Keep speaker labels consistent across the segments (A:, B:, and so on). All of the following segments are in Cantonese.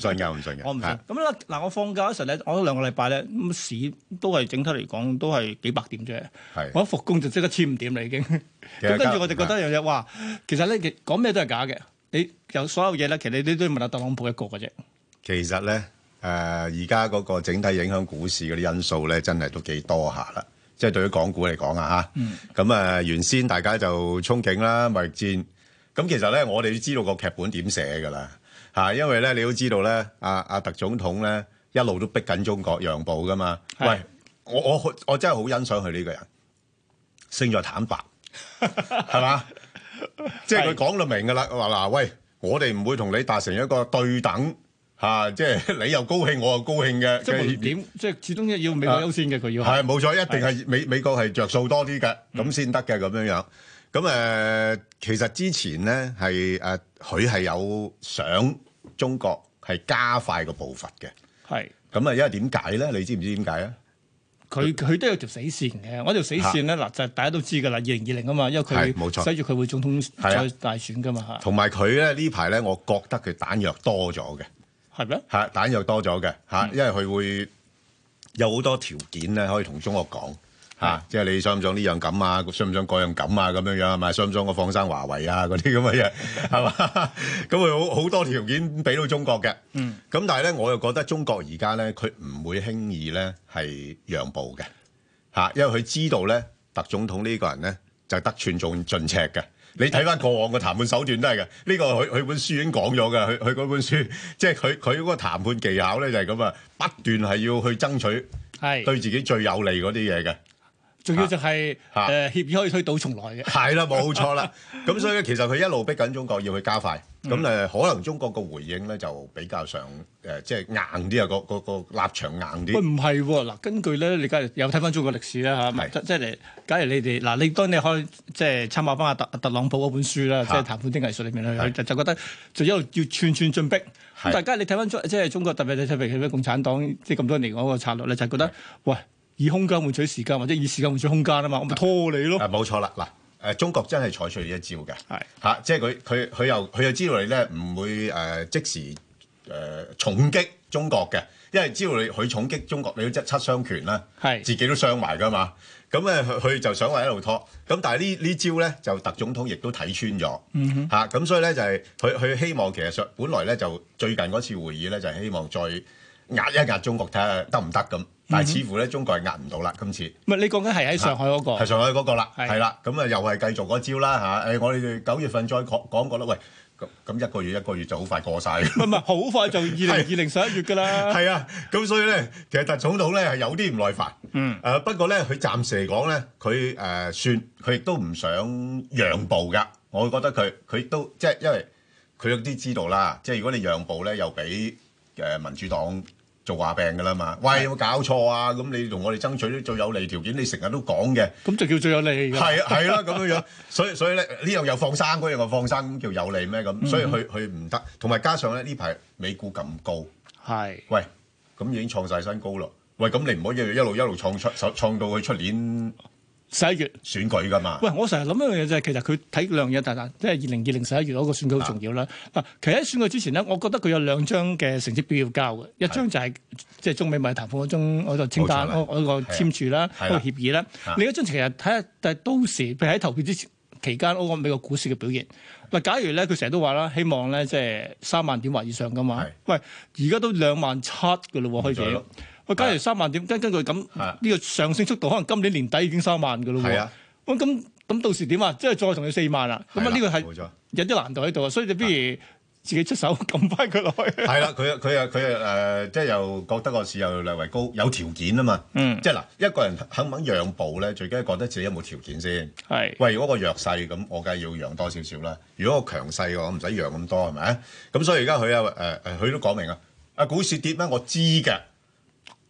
A: 信㗎，唔信㗎。
B: 我唔信。
A: 係
B: 咁咧嗱，我放假嗰時咧，我嗰兩個禮拜咧，咁市都係整體嚟講都係幾百點啫。
A: 係
B: 我一復工就即刻千五點啦已經。
A: 其實
B: 咁跟住我就覺得一樣嘢，哇！其實咧其講咩都係假嘅。你有所有嘢咧，其實你都要問下特朗普一個嘅啫。
A: 其實咧，誒而家嗰個整體影響股市嗰啲因素咧，真係都幾多下啦。即係對於港股嚟講啊，嚇咁啊，原先大家就憧憬啦，貿易戰。咁其實咧，我哋都知道個劇本點寫㗎啦，嚇，因為咧你都知道咧，阿阿特總統咧一路都逼緊中國讓步㗎嘛。
B: 係
A: 喂，我我我真係好欣賞佢呢個人，勝在坦白，係嘛？即係
B: 係
A: 佢講到明㗎啦，話嗱喂，我哋唔會同你達成一個對等嚇、啊即係你又高興，我又高興嘅
B: 即係無論
A: 嘅。
B: 點，即係始終要美國優先嘅， 佢要
A: 啊係冇錯，一定係美美國係着數多啲嘅，咁先得嘅咁樣樣。咁誒、呃其實之前咧係誒，佢、係有想中國係加快個步伐嘅。
B: 係。
A: 咁啊，因為點解咧？你知唔知點解啊？
B: 佢佢都有條死線嘅，我條死線咧嗱就係大家都知㗎啦，二零二零啊嘛，因為
A: 係冇錯
B: 佢使住佢會總統
A: 係啊
B: 再大選㗎嘛，
A: 同埋佢咧呢排咧，我覺得佢彈藥多咗嘅。
B: 係咪啊？
A: 嚇蛋又多咗嘅嚇，因為佢會有好多條件咧，可以同中國講嚇，即係你想唔想呢樣咁啊，想唔想嗰樣咁啊，咁樣樣係咪？想唔想我放生華為啊嗰啲咁嘅 嘢係嘛？咁佢好好多條件俾到中國嘅。嗯，咁但係咧，我又覺得中國而家咧，佢唔會輕易咧係讓步嘅嚇，因為佢知道咧，特總統呢個人咧就得寸進進尺嘅。你睇翻過往嘅談判手段都係嘅，呢、個佢佢本書已經講咗嘅，佢佢嗰本書 即係佢佢嗰個談判技巧咧就係咁啊，不斷係要去爭取
B: 係，
A: 對自己最有利嗰啲嘢嘅，
B: 仲要就係
A: 啊
B: 誒協議可以推倒重來嘅，
A: 係啦，冇 錯啦。咁所以咧，其實佢一路逼緊中國要去加快，咁誒、可能中國個回應咧就比較上誒、即係硬啲啊，個個個立場硬
B: 喂
A: 啲，
B: 唔係喎嗱，根據咧你梗係有睇翻中國歷史啦嚇，
A: 係
B: 即即係你假如你哋嗱你當你可以即係參考翻阿特特朗普嗰本書啦，即係談判的藝術裏面咧，
A: 係
B: 佢就就覺得就一路要串串進逼。
A: 係
B: 咁大家你睇翻中即係中國特別你睇譬如共產黨即係咁多年嗰個策略咧，就係覺得喂以空間換取時間，或者以時間換取空間啊嘛，我咪拖你咯。
A: 啊冇錯啦嗱。誒中國真係採取呢一招嘅，
B: 係
A: 嚇、即係佢佢佢又佢又知道你咧唔會誒、即時誒、重擊中國嘅，因為知道你佢重擊中國，你都即七傷拳啦，
B: 係
A: 自己都傷埋噶嘛。咁咧佢佢就想話一路拖，咁但係呢呢招咧就特總統亦都睇穿咗，
B: 嗯
A: 嚇咁、所以咧就係佢佢希望其實上本來咧就最近嗰次會議咧就係希望再壓一壓中國睇下得唔得咁，
B: 嗯
A: 但係似乎咧中國係壓唔到啦今次。
B: 唔係你講緊係喺上海嗰個
A: 係上海嗰個啦，
B: 係
A: 係啦，咁啊又係繼續嗰招啦嚇。誒、我哋九月份再講講過啦。喂，咁咁一個月一個月就好快過晒。
B: 唔係唔係，好 快就二零二零十一月㗎啦。
A: 係啊，咁所以咧，其實特總統咧係有啲唔耐煩。嗯。誒、不過咧，佢暫時嚟講咧，佢誒、算，佢亦都唔想讓步㗎。我覺得佢佢都即係因為佢有啲知道啦，即係如果你讓步咧，又俾誒、民主黨。做話病㗎啦嘛，喂有冇搞錯啊？咁你同我哋爭取啲最有利條件，你成日都講嘅，
B: 咁就叫最有利㗎。
A: 係係啦，咁樣樣，所以所以咧呢樣又放生，嗰樣又放生，咁叫有利咩
B: 嗯
A: 咁？所以佢佢唔得，同埋加上咧呢排美股咁高，
B: 係
A: 喂，咁已經創晒新高咯。喂，咁你唔可以一路一路創出創到去出年
B: 十一月。
A: 選舉㗎嘛？
B: 喂，我成日諗一樣嘢就係其實佢睇兩樣嘢，但但即係二零二零十一月嗰個選舉好重要啦。
A: 啊
B: 嗱，其實喺選舉之前咧，我覺得佢有兩張嘅成績表要交嘅，一張就係即係中美貿易談判嗰張嗰個清單，
A: 冇錯啦
B: 嗰嗰個簽署啦，
A: 係
B: 嗰
A: 啦啊
B: 個協議啦
A: 係啦。
B: 另一張其實睇下，但係到時譬如喺投票之前期間嗰個美國股市嘅表現。嗱，假如咧佢成日都話啦，希望咧即係三萬點或以上噶嘛。喂，而家都兩萬七嘅咯喎，開
A: 冇錯
B: 始
A: 咯。
B: 喂，假如三萬點，根根據咁
A: 係
B: 呢個上升速度，可能今年年底已經三萬嘅咯喎。
A: 係啊，
B: 喂，咁咁到時點啊？即係再同佢四萬啦。咁
A: 係
B: 啊，
A: 啦
B: 呢個
A: 冇
B: 係
A: 錯
B: 有啲難度喺度啊，所以你不如自己出手撳翻佢落去。
A: 係啦，佢佢啊佢啊誒，即係又覺得個市又略為高，有條件啊嘛。
B: 嗯
A: 即係嗱，一個人肯唔肯讓步咧，最緊要覺得自己有冇條件先。
B: 係
A: 喂，如果個弱勢咁，我梗係要讓多少少啦。如果個強勢嘅，我唔使讓咁多，係咪？啊咁所以而家佢啊誒誒，佢都講明啊，啊股市跌咩我知嘅，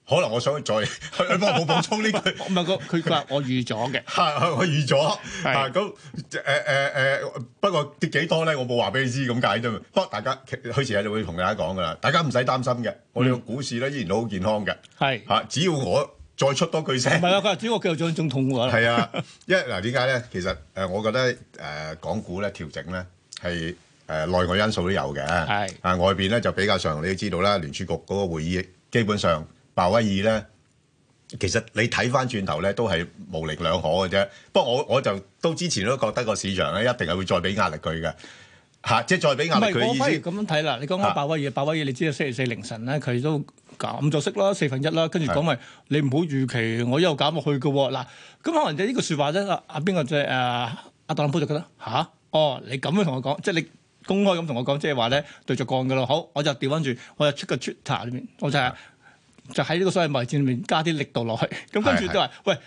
A: 可能我想啊再 佢幫我補充呢句，係
B: 唔係個啊佢佢話我預咗嘅。
A: 係我預咗
B: 係
A: 啊咁誒誒誒，不過跌幾多咧，我冇話俾你知咁解啫嘛。不過大家佢前日就會同大家講噶啦，大家唔使擔心嘅，我哋個股市咧依然都好健康嘅
B: 嗯係
A: 嚇、只要我再出多句聲
B: 唔。係啊？佢話主要我繼續做總統㗎啦。
A: 係啊啊，因為嗱點解咧？其實誒、呃我覺得誒、呃港股咧調整咧係誒內外因素都有嘅。
B: 係
A: 啊，外邊咧就比較上，你都知道啦，聯儲局嗰個會議基本上鮑威爾咧，其實你睇翻轉頭咧都係無力兩可嘅啫。不過我我就都之前都覺得個市場咧一定係會再俾壓力佢嘅嚇，即係再俾
B: 唔
A: 壓力佢
B: 係，我
A: 嘅
B: 不如
A: 意思。
B: 咁樣睇啦。你講
A: 啊
B: 緊鮑威爾，鮑威爾你知道星期四凌晨咧，佢都減咗息啦，四分一啦，跟住講埋你唔好預期我又減落去嘅喎。嗱，咁可能就呢個説話啫。阿阿邊個即係誒啊阿特朗普就覺得吓，哦，你咁樣同我講，即係你公開咁同我講，即係話咧對着幹嘅咯。好，我就調翻轉，我就出個 Twitter 裏面，我就係、就喺呢個所謂貿易戰裏面加啲力度 落去。咁跟住都話喂。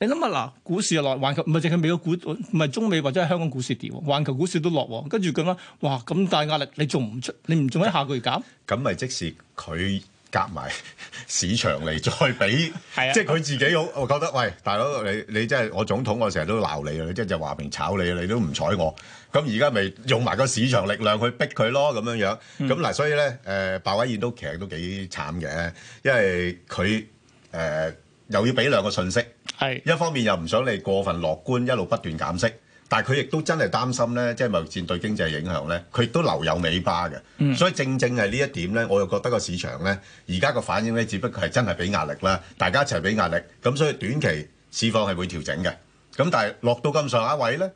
B: 你諗下嗱，股市又落，環球唔係淨係美國股，唔係中美或者係香港股市跌喎，環球股市都落喎。跟住咁啦，哇咁大壓力，你仲唔出？你唔仲喺下個月減？
A: 咁咪即使佢夾埋 市場嚟再俾
B: 係，啊
A: 即係佢自己好，我覺得喂，大佬你你真係我總統，我成日都鬧你啊，你即係就話明炒你啊，你都唔睬我。咁而家咪用埋個市場力量去逼佢咯，咁樣樣。咁嗱、所以咧，誒、鮑威爾都其實都幾慘嘅，因為佢誒、又要俾兩個信息。
B: 係
A: 一方面又唔想你過分樂觀，一路不斷減息，但係佢亦都真係擔心咧，即係貿易戰對經濟影響咧，佢亦都留有尾巴嘅。所以正正係呢一點咧，我又覺得個市場咧，而家個反應咧，只不過係真係俾壓力啦，大家一齊俾壓力，咁所以短期市況係會調整嘅。咁但係落到咁上下位咧，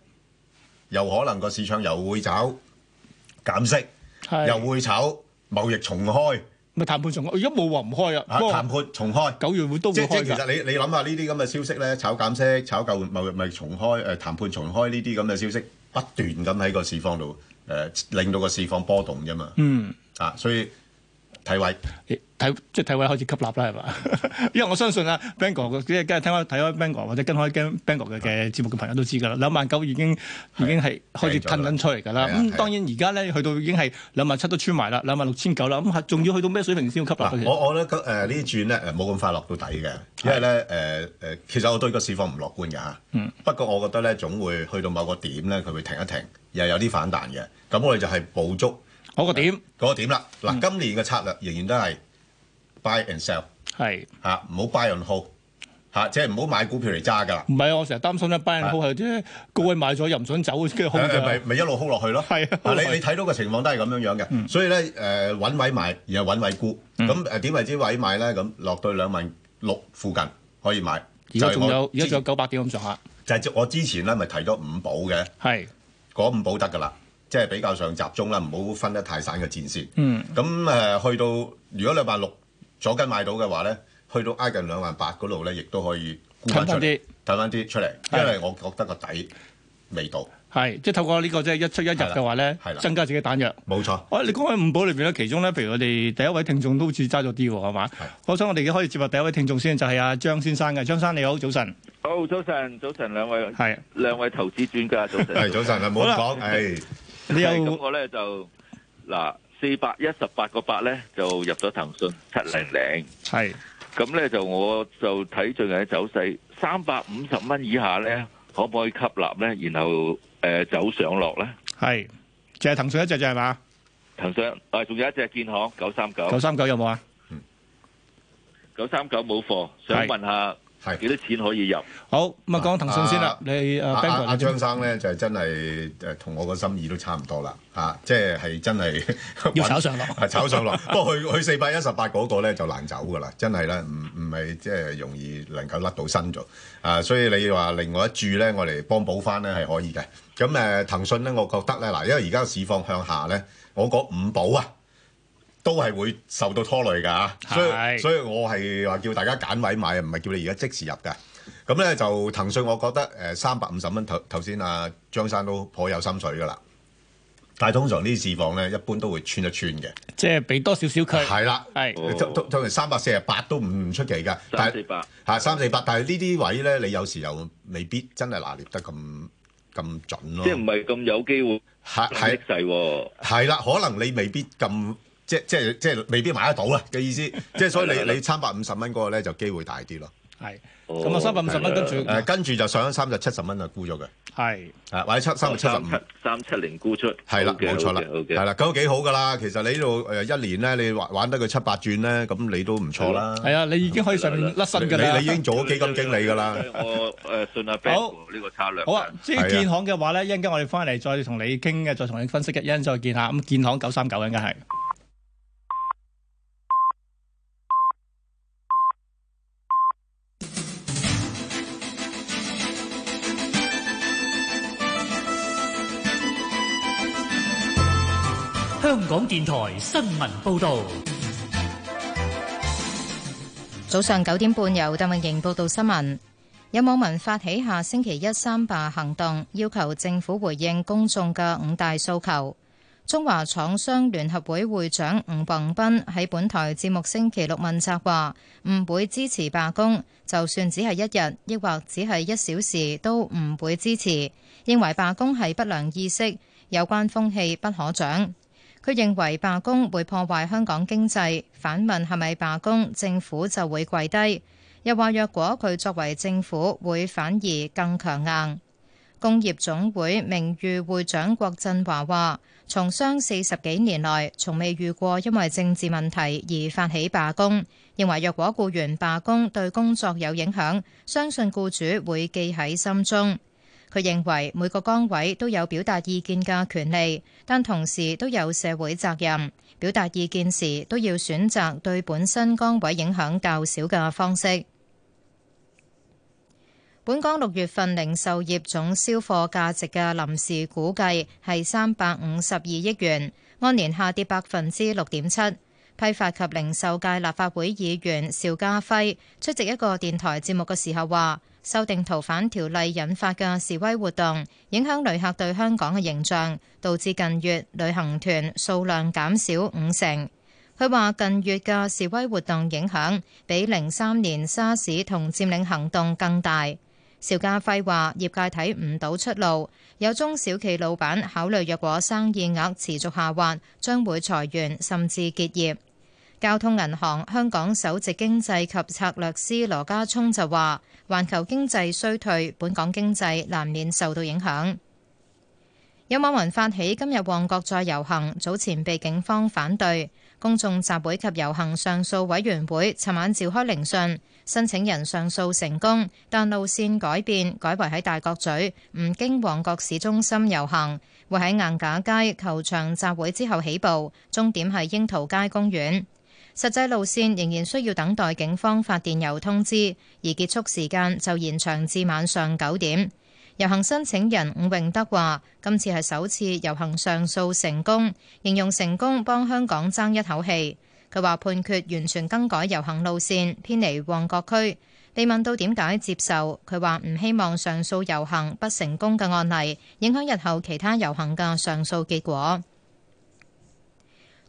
A: 又可能個市場又會炒減息，又
B: 係，
A: 會炒貿易重開，
B: 咪談判仲開？而家冇話唔開啊，
A: 啊
B: 不
A: 談
B: 過
A: 判重開。
B: 九月會都會
A: 即即
B: 開
A: 其實
B: 㗎。
A: 你你諗下呢啲咁嘅消息咧，炒減息、炒舊貿易咪重開誒、呃、談判重開呢啲咁嘅消息，不斷咁喺個市況度誒，令到個市況波動啫嘛。
B: 嗯，
A: 啊，所以睇位
B: 睇即係睇位開始吸納啦，係嘛？ 因為我相信啊 b a n g o 即係梗係聽開睇開 b a n g o 或者跟開 b a n g o 嘅嘅節目嘅朋友都知㗎啦，兩萬九已經已經係開始
A: 啊掟咗啦
B: 褪緊出嚟㗎啦。
A: 係啊係
B: 咁
A: 啊
B: 當然而家咧去到已經係兩萬七都穿埋啦，兩萬六千九啦。咁仲要去到咩水平先要吸納
A: 嗱、
B: 佢？
A: 我我咧誒呢啲轉咧誒冇咁快落到底嘅，因為咧誒誒，其實我對個市況唔樂觀㗎嚇。嗯。不過我覺得咧總會去到某個點咧，佢會停一停，又有啲反彈嘅。咁我哋就係捕捉
B: 我個點嗯
A: 嗰個點啦。嗱、今年嘅策略仍然都係 buy and sell。
B: 係。
A: 嚇，唔好 buy on hold 嚇，即係唔好買股票嚟揸㗎啦，
B: 唔係啊！我成日擔心咧，buy and hold 係啲高位買咗又唔想走，跟住空
A: 誒誒啊咪
B: 㗎。
A: 咪一路 hold 落去咯。
B: 係啊嗯
A: 啊，你你睇到個情況都係咁樣樣嘅，所以咧誒揾位買，然後揾位沽，咁誒點為之位買咧？咁落到兩萬六附近可以買。
B: 而家
A: 就
B: 仲
A: 係
B: 有，
A: 我
B: 而家仲有
A: 之
B: 九百點咁上下，
A: 就係我之前咧咪提咗五保嘅，
B: 係
A: 嗰五保得㗎啦，即係比較上集中啦，唔好分得太散嘅戰線。
B: 嗯，
A: 咁誒、去到如果兩萬六左緊買到嘅話咧，去到挨近兩萬八嗰度咧，亦都可以沽翻出嚟，
B: 睇
A: 睇翻啲出嚟，因為我覺得個底未到，
B: 係，即係透過呢個即係一出一入嘅話咧
A: 係，啦
B: 增加自己彈藥。
A: 冇錯。
B: 我你講喺五寶裏邊咧，其中咧，譬如我哋第一位聽眾都好似揸咗啲喎，係嘛？我想我哋而家可以接入第一位聽眾先，就係阿張先生嘅。張生你好，早晨。
C: 好，早晨，早晨，兩位
B: 係，
C: 兩位投資專家，早晨。
A: 係早晨啊，冇咁講，誒
B: 你
C: 係咁
B: 又
C: 我咧就嗱四百一十八個八咧就入咗騰訊七零零，
B: 係
C: 咁咧就我就睇最近嘅走勢，三百五十蚊以下咧可唔可以吸納咧？然後誒、呃走上落咧？
B: 係，就係騰訊一隻就係嘛？
C: 騰訊啊，仲有一隻建行九三
B: 九
C: 九，
B: 三九有冇啊？
C: 九三九冇貨，想
B: 係
C: 問下幾
A: 係
C: 多錢可以入？
B: 好，咁啊講騰訊先啦
A: 啊。
B: 你
A: 阿
B: 阿 b
A: 阿
B: a n
A: 阿
B: g
A: 張生咧就真係誒同我個心意都差唔多啦，嚇，即係係真係
B: 要炒上落。
A: 係炒上落， 不過去去四百一十八嗰個咧就難走噶啦，真係咧，唔唔係即係容易能夠甩到身咗啊！所以你話另外一注咧，我哋幫補翻咧係可以嘅。咁誒、呃、騰訊咧，我覺得咧嗱，因為而家市況向下咧，我嗰五保啊都係會受到拖累㗎啊所以
B: 係
A: 所以我係話叫大家揀位買，唔係叫你而家即時入㗎。咁咧就騰訊，我覺得誒呃三百五十蚊頭頭先阿張生都頗有心水㗎啦。但係通常呢啲市況咧，一般都會穿一穿嘅。
B: 即係俾多少少佢。
A: 係啦，
B: 係
C: 哦
A: 通通常三百四十八都唔唔出奇㗎，但
C: 三四
A: 係
C: 百。
A: 嚇三四八，但係呢啲位咧，你有時又未必真係拿捏得咁咁準咯。
C: 即係唔係咁有機會
A: 係
C: 逆
A: 係
C: 勢喎？
A: 係啦，可能你未必咁即即即未必買得到啦 嘅意思，即係所以
C: 係啦係
A: 你
C: 啦
A: 你三百五十蚊嗰個咧就機會大啲咯。
B: 係。
C: 哦
B: 咁啊，350蚊跟住
A: 誒跟住就上咗三十七十蚊就沽咗佢，
B: 係
A: 啊或者七三百七十
C: 三
A: 五
C: 七。三七零沽出，
A: 係啦，
C: 好嘅
A: 冇錯啦，
C: 好嘅
A: 係
C: 好嘅
A: 啦，咁都幾好噶啦。其實你呢度誒一年咧，你玩玩得佢七八轉咧，咁你都唔錯啦。
B: 係啊，你已經可以上面甩身㗎
A: 你
B: 啦。
A: 你已經做咗基金經理噶啦。
C: 我誒信阿 Ben 哥呢個策略。
B: 好啊，至於
A: 係啊
B: 建行嘅話咧，一陣間我哋翻嚟再同你傾嘅，再同你分析嘅，一陣再見下。咁建行九三九應該係。
D: 香港電台新聞報道，
E: 早上九點半，由鄧永瑩報道新聞。有網民發起下星期一三罷行動，要求政府回應公眾嘅五大訴求。中華廠商聯合會會長吳宏斌喺本台節目星期六問責話：唔會支持罷工，就算只係一日，抑或只係一小時，都唔會支持。認為罷工係不良意識，有關風氣不可長。佢認為罷工會破壞香港經濟，反問係咪罷工政府就會跪低？又話若果佢作為政府，會反而更強硬。工業總會名譽會長郭振華話：從商四十幾年來，從未遇過因為政治問題而發起罷工。認為若果僱員罷工對工作有影響，相信僱主會記喺心中。佢認為每個崗位都有表達意見嘅權利，但同時都有社會責任。表達意見時都要選擇對本身崗位影響較少嘅方式。本港六月份零售業總銷貨價值嘅臨時估計係三百五十二億元，按年下跌百分之六點七。批發及零售界立法會議員邵家輝出席一個電台節目嘅時候話，修訂逃犯條例引發嘅示威活動，影響旅客對香港嘅形象，導致近月旅行團數量減少五成。佢話近月嘅示威活動影響比零三年沙士同佔領行動更大。邵家輝話：業界睇唔到出路，有中小企老闆考慮若果生意額持續下滑，將會裁員甚至結業。交通銀行香港首席經濟及策略師羅家聰就話：環球經濟衰退，本港經濟難免受到影響。有網民發起今日旺角再遊行，早前被警方反對。公眾集會及遊行上訴委員會尋晚召開聆訊，申請人上訴成功，但路線改變，改為喺大角咀，唔經旺角市中心遊行，會喺硬架街球場集會之後起步，終點係櫻桃街公園。實際路線仍然需要等待警方發電郵通知，而結束時間就延長至晚上九點。遊行申請人伍永德話：今次係首次遊行上訴成功，形容成功幫香港爭一口氣。佢話判決完全更改遊行路線，偏離旺角區。被問到點解接受，佢話唔希望上訴遊行不成功嘅案例影響日後其他遊行嘅上訴結果。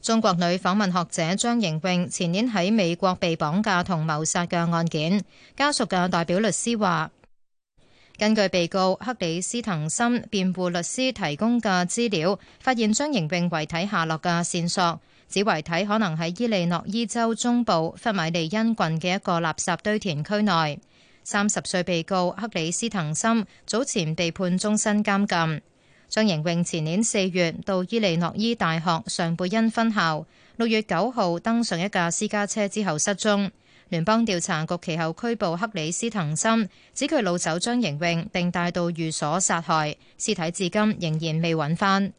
E: 中國女訪問學者張瑩穎前年喺美國被綁架同謀殺嘅案件，家屬嘅代表律師話。根據被告克里斯滕森辯護律師提供嘅資料，發現張瑩穎遺體下落嘅線索，指遺體可能喺伊利諾伊州中部弗米利恩郡嘅一個垃圾堆填區內。三十歲被告克里斯滕森早前被判終身監禁。張瑩穎前年四月到伊利諾伊大學上貝恩分校，六月九號登上一架私家車之後失蹤。聯邦調查局其後拘捕克里斯滕森，指佢擄走張瑩穎並帶到寓所殺害，屍體至今仍然未揾返。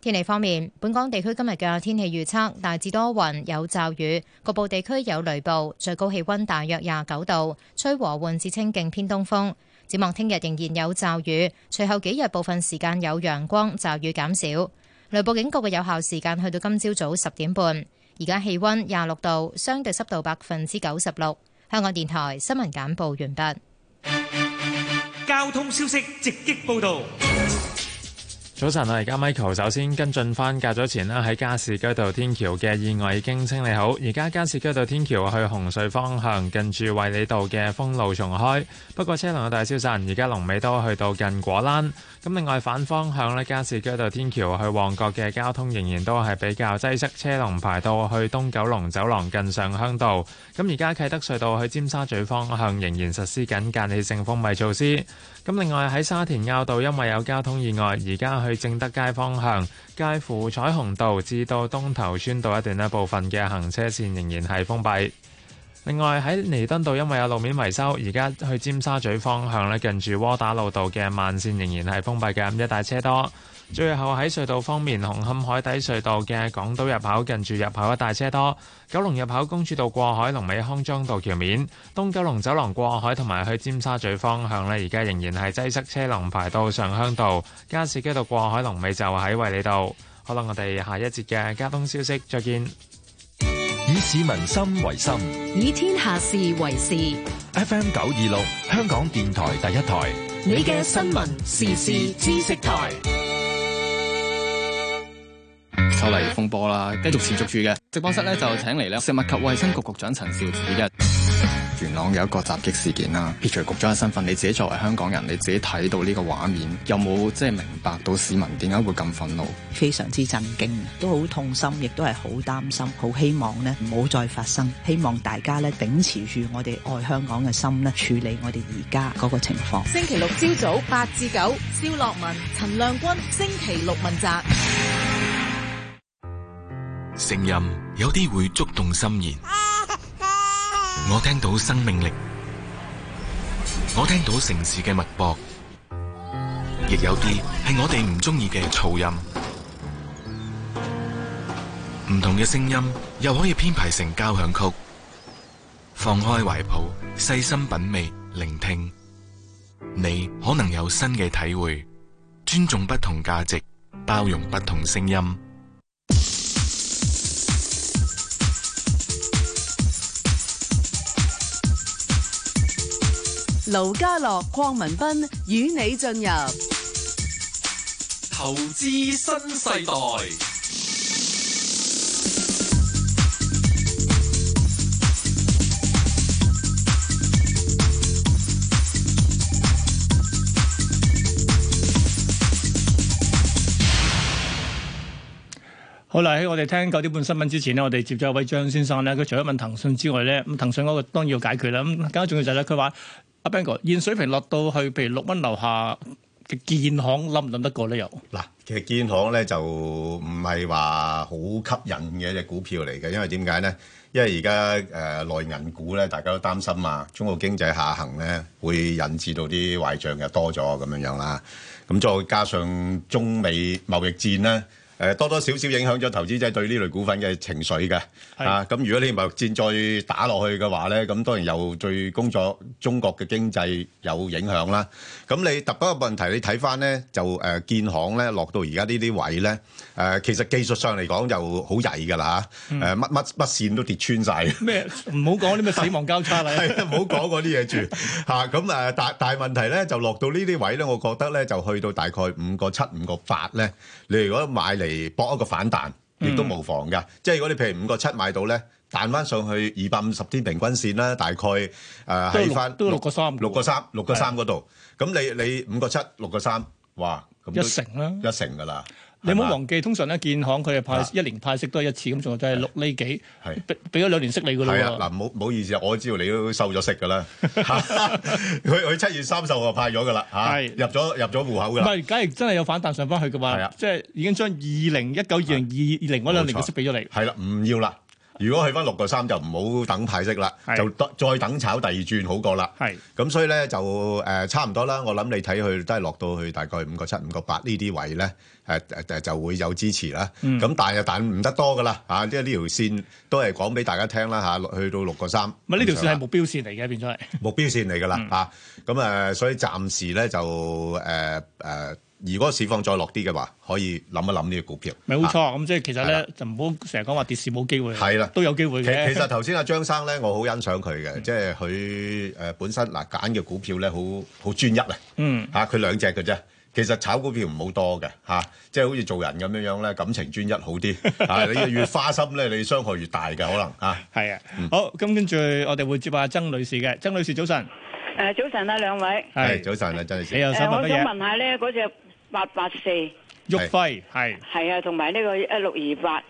E: 天氣方面，本港地區今日嘅天氣預測大致多雲，有驟雨，局部地區有雷暴，最高氣温大約廿九度，吹和緩至清勁偏東風。展望聽日仍然有驟雨，隨後幾日部分時間有陽光，驟雨減少。雷暴警告嘅有效時間去到今朝早十點半。而家氣温廿六度，相對濕度百分之九十六。香港電台新聞簡報完畢。
D: 交通消息直擊報道。
F: 早晨啊，而家 Michael 首先跟進翻較早前啦，喺加士居道天橋嘅意外已經清理好，而家加士居道天橋去紅隧方向近住衛理道嘅封路重開，不過車輛有大消散，而家龍尾都去到近果欄。咁另外反方向呢，加士居道天橋去旺角嘅交通仍然都係比較擠塞，車龍排到去東九龍走廊近上鄉道。咁而家啟德隧道去尖沙咀方向仍然實施緊間歇性封閉措施。咁另外喺沙田坳道，因為有交通意外，而家去正德街方向，介乎彩虹道至到東頭村道一段呢部分嘅行車線仍然係封閉。另外喺彌敦道，因為有路面維修，而家去尖沙咀方向呢，近住窩打老道嘅慢線仍然係封閉嘅，咁一帶車多。最後喺隧道方面，紅磡海底隧道嘅港島入口近住入口一帶車多；九龍入口公主道過海、龍尾康莊道橋面、東九龍走廊過海同埋去尖沙咀方向呢，而家仍然係擠塞車龍排到上鄉道；加士居道過海龍尾就喺衛理道。好啦，我哋下一節嘅交通消息再見。
G: 以市民心為心
H: 以天下事為事。
G: ，FM 九二六香港電台第一台，
H: 你嘅新聞時事知識台，
I: 修例風波啦，繼續持續住嘅。直播室咧就請嚟咧食物及衛生局局長陳肇始嘅。元朗有一個襲擊事件啦，撇除局長嘅身份，你自己作為香港人，你自己睇到呢個畫面，有冇即係明白到市民點解會咁憤怒？
J: 非常之震驚，啊都好痛心，亦都係好擔心，好希望呢唔好再發生。希望大家呢秉持住我哋愛香港嘅心呢，處理我哋而家嗰個情況。
K: 星期六朝早八至九，蕭樂文、陳亮君，星期六問責。
L: 聲音有啲會觸動心弦，我聽到生命力，我聽到城市嘅脈搏，亦有啲係我哋唔中意嘅噪音。唔同嘅聲音又可以編排成交響曲，放開懷抱，細心品味，聆聽，你可能有新嘅體會。尊重不同價值，包容不同聲音。
M: 盧家樂、鄺民彬與你進入
N: 投資新世代，
B: 好啦，喺我哋聽九點半新聞之前呢，我哋接咗一位張先生咧，佢除咗問騰訊之外咧，咁騰訊嗰個當然要解決啦。咁更加重要就係咧，佢話阿 Ben 哥現水平落到去譬如六蚊樓下嘅建行，冧唔冧得過咧？又
A: 嗱，其實建行咧就唔係話好吸引嘅一隻股票嚟嘅，因為點解咧？因為而家誒內銀股咧，大家都擔心啊，中國經濟下行咧會引致到啲壞帳又多咗咁樣樣啦。咁再加上中美貿易戰咧，誒、多多少少影響咗投資者對呢類股份嘅情緒嘅。
O: 係
A: 啊，咁如果你貿易戰再打落去嘅話咧，咁當然又對工作中國嘅經濟有影響啦。咁你特不過問題，你睇翻咧就誒、呃建行咧落到而家呢啲位咧，誒、其實技術上嚟講就好曳㗎啦嚇，
B: 嗯
A: 誒乜乜乜線都跌穿晒。
B: 咩唔好講啲咩死亡交叉啦，
A: 係啊唔好講嗰啲 嘢住嚇。咁誒大大問題咧，就落到呢啲位咧，我覺得咧就去到大概五個七、五個八咧，你如果買嚟搏一個反彈，亦都無妨㗎。即係如果你譬如五個七買到咧。彈翻上去二百五十天平均線啦，大概誒
B: 都
A: 喺
B: 六
A: 翻
B: 都六個三
A: 六個三、六個三嗰度。咁你你五個七、六個三，哇！咁都
B: 一成啦
A: 一成㗎啦。
B: 你唔好
A: 係嘛
B: 忘記，通常咧建行佢係派
A: 啊
B: 一年派息都係一次，咁仲有就係六厘幾
A: 係，
B: 俾俾咗兩年息你㗎
A: 係啊，
B: 咯
A: 嗱，唔好唔好意思啊，我知道你都收咗息㗎啦。 佢佢七月三十號就派咗㗎啦，嚇
B: 係
A: 入咗入咗户口
B: 喎。
A: 㗎
B: 唔
A: 啦。
B: 係，假如真係有反彈上翻去嘅
A: 係
B: 話
A: 啊，
B: 即係已經將二零一九、二零二零嗰兩年嘅息俾咗你。
A: 係啦，唔要啦。如果去翻六個三就唔好等派息啦，
B: 係
A: 就得再等炒第二轉好過啦。
B: 係
A: 咁，所以咧就誒、呃差唔多啦。我諗你睇佢都係落到去大概五個七、五個八呢啲位咧，誒、誒誒就會有支持啦。咁、
B: 嗯
A: 但係又但唔得多噶啦嚇，即係呢條線都係講俾大家聽啦嚇，落去到六個三。
B: 唔係呢條線係目標線嚟嘅，變咗係。嗯
A: 目標線嚟㗎啦嚇。咁誒、呃所以暫時咧就誒誒、呃如果市況再落啲嘅話，可以諗一諗呢個股票。
B: 咪冇
A: 啊
B: 錯，咁即係其實咧就唔好成日講話跌市冇機會，
A: 係啦
B: 都有機會
A: 其
B: 嘅。
A: 其實頭先阿張生咧，我好欣賞佢嘅，即係呃佢誒本身嗱揀嘅股票咧，好好專一啊！
B: 嗯
A: 嚇佢兩隻嘅啫，其實炒股票唔好多嘅嚇、即係好似做人咁樣樣咧，感情專一 好啲啊！你越花心咧，你傷害越大嘅可能啊。
B: 係啊，好，咁跟住我哋會接下曾女士嘅，曾女士早晨，
O: 诶，早晨啊，兩位。
A: 係早晨啊，曾女士，
B: 你又想
O: 誒
B: 問
O: 我
B: 乜
O: 想
B: 嘢？
O: 問啊下咧，嗰只八八四
B: 旭輝係，
O: 係啊，同埋呢個一六二八，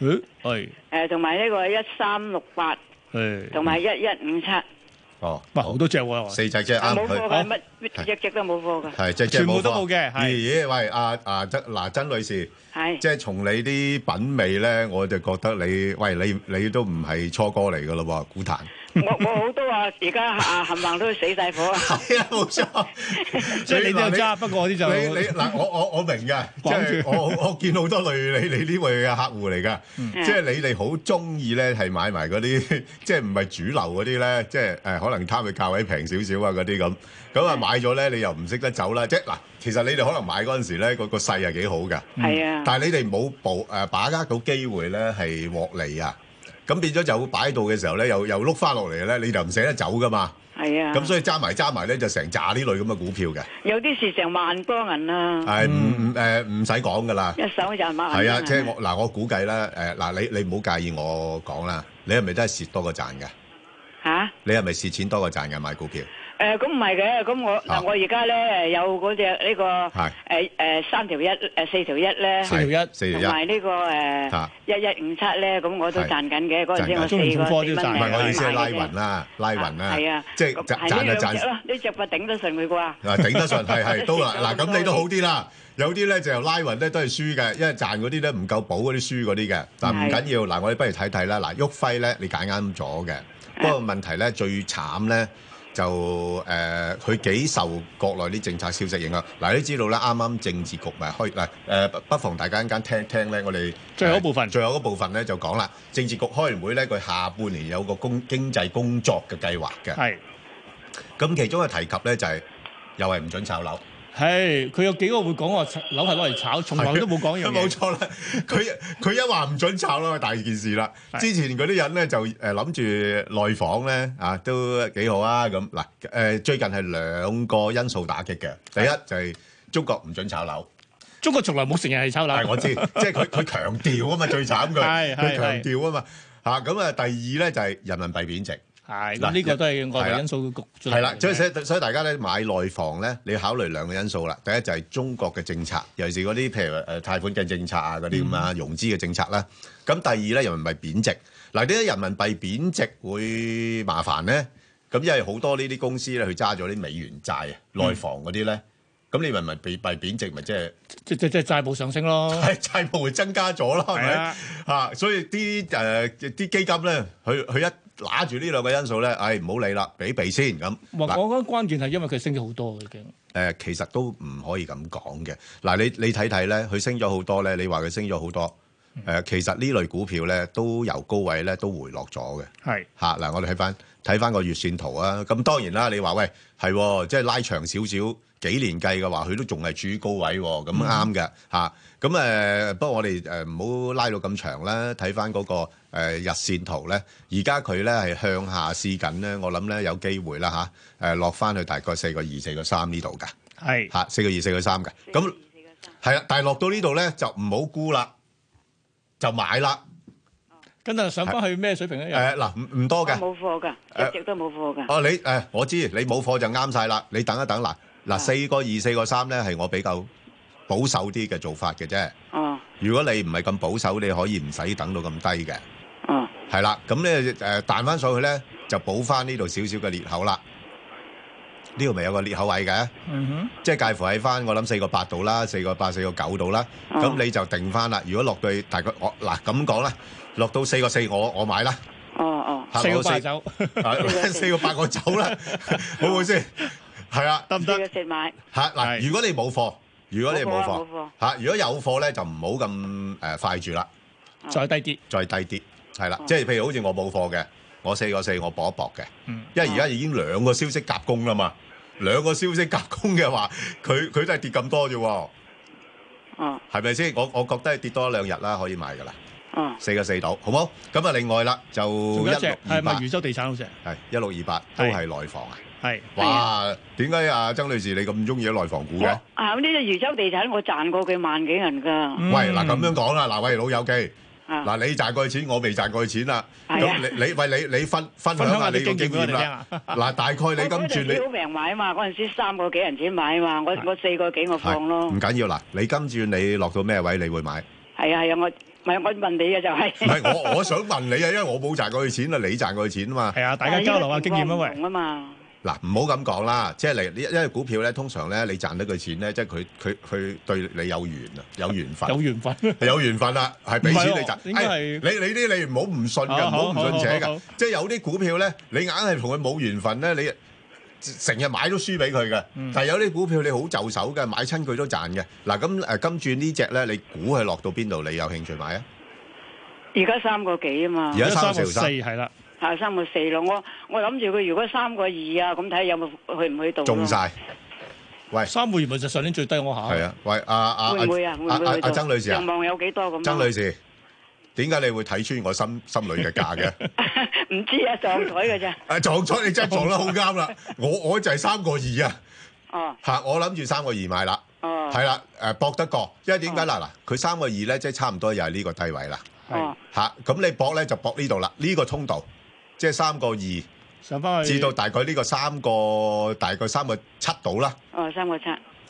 B: 誒係
O: 诶，同埋呢個一三六八，
B: 誒，
O: 同埋一一五七，
A: 哦，
B: 哇好多隻喎，
A: 四隻啫啱
O: 冇
A: 佢
O: 貨
A: 好
O: 嘅，乜乜隻隻都冇貨嘅。
A: 係即係
B: 全部都冇嘅
A: 花咦咦，喂，阿阿曾嗱曾女士，
O: 係
A: 即係從你啲品味咧，我就覺得你喂你你都唔係初哥嚟㗎咯喎，股壇。
O: 我我好多啊，而家啊冚唪唥都死晒火 啊。
A: 係啊，冇錯。
B: 即係你都有揸，不過我啲就
A: 你你嗱，我我我明嘅，即
B: 綁住
A: 係我我見好多類你你呢位嘅客户嚟㗎，
B: 嗯
A: 即係你哋好中意咧係買埋嗰啲 即係唔係主流嗰啲咧，即係誒可能貪佢價位平少少啊嗰啲咁，咁
O: 嗯
A: 啊買咗咧你又唔識得走啦，即係嗱，其實你哋可能買嗰陣時咧個個勢係幾好㗎，
B: 嗯
O: 係啊
A: 但係你哋冇捕誒把握到機會咧係獲利啊，咁變咗就擺喺度嘅時候咧又又碌翻落嚟咧，你就唔捨得走㗎嘛。
O: 係啊。
A: 咁所以揸埋揸埋咧，就成扎呢類咁嘅股票嘅，
O: 有啲事成萬光人啊，
A: 係唔唔誒唔使講噶啦
O: 一，手就萬光人。
A: 係啊，即係我嗱，我估計啦，誒嗱，你你唔好介意我講啦，你係咪都係蝕多過賺嘅？
O: 嚇。
A: 你係咪蝕錢多過賺嘅買股票？
O: 誒咁唔係嘅，咁我
A: 啊
O: 嗱我而家咧有嗰只呢個
A: 係
O: 誒誒三條一誒四條一咧，
A: 四條一四條一
O: 同埋呢個誒
A: 啊
O: 一一五七咧，咁我都
A: 係
O: 賺緊嘅。嗰陣時我
A: 賺緊
O: 四個四蚊零
A: 唔
O: 買
A: 係我意思係拉
O: 嘅
A: 雲
O: 啫
A: 啦，拉雲啦，
O: 係啊，
A: 即係
O: 咁
A: 賺
O: 係啊呢
A: 賺就
O: 兩隻
A: 賺
O: 咯，呢只咪頂得順佢啩？
A: 嗱頂得順係係都啦，嗱咁你都好
O: 啲。
A: 啲啦。有啲咧就拉雲咧都係輸嘅，因為賺嗰啲咧唔夠補嗰啲輸嗰啲嘅。嗱
O: 係
A: 唔緊要，嗱我哋不如睇睇啦。嗱旭輝咧你揀啱咗嘅，不過問題咧最慘咧就誒佢幾受國內啲政策消息影響。嗱你都知道啦，啱啱政治局咪開嗱誒、不不妨大家一間聽聽咧，我哋呃
B: 最後一部分
A: 最後嗰部分咧就講啦，政治局開完會咧，佢下半年有個工經濟工作嘅計劃嘅。
B: 係。
A: 咁其中嘅提及咧就係、又係唔準炒樓。
B: 係佢有幾個會講話樓係攞嚟炒，從來都冇講呢樣嘢。
A: 冇錯啦，佢佢一話唔准炒啦，大件事啦。之前嗰啲人咧就誒呃諗住內房咧啊都幾好啊咁嗱誒，最近係兩個因素打擊嘅，第一就係中國唔准炒樓。
B: 中國從來冇承認係炒樓。
A: 係我 知，即係佢佢強調啊嘛，最慘佢
B: 係係
A: 佢強
B: 係
A: 調啊嘛嚇咁啊。第二咧就係人民幣貶值。
B: 係
A: 嗱
B: 咁呢個都係
A: 係
B: 外
A: 啦
B: 圍因素局
A: 係啦，所以所以大家咧買內房咧，你要考慮兩個因素啦。第一就係中國嘅政策，尤其是嗰啲譬如誒貸款嘅政策啊，嗰啲咁啊，融資嘅政策啦。咁第二咧，人民幣貶值。嗱，點解人民幣貶值會麻煩咧？咁因為好多呢啲公司咧，佢揸咗啲美元債啊，內房嗰啲咧，咁你人民幣幣貶值咪即係？
B: 即即即係債務上升咯。
A: 係 債務會增加咗啦，係
B: 係
A: 咪
B: 啊？
A: 啊，所以啲誒啲基金咧，佢佢一揦住呢兩個因素咧，唉唔好理啦，俾避先咁。
B: 我
A: 嗱
B: 我覺得關鍵係因為佢升咗好多嘅已經。
A: 誒、呃其實都唔可以咁講嘅。嗱，你你睇睇咧，佢升咗好多咧，你話佢升咗好多，誒、其實呢類股票咧都由高位咧都回落咗嘅。
B: 係
A: 嚇嗱、我哋睇翻睇翻個月線圖啊。咁當然啦，你話喂係喎即係拉長少少幾年計嘅話，佢都仲係處於高位喎，咁啱嘅嚇。咁誒、不過我哋誒唔好拉到咁長啦，睇翻嗰個、誒日線圖咧，而家佢咧係向下試緊咧，我諗咧有機會啦嚇，誒、落翻去大概四個二、四個三呢度㗎。
B: 係
A: 嚇，四個二、四個三嘅。咁係啊啦，但係落到呢度咧就唔好沽啦，就買啦。
B: 哦跟住上翻去咩水平咧？又
A: 誒嗱，唔唔多嘅。
O: 冇貨㗎，一直都冇貨㗎。
A: 哦，你誒我知你冇貨就啱晒啦。你等一等嗱嗱，四個二、四個三咧係我比較保守啲嘅做法嘅啫。
O: 哦，
A: 如果你唔係咁保守，你可以唔使等到咁低嘅。
O: 嗯，
A: 係啦，咁咧誒彈翻上去咧，就補翻呢度少少嘅裂口啦。呢度咪有個裂口位嘅，
B: 嗯
A: 即係介乎喺翻我諗四個八度啦，四個八、四個九度啦。咁、你就定翻啦。如果落到去大概我嗱咁講啦，落到四個四我我買啦。
O: 哦哦
A: 嚇
B: 四個
A: 落到
B: 八走
A: 啊四個八我走啦，好唔好先？係啊，
O: 得唔得？食買
A: 嚇嗱，如果你冇貨，如果你冇
O: 冇貨
A: 貨
O: 冇貨
A: 嚇，如果有貨咧就唔好咁誒快住啦，
B: 再低
A: 啲，再低啲，係啦，即係譬如好似我冇貨嘅，我四個四我搏一搏嘅，
B: 嗯
A: 因為而家已經兩個消息夾攻啦嘛，兩個消息夾攻嘅話，佢佢都係跌咁多啫喎，
O: 哦
A: 係咪先？我我覺得係跌多一兩日啦，可以買噶啦，
P: 嗯，
A: 四個四度，好冇？咁啊，另外啦，就
B: 仲
A: 一
B: 有一隻
A: 六
B: 係
A: 二
B: 咪
A: 八，
B: 漁州地產嗰只？
A: 係一六二八都係內房啊！
B: 係
A: 哇，點解啊，曾女士你咁中意啲內房股嘅？
P: 啊，咁呢只豫州地產我賺過佢萬幾銀㗎。
A: 喂，嗱咁樣講啦，嗱喂老友記，
P: 啊
A: 嗱你賺過嘅錢，我未賺過嘅錢啦。
P: 係啊
A: 咁你你喂你你分分
B: 分
A: 享
B: 享
A: 下
B: 下
A: 你
B: 啲
A: 個經
B: 經驗俾我哋
A: 驗啦。嗱，大概你今轉你
P: 好平買嘛，嗰陣時三個幾銀錢買嘛，我我四個幾我放咯。
A: 唔緊要啦，你今轉你落到咩位你會買？
P: 係啊係啊，我唔係我問你嘅就係。
A: 唔係我我想問你啊，因為我冇賺過佢錢啊，你賺過佢錢啊嘛。係啊，
P: 但係呢個情況唔同啊嘛，
A: 嗱，唔好咁講啦，即係你因為股票咧，通常咧你賺得佢錢咧，即係佢佢佢對你有緣啊，有緣分，
B: 有緣分，
A: 有緣分啦，係俾錢你賺。
B: 唔係喎應該係
A: 哎你你啲你唔好唔信嘅，
B: 好
A: 唔好唔信邪
B: 好好
A: 嘅
B: 好，
A: 即係有啲股票咧，你硬係同佢冇緣分咧，你。成日買都輸俾佢嘅，但係有啲股票你好就手嘅，買親佢都賺嘅。嗱咁誒，今轉呢只咧，你估佢落到邊度？你有興趣買啊？
P: 而家三個幾啊嘛。
A: 而家三個四毫三
B: 係啦，
P: 啊三個四咯，我我諗住佢如果三個二啊，咁睇下有冇去唔去到咯。
A: 中晒。喂，
B: 三個月咪就上年最低我下。
A: 係啊，喂，阿阿
P: 會唔會啊？會唔
A: 阿
P: 會
A: 阿
P: 去到
A: 阿曾女士啊
P: 上，望有幾多咁？
A: 曾 女，士，點解你會睇穿我心 心裏嘅價嘅？
P: 唔知啊，上台嘅咋？
A: 啊撞咗你真係撞得好啱啦！我我就係三個二啊，
P: 哦
A: 嚇我諗住三個二買啦，
P: 哦，
A: 係啦，誒搏得過，因為點解嗱嗱，佢三個二咧，即係差唔多又係呢個低位啦，
P: 哦，
A: 嚇咁你搏咧就搏呢度啦，呢個通道即係三個二
B: 上翻去
A: 至到大概呢個三個大概三個七度啦，
P: 哦三個七，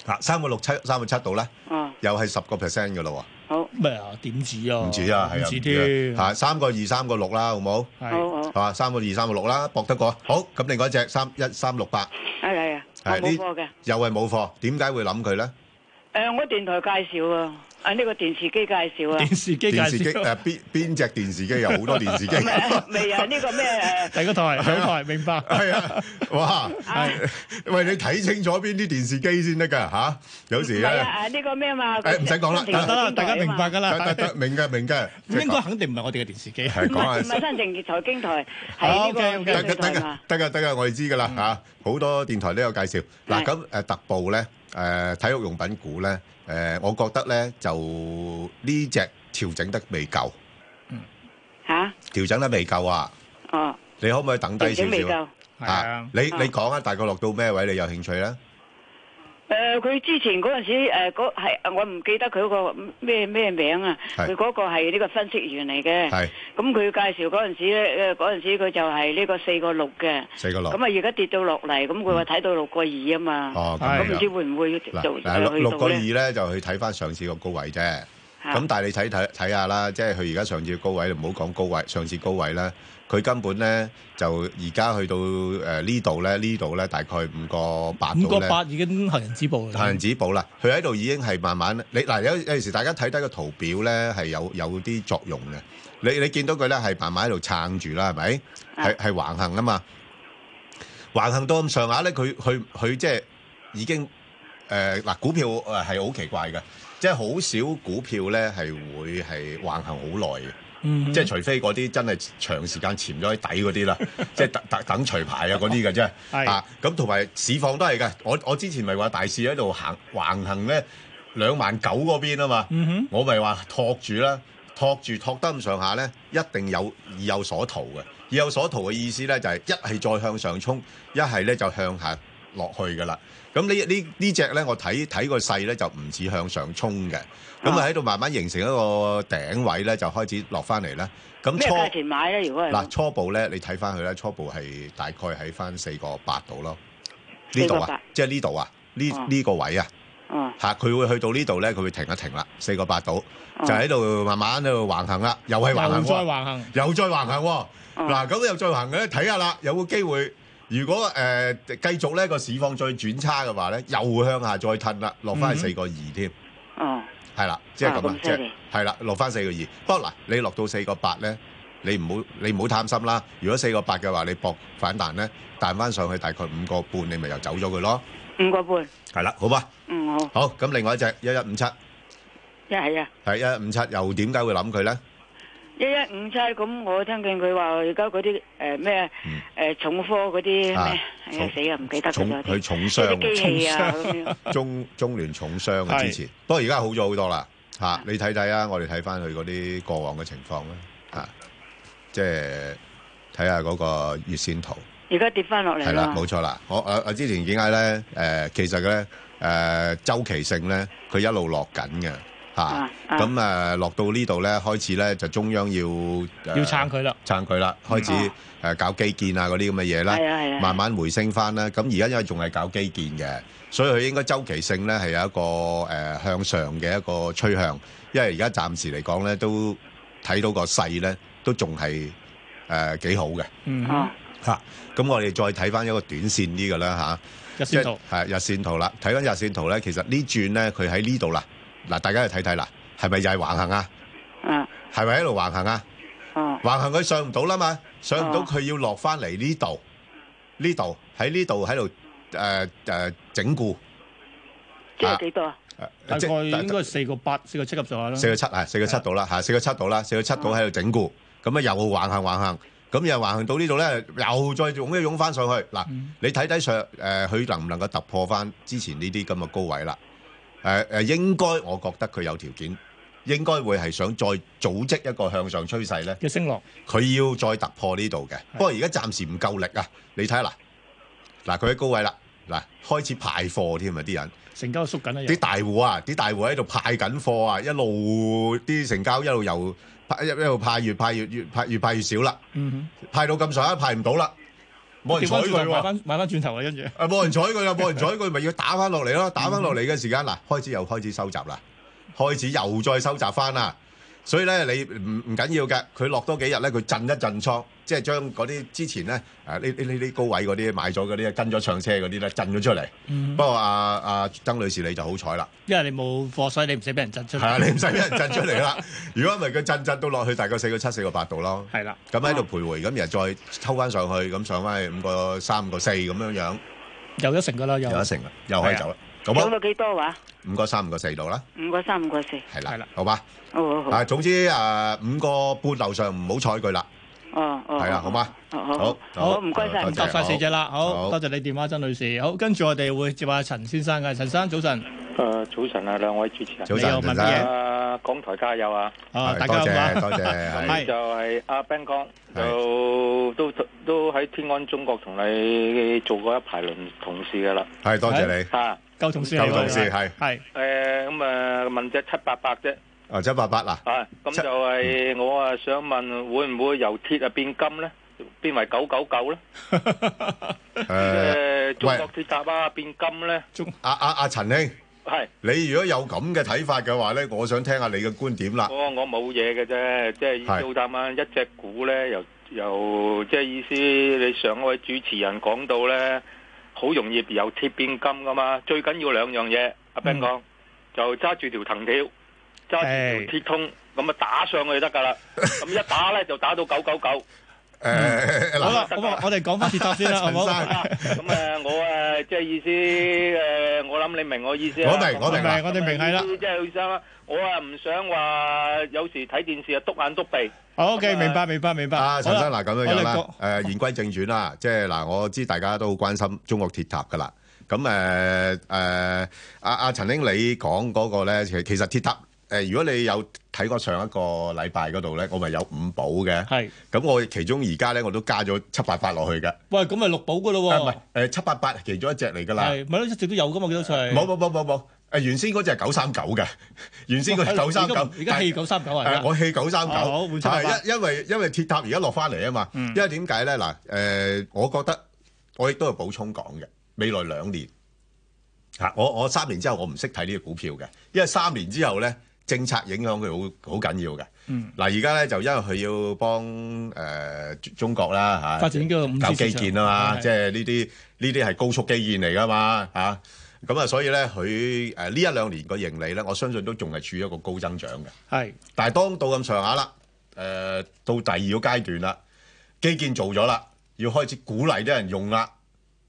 A: 嚇三個六七三個七度啦，
P: 哦
A: 又係十個 percent 嘅咯
P: 好，
B: 咩啊？點止啊？
A: 喎，唔止啊，係
B: 唔止
A: 啊，唔止
B: 添。
A: 啊嚇三個二三個六啦，好冇？
P: 好好，
A: 啊，三個二、三個六啦，搏得過。好，咁另外一隻三一三六八，
P: 係係啊，我
A: 係
P: 冇
A: 呢
P: 貨嘅。
A: 又係冇貨，點解會諗佢咧？
P: 誒，我電台介紹啊，啊呢個電視機介 紹啊，
B: 視
A: 電視機誒邊邊隻電視機有好多電 視機，
P: 未啊呢個咩誒？
B: 第一個台，兩台，明白？
A: 係啊， 哇！喂，你睇清楚邊啲電視機先得㗎嚇，有時
P: 唔係
A: 咧
P: 啊，誒呢個咩嘛？
A: 誒唔使講啦，
P: 新城電台啊嘛
B: 㗎啦
A: 得得得明㗎明㗎，
B: 應該肯定唔係我哋嘅電視機。
A: 係
P: 唔係
A: 講
P: 唔
A: 下。
P: 係新城財經台，係呢個
A: 得
P: 電
A: 嘅
P: 視台
A: 得
P: 嘛
A: 嘅？得嘅得嘅，我哋知㗎啦嚇，好多電台都有介紹。嗱
P: 係
A: 咁誒特步咧，誒體育用品股咧，誒我覺得咧就呢只調整得未夠，
P: 嚇，
A: 調整得未夠啊！
P: 哦，
A: 你可唔可以等低
P: 調
A: 少
P: 整未夠
A: 少？。啊！你你講啊，大概落到咩位你有興趣咧？
P: 誒，佢之前嗰陣時誒，嗰係我唔記得佢嗰個咩咩名啊，
A: 係
P: 佢嗰個係呢個分析員嚟嘅。
A: 係
P: 咁佢介紹嗰陣時咧，誒嗰陣時佢就係呢個四個六嘅。
A: 四個六
P: 咁啊，而家跌到落嚟，咁佢話睇到六個二啊嘛。
A: 哦咁
P: 咁
A: 樣
P: 唔知會唔會做
A: 嗱
P: 做去
A: 嗱六六個
P: 到
A: 二
P: 咧？
A: 咧就去睇翻上次個高位啫。
P: 嚇
A: 咁但係你睇睇睇下啦，即係佢而家上次高位，唔好講高位，上次高位咧，佢根本咧就而家去到誒呢度咧，呢度咧大概五個八
B: 五
A: 度
B: 個
A: 咧，
B: 八已經行人止步啦。
A: 行人止步啦。佢喺度已經係慢慢你嗱有有陣時大家睇低個圖表咧係有有啲作用嘅。你你見到佢咧係慢慢喺度撐住啦，係咪？係係橫行啊嘛，橫行到咁上下咧，佢佢佢即係已經。誒嗱，股票誒係好奇怪嘅，即係好少股票咧係會係橫行好耐嘅。
B: 嗯
A: 即係除非嗰啲真係長時間潛咗喺底嗰啲 啦，即係等等等除牌啊嗰啲嘅啫。
B: 係
A: 啊，咁同埋市況都係嘅。我我之前咪話大市喺度行橫行咧兩萬九嗰邊啊嘛，
B: 嗯
A: 我咪話托住啦，托住托得咁上下咧，一定有意有所圖嘅。意有所圖嘅意思咧就係、一係再向上衝，一係咧就向下落去噶啦。咁呢呢呢只咧，我睇睇個勢咧就唔似向上衝嘅，咁啊喺度慢慢形成一個頂位咧，就開始落翻嚟啦。咁
P: 咩
A: 初
P: 價錢買咧？如果係
A: 嗱初步咧，你睇翻佢咧，初步係大概喺翻四個八度咯，呢度
P: 4.8
A: 啊，即係呢度啊，呢
P: 哦
A: 呢個位啊。
P: 哦
A: 嚇，佢會去到呢度咧，佢會停一停啦，四個八度
P: 哦
A: 就喺度慢慢喺度橫行啦，又係橫行
B: 又再
A: 喎，
B: 橫行。
A: 又再橫行
P: 哦
A: 喎。嗱，咁又再橫行咧，睇下啦，有冇機會？如果誒繼續咧個市況再轉差嘅話咧，又向下再褪啦，落
B: 嗯
A: 翻去四個二添，
P: 哦，
A: 係啦，即係咁啊
P: 啊，咁
A: 即
P: 犀
A: 係
P: 利
A: 係啦，落翻四個二。不過嗱，你落到四個八咧，你唔好你唔好貪心啦。如果四個八嘅話，你搏反彈咧，彈翻上去大概五個半，你咪又走咗佢咯。
P: 五個半，
A: 係啦，好嘛？
P: 嗯好，
A: 好，咁另外一隻一一五七。
P: 一係啊。
A: 係一五七又點解會諗佢咧？
P: 一一五七咁，我聽見佢話而家嗰啲誒咩啊誒重科嗰啲咩，
A: 嗯啊
P: 哎呀死啊唔記得
A: 重
P: 咗
A: 佢
P: 啲
A: 重
P: 啲機器啊
A: 傷，
P: 咁 樣，
A: 中中聯重傷啊！
P: 係
A: 之前，不過而家好咗好多啦。吓、你睇睇啊，我哋睇翻佢嗰啲過往嘅情況啦，吓、即係睇下嗰個月線圖，
O: 而家跌翻落嚟
A: 係啦，冇錯啦。我我我之前點解咧？誒、其實咧誒、周期性咧，佢一路落緊嘅吓
B: 啊，啊
A: 咁誒、落到呢度咧，開始咧就中央要、呃
B: 要撐佢啦。
A: 撐佢啦，開始
B: 嗯
A: 誒搞基建啊嗰啲咁嘅嘢啦
B: 係啊係啊係啊，
A: 慢慢回升翻啦。咁而家因為仲係搞基建嘅，所以佢應該周期性咧係有一個誒向上嘅一個趨向，因為而家暫時嚟講咧都睇到個勢咧都仲係誒幾好嘅。
B: 嗯，
A: 嚇。咁我哋再睇翻一個短線啲嘅啦
B: 嚇，
A: 日
B: 線圖
A: 係日線圖啦。睇翻日線圖咧，其實呢轉咧佢喺呢度啦。嗱，大家去睇睇啦，係咪又係橫行啊？
O: 嗯，
A: 係咪一路橫行啊？
O: 哦，
A: 橫行佢上唔到啦嘛，上唔到佢要落翻嚟呢度，呢度喺呢度喺度誒誒整固，
O: 即係幾多啊？
B: 大概應該四個八、四個七入上下啦。
A: 四個七啊，四個七度啦嚇，四個七度啦，四個七度喺度整固，咁啊又橫行橫行，咁又橫行到呢度咧，又再湧一湧翻上去。嗱，你睇睇上誒，呃佢能唔能夠突破翻之前呢啲咁嘅高位啦？誒誒，應該我覺得佢有條件，應該會係想再組織一個向上趨勢咧
B: 嘅升浪。
A: 佢要再突破呢度嘅，不過而家暫時唔夠力啊！你睇下嗱，嗱佢喺高位啦，嗱開始派貨添啊啲人。
B: 成交縮緊啦，又
A: 啲大户啊，啲大户喺度派緊貨啊，一路啲成交一路由派一一路派越派越越派越派越少啦，
B: 嗯
A: 派到咁上下派唔到啦，
B: 哼，
A: 冇人睬佢
B: 調翻轉頭買
A: 喎，
B: 翻買翻轉頭啊，跟住
A: 啊冇人睬佢啦，冇人睬佢，咪要打翻落嚟咯，打翻落嚟嘅時間嗱，開始又開始收集啦，開始又再收集翻啦，所以咧你唔唔緊要嘅，佢落多幾日咧，佢震一震倉，即係將嗰啲之前咧誒呢呢呢啲高位嗰啲買咗嗰啲跟咗上車嗰啲咧震咗出嚟，
B: 嗯
A: 不過阿阿曾女士你就好彩啦。
B: 因為你冇貨，所以你唔使俾人震出嚟。
A: 係啊，你唔使俾人震出嚟啦。 如果唔係，佢震震到落去大概四個七、四個八度咯。
B: 係啦，
A: 咁喺度徘徊，咁然後再抽翻上去，咁上翻去五個三、五個四咁樣樣，
B: 有一成㗎啦，有
A: 有一成啦，又可以走啦。咁
O: 講
A: 啊，
O: 到幾多話？
A: 五個三、五個四度啦，
O: 五個三，五個四。
A: 係啦，好吧。
O: 哦，好
A: 啊，總之誒五個半樓上唔好睬佢啦，
O: 哦哦，
A: 係啦，好嗎？
O: 好
A: 好
B: 好，
A: 好
B: 唔答晒四隻啦，好
A: 好
B: 多謝你電話，曾女士。好，跟住我哋會接下陳先生嘅，陳生早晨。
Q: 誒、早晨啊，兩位主持人。
B: 早晨你好陳生問乜嘢
Q: 啊，港台加油啊！
B: 啊係大家好啊多謝多謝係
Q: 咁就係阿 à, Ben 哥，就都都喺天安中國同你做過一排輪同事噶啦。
A: 係多謝你
Q: 啊，
B: 舊 同事嚟
A: 舊
B: 㗎
A: 同事係
B: 係
Q: 誒咁啊，問只七八八啫。
A: 啊七八八嗱，
Q: 啊，咁就係我啊想問，會唔會由鐵啊變金咧？變為九九九咧？
A: 誒
Q: 誒，中國鐵塔啊變金咧？
A: 阿阿阿陳兄，
Q: 係。
A: 你如果有咁嘅睇法嘅話咧，我想聽下你嘅觀點啦。
Q: 我我冇嘢嘅啫，即係
A: 係
Q: 到答晚一隻股咧，由由即係意思，你上一位主持人講到咧，好容易由鐵變金噶嘛。最緊要兩樣嘢，阿 Ben 講、就揸住條藤條，揸住條鐵通，咁啊打上去就得噶 啦。咁一打咧就打到九九九。
A: 誒
B: 好啦，咁我我哋講翻鐵塔先啦，好唔好？
Q: 咁啊，我啊即係意思誒，我諗你明我意思啊
B: 我明我明啦我哋明係啦
Q: 即係意思啊，我啊唔想話有時睇電視啊篤眼篤鼻。
B: 好，OK，明白，明白，明白。
A: 啊，陳生
B: 好
A: 嗱咁樣樣
B: 我哋
A: 啦
B: 講，
A: 誒言歸正傳啦，即係嗱，我知大家都好關心中國鐵塔噶啦。咁誒誒，阿阿陳兄你講嗰個咧，其其實鐵塔誒，如果你有睇過上一個禮拜嗰度咧，我咪有五寶嘅。
B: 係。
A: 咁我其中而家咧，我都加咗七八八落去嘅。
B: 喂，咁咪六寶㗎咯
A: 啊
B: 喎。
A: 唔係誒七八八係其中一隻嚟㗎啦。
B: 係咪咯？一直都有噶嘛，幾多歲？
A: 冇冇冇冇冇。誒原先嗰隻係九三九嘅，原先嗰隻九三九，
B: 而家棄九三九啊！而
A: 誒
B: 家
A: 我氣九三九，
B: 哦好換七八嗯八
A: 係因因為因為鐵塔而家落翻嚟啊嘛，因為點解咧嗱？誒，我覺得我亦都有補充講嘅，未來兩年嚇，我我三年之後我唔識睇呢個股票嘅，因為三年之後咧政策影響佢好好緊要嘅。
B: 嗯，
A: 嗱，而家咧就因為佢要幫誒中中國啦嚇，
B: 發展嗰個五 G
A: 搞基建啊嘛，
B: 市場
A: 即係呢啲呢啲係高速基建嚟噶嘛嚇。咁啊，所以咧，佢誒呢一兩年個盈利咧，我相信都仲係處於一個高增長嘅。
B: 係
A: 但係當到咁上下啦，誒、到第二個階段啦，基建做咗啦，要開始鼓勵啲人用啦。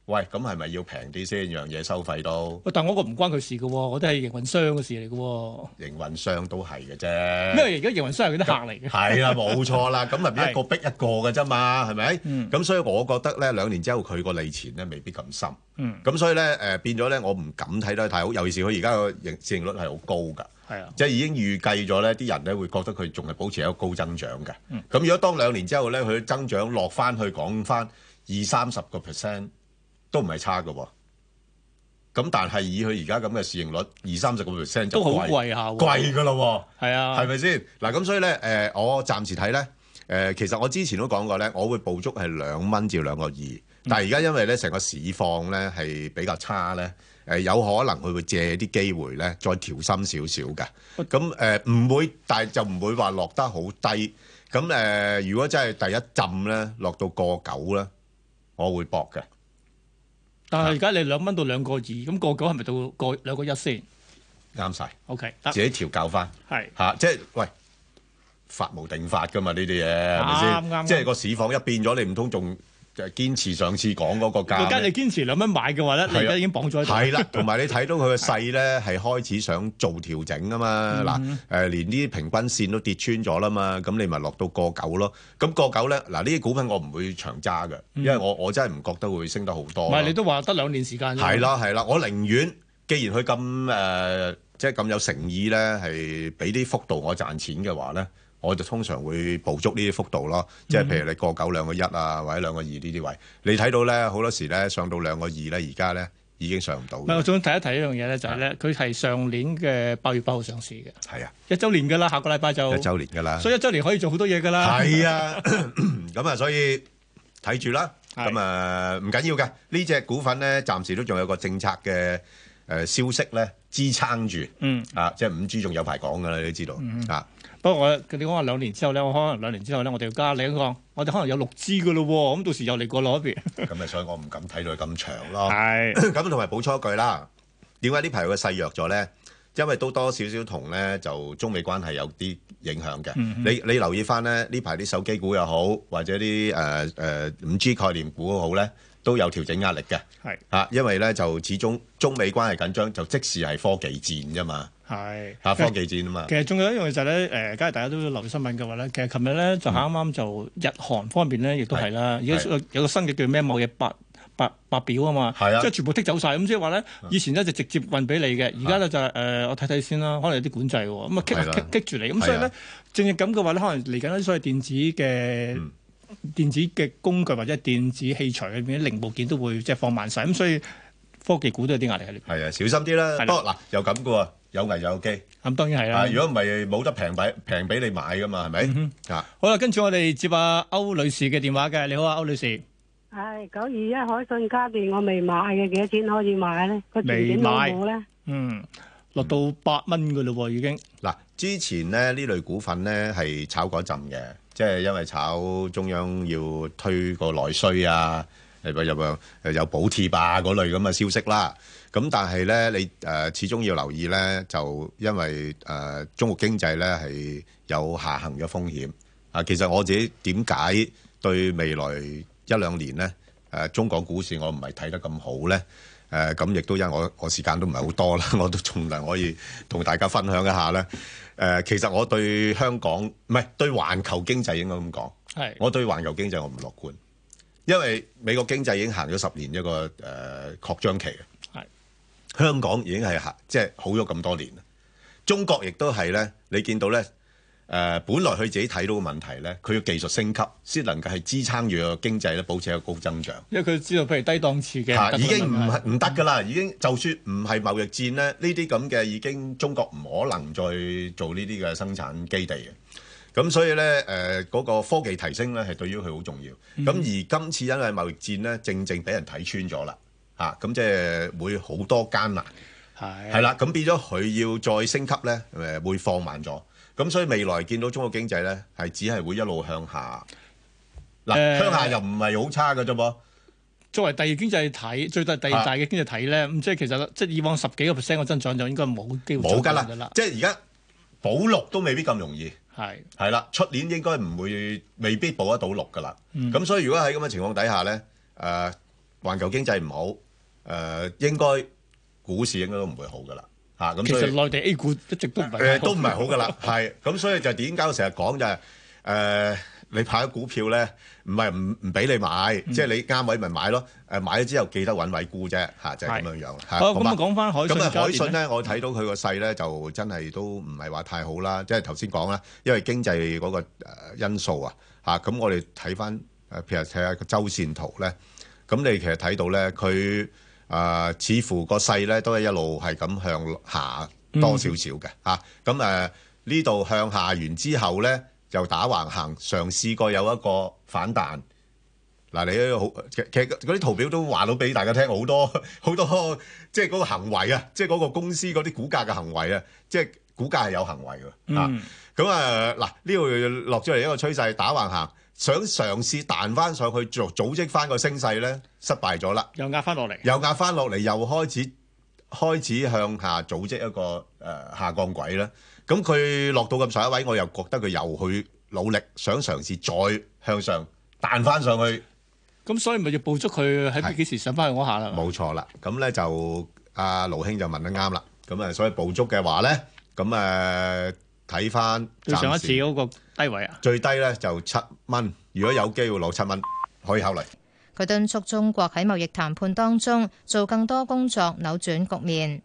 A: 喂，咁係咪要平啲先？樣嘢收費都
B: 喂，但我嗰個唔關佢事嘅喎，我都係營運商嘅事嚟嘅喎。
A: 營運商都係嘅啫。
B: 因為而家營運商係佢啲客嚟嘅。
A: 係啦，冇錯啦， 咁咪變一個逼一個嘅啫嘛，係咪？咁、
B: 嗯
A: 所以我覺得咧，兩年之後佢個利錢咧未必咁深，咁、
B: 嗯
A: 所以咧誒、呃、變咗咧，我唔敢睇得太好，尤其是佢而家個盈市盈率係好高㗎。
B: 係啊，
A: 即係已經預計咗咧，啲人咧會覺得佢仲係保持一個高增長嘅。咁、
B: 嗯
A: 如果當兩年之後咧，佢增長落翻去講翻二三十個 percent 都唔係差嘅喎。咁但係以佢而家咁嘅市盈率，二三十個 percent 就
B: 都好貴下喎
A: 貴㗎咯喎。
B: 係啊，
A: 係咪先？嗱，咁所以咧，誒、我暫時睇咧，誒、其實我之前都講過咧，我會捕捉係兩蚊至兩個二，但係而家因為咧成個市況咧係比較差咧，誒、有可能佢會借啲機會咧再調深少少嘅，咁誒唔會，但係就唔會話落得好低。咁誒、如果真係第一浸咧落到過九咧，我會搏嘅。
B: 但係而家你兩蚊到兩個二，咁個九係咪到個兩個一先
A: 啱晒，
B: ？OK，得
A: 自己調教翻。
B: 係
A: 嚇、即係喂法無定法噶嘛呢啲嘢係
B: 啱
A: 咪
B: 啱
A: 先？即係個市況一變咗，你唔通仲誒堅持上次講嗰個
B: 而
A: 價
B: 家
A: 咩？
B: 你堅持兩蚊買嘅話咧，你而
A: 係
B: 家
A: 啊
B: 已經綁咗喺度。
A: 係啦，同埋你睇到佢嘅勢咧，係開始想做調整啊嘛。嗱、
B: 嗯
A: 誒連啲平均線都跌穿咗啦嘛，咁你咪落到個九咯。咁個九咧，嗱呢啲股份我唔會長揸嘅，因為我我真係唔覺得會升得好多
B: 嗯唔
A: 咯。
B: 係你都話得兩年時間啫。
A: 哦係啦係啦，我寧願既然佢咁誒，即係咁有誠意咧，係俾啲幅度我賺錢嘅話咧，我就通常會捕捉呢啲幅度咯。即係譬
B: 嗯
A: 如你過九兩個一啊，或者兩個二呢啲位，你睇到咧好多時咧上到兩個二咧，而家咧已經上唔到
B: 唔係，
A: 嘅。
B: 我想提一提一樣嘢咧，就係咧，佢係上年嘅八月八號上市嘅，
A: 係啊，
B: 一週年㗎啦，下個禮拜就
A: 一週年㗎啦。
B: 所以一週年可以做好多嘢㗎啦。
A: 係啊， 咁啊，所以睇住啦。咁啊，唔緊要嘅。呢只股份咧，暫時都仲有個政策嘅誒消息咧支撐住。
B: 嗯。
A: 啊，即係五 G 仲有排講㗎啦，你都知道
B: 嗯
A: 啊。
B: 不過我你講話兩年之後咧，我可能兩年之後咧，我哋要加你一個，我哋可能有六支㗎咯喎，咁到時又嚟過攞一邊。
A: 咁啊咪所以我唔敢睇到佢咁長咯。係 咁啊同埋補充一句啦，點解呢排佢細弱咗咧？因為都多少少同咧就中美關係有啲影響嘅。
R: 嗯嗯
A: 你你留意翻咧呢排啲手機股又好，或者啲誒誒五 G 概念股又好咧，都有調整壓力嘅。
B: 係
A: 啊，因為咧就始終中美關係緊張，就即時係科技戰啫嘛。
B: 係
A: 啊，科技戰啊嘛
B: 其。實仲有一樣嘢就係咧，誒、梗係大家都留意新聞嘅話咧，其實琴日咧就啱啱就日韓方面咧，亦都係啦，而
A: 係
B: 家有有個新嘅叫咩貿易白白白表啊嘛，
A: 係啊啊
B: 即係全部剔走晒。咁即係話咧，以前咧就直接運俾你嘅，而家咧就係、誒我睇睇先啦，可能有啲管制喎，咁啊棘
A: 係啦
B: 棘棘住你，咁所以
A: 係
B: 咧
A: 啊
B: 正正咁嘅話咧，可能嚟緊呢啲所謂電子嘅。
A: 嗯
B: 電子嘅工具或者電子器材裏邊啲零部件都會即係放慢晒，咁所以科技股都有啲壓力喺裏邊。
A: 係啊，小心啲啦。不過嗱，又咁嘅喎，有危有機。
B: 咁當然係啦
A: 啊，。如果唔係冇得平俾平俾你買噶嘛，係咪？啊。
B: 嗯好啦，跟住我哋接阿歐女士嘅電話嘅，你好啊，歐女士。
S: 系九二一海信家電我未買嘅，幾多錢可以買咧？佢條件好冇咧？
B: 嗯，落到八蚊嘅嘞喎，已經。
A: 嗱，之前咧呢類股份咧係炒嗰陣嘅，即係因為炒中央要推個內需啊，誒咪有冇誒有補貼啊嗰類咁嘅消息啦。咁但係咧，你誒、呃始終要留意咧，就因為誒、呃中國經濟咧係有下行嘅風險啊。其實我自己點解對未來一兩年咧誒、呃中港股市我唔係睇得咁好咧？誒咁亦都因為我我時間都唔係好多啦， 我都盡量可以同大家分享一下咧。誒、其實我對香港唔係對環球經濟應該咁講，
B: 係
A: 我對環球經濟我唔樂觀，因為美國經濟已經行咗十年一個誒、呃、擴張期
B: 係
A: 香港已經係行即係好咗咁多年啦。中國亦都係咧，你見到咧誒、呃本來佢自己睇到嘅問題咧，佢要技術升級先能夠係支撐住個經濟咧，保持一個高增長。
B: 因為佢知道譬如低檔次嘅
A: 嚇
B: 特別
A: 啊已經唔
B: 問
A: 係唔得㗎啦，已經就算唔係貿易戰咧，呢啲咁嘅已經中國唔可能再做呢啲嘅生產基地嘅。咁所以咧，誒、嗰、個科技提升咧係對於佢好重要。咁、而今次因為貿易戰咧，正正俾人睇穿咗啦，嚇、咁即係會好多艱難。
B: 係啊
A: 係啦，咁變咗佢要再升級咧，誒會放慢咗。咁所以未來見到中國經濟咧係只係會一路向下。嗱，
B: 誒
A: 向下又唔係好差嘅啫噃。
B: 作為第二經濟體，最大第
A: 啊
B: 二大嘅經濟體咧，咁即係其實即係以往十幾個 percent 嘅增長就應該冇機會
A: 冇㗎
B: 再見
A: 啦，即係而家保六都未必咁容易。
B: 係
A: 係啦，出年應該唔會未必保得到六㗎啦。
B: 嗯
A: 咁、所以如果喺咁嘅情況底下咧，誒、呃、環球經濟唔好，誒、呃、應該股市應該都唔會好㗎啦。嚇、咁
B: 其
A: 所以
B: 實內地 A 股一直都唔係
A: 誒都唔係好㗎啦，係咁所以就點解我成日講就係誒你派咗股票咧，唔係唔唔俾你買，即係你啱位咪買咯。誒買咗之後記得揾位沽啫，嚇就係咁樣樣啦。嚇
B: 好咁
A: 嘛
B: 啊講返海信
A: 咁啊
B: 家電
A: 海
B: 咧
A: 信咧，我睇到佢個勢咧就真係都唔係話太好啦，即係頭先講啦，因為經濟嗰個誒因素啊嚇，咁我哋睇翻誒譬如睇下個周線圖咧，咁你其實睇到咧佢誒似乎個勢咧都係一路係咁向下多少少嘅嚇，咁誒呢度向下完之後咧就打橫行，嘗試過有一個反彈。嗱，你都好，其其實嗰啲圖表都話到俾大家聽好多 好多，即係嗰個行為啊，即係嗰個公司嗰啲股價嘅行為啊，即係股價係有行為
B: 嗯
A: 嘅啊。咁啊，嗱呢度落咗嚟一個趨勢打橫行，想嘗試彈翻上去，做組織翻個升勢咧，失敗咗啦，
B: 又壓翻落嚟，
A: 又壓翻落嚟，又開始開始向下組織一個誒、呃下降軌啦。咁佢落到咁上一位，我又覺得佢又去努力想嘗試再向上彈翻上去。
B: 咁所以咪要捕捉佢喺幾時上翻去嗰下啦。
A: 冇錯啦，咁咧就阿盧兄就問得啱啦。咁啊，所以捕捉嘅話咧，咁誒睇翻
B: 對上一次嗰個低位啊，
A: 最低咧就七蚊。如果有機會攞七蚊，可以考慮。
E: 佢敦促中國喺貿易談判當中做更多工作，扭轉局面。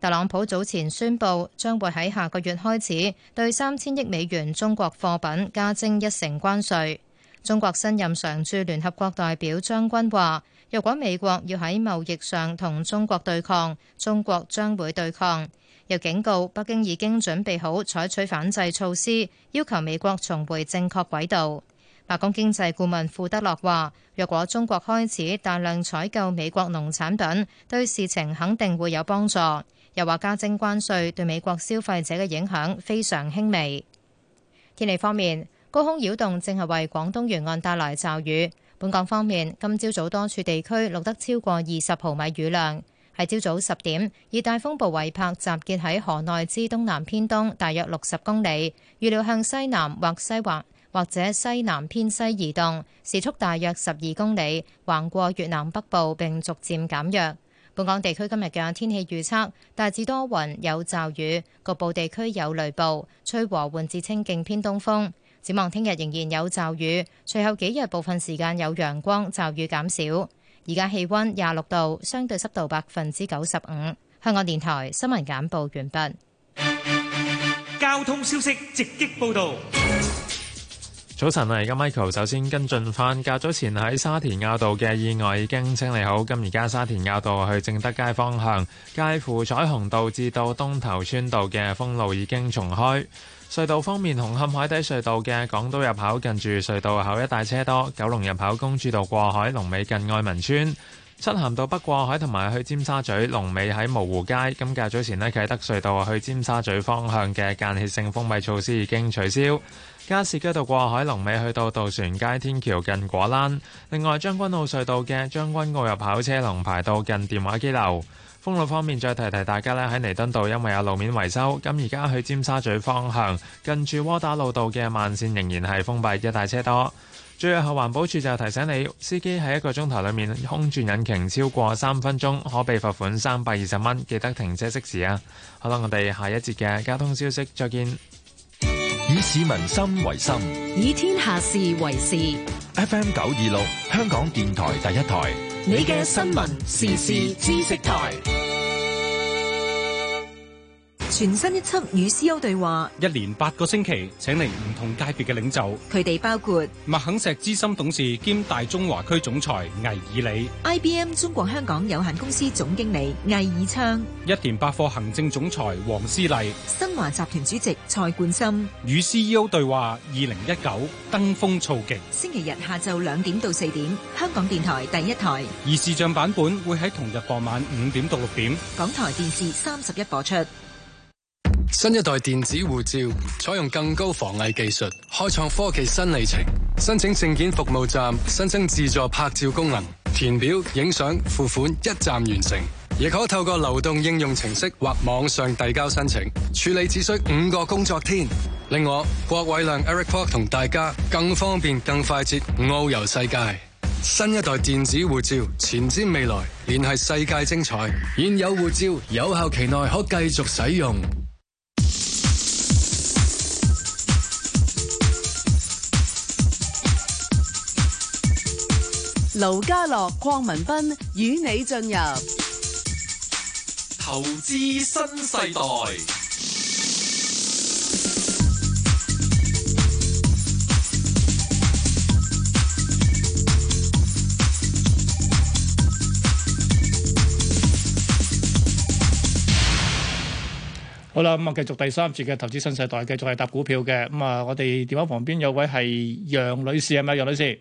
E: 特朗普早前宣布，將會喺下個月開始對三千億美元中國貨品加徵一成關稅。中國新任常駐聯合國代表張軍話，若果美國要喺貿易上同中國對抗，中國將會對抗。又警告北京已經準備好採取反制措施，要求美國重回正確軌道。白宮經濟顧問庫德洛話：若果中國開始大量採購美國農產品，對事情肯定會有幫助。又話加徵關稅對美國消費者嘅影響非常輕微。天氣方面，高空擾動正係為廣東沿岸帶來驟雨。本港方面，今朝早多處地區錄得超過二十毫米雨量。喺朝早十點，熱帶風暴維柏集結喺河內之東南偏東，大約六十公里，預料向西南或西或或者西南偏西移動，時速大約十二公里，橫過越南北部並逐漸減弱。本港地區今日嘅天氣預測大致多雲有驟雨，局部地區有雷暴，吹和緩至清勁偏東風。展望聽日仍然有驟雨，隨後幾日部分時間有陽光，驟雨減少。而家氣温廿六度，相對濕度百分之九十五。香港電台新聞簡報完畢。
D: 交通消息直擊報道。
F: 早晨啊，而家 Michael 首先跟進翻，較早前喺沙田坳道嘅意外已經清理好，咁而家沙田坳道去正德街方向，介乎彩虹道至到東頭村道嘅封路已經重開。隧道方面，紅磡海底隧道嘅港島入口近住隧道口一帶車多，九龍入口公主道過海龍尾近愛民村。漆咸道北過海同埋去尖沙咀龍尾喺蕪湖街，咁較早前呢，啟德隧道去尖沙咀方向嘅間歇性封閉措施已經取消。加士居道過海龍尾去到渡船街天橋近果欄。另外將軍澳隧道嘅將軍澳入口車龍排到近電話機樓。封路方面，再提提大家呢，喺彌敦道因為有路面維修，咁而家去尖沙咀方向近住窩打老道嘅慢線仍然係封閉，一帶車多。最後，環保署就提醒你，司機喺一個鐘頭裏面空轉引擎超過三分鐘，可被罰款三百二十蚊。記得停車熄匙啊！好啦，我哋下一節嘅交通消息再見。
G: 以市民心為心
H: 以天下事為事。
G: ，FM 九二六香港電台第一台，
H: 你嘅新聞時事知識台，
R: 全新一輯與 CEO 對話，
T: 一連八個星期，請嚟唔同界別嘅領袖，
R: 佢哋包括
T: 麥肯錫資深董事兼大中華區總裁魏以理，
R: IBM 中國香港有限公司總經理魏以昌、
T: 一田百貨行政總裁黃思麗。
R: 新華集團主席蔡冠深。
T: 與 CEO 對話二零一九登峰造極，
R: 星期日下晝兩點到四點，香港電台第一台、
T: 而視像版本會喺同日傍晚五點到六點。
R: 港台電視三十一播出。
U: 新一代電子護照採用更高防偽技術，開創科技新里程。申請證件服務站新增自助拍照功能，填表、影相、付款一站完成。亦可透過流動應用程式或網上遞交申請，處理只需五個工作天。令我郭偉亮 Eric Kwok 同大家更方便、更快捷遨遊世界。新一代電子護照前瞻未來，聯繫世界精彩。現有護照有效期內可繼續使用。
M: 盧家樂、邝文斌與你進入
N: 投資新世代，
B: 好啦，咁啊，繼續第三節嘅投資新世代，繼續係搭股票嘅。咁啊，我哋電話旁邊有位係楊女士，係咪楊女士？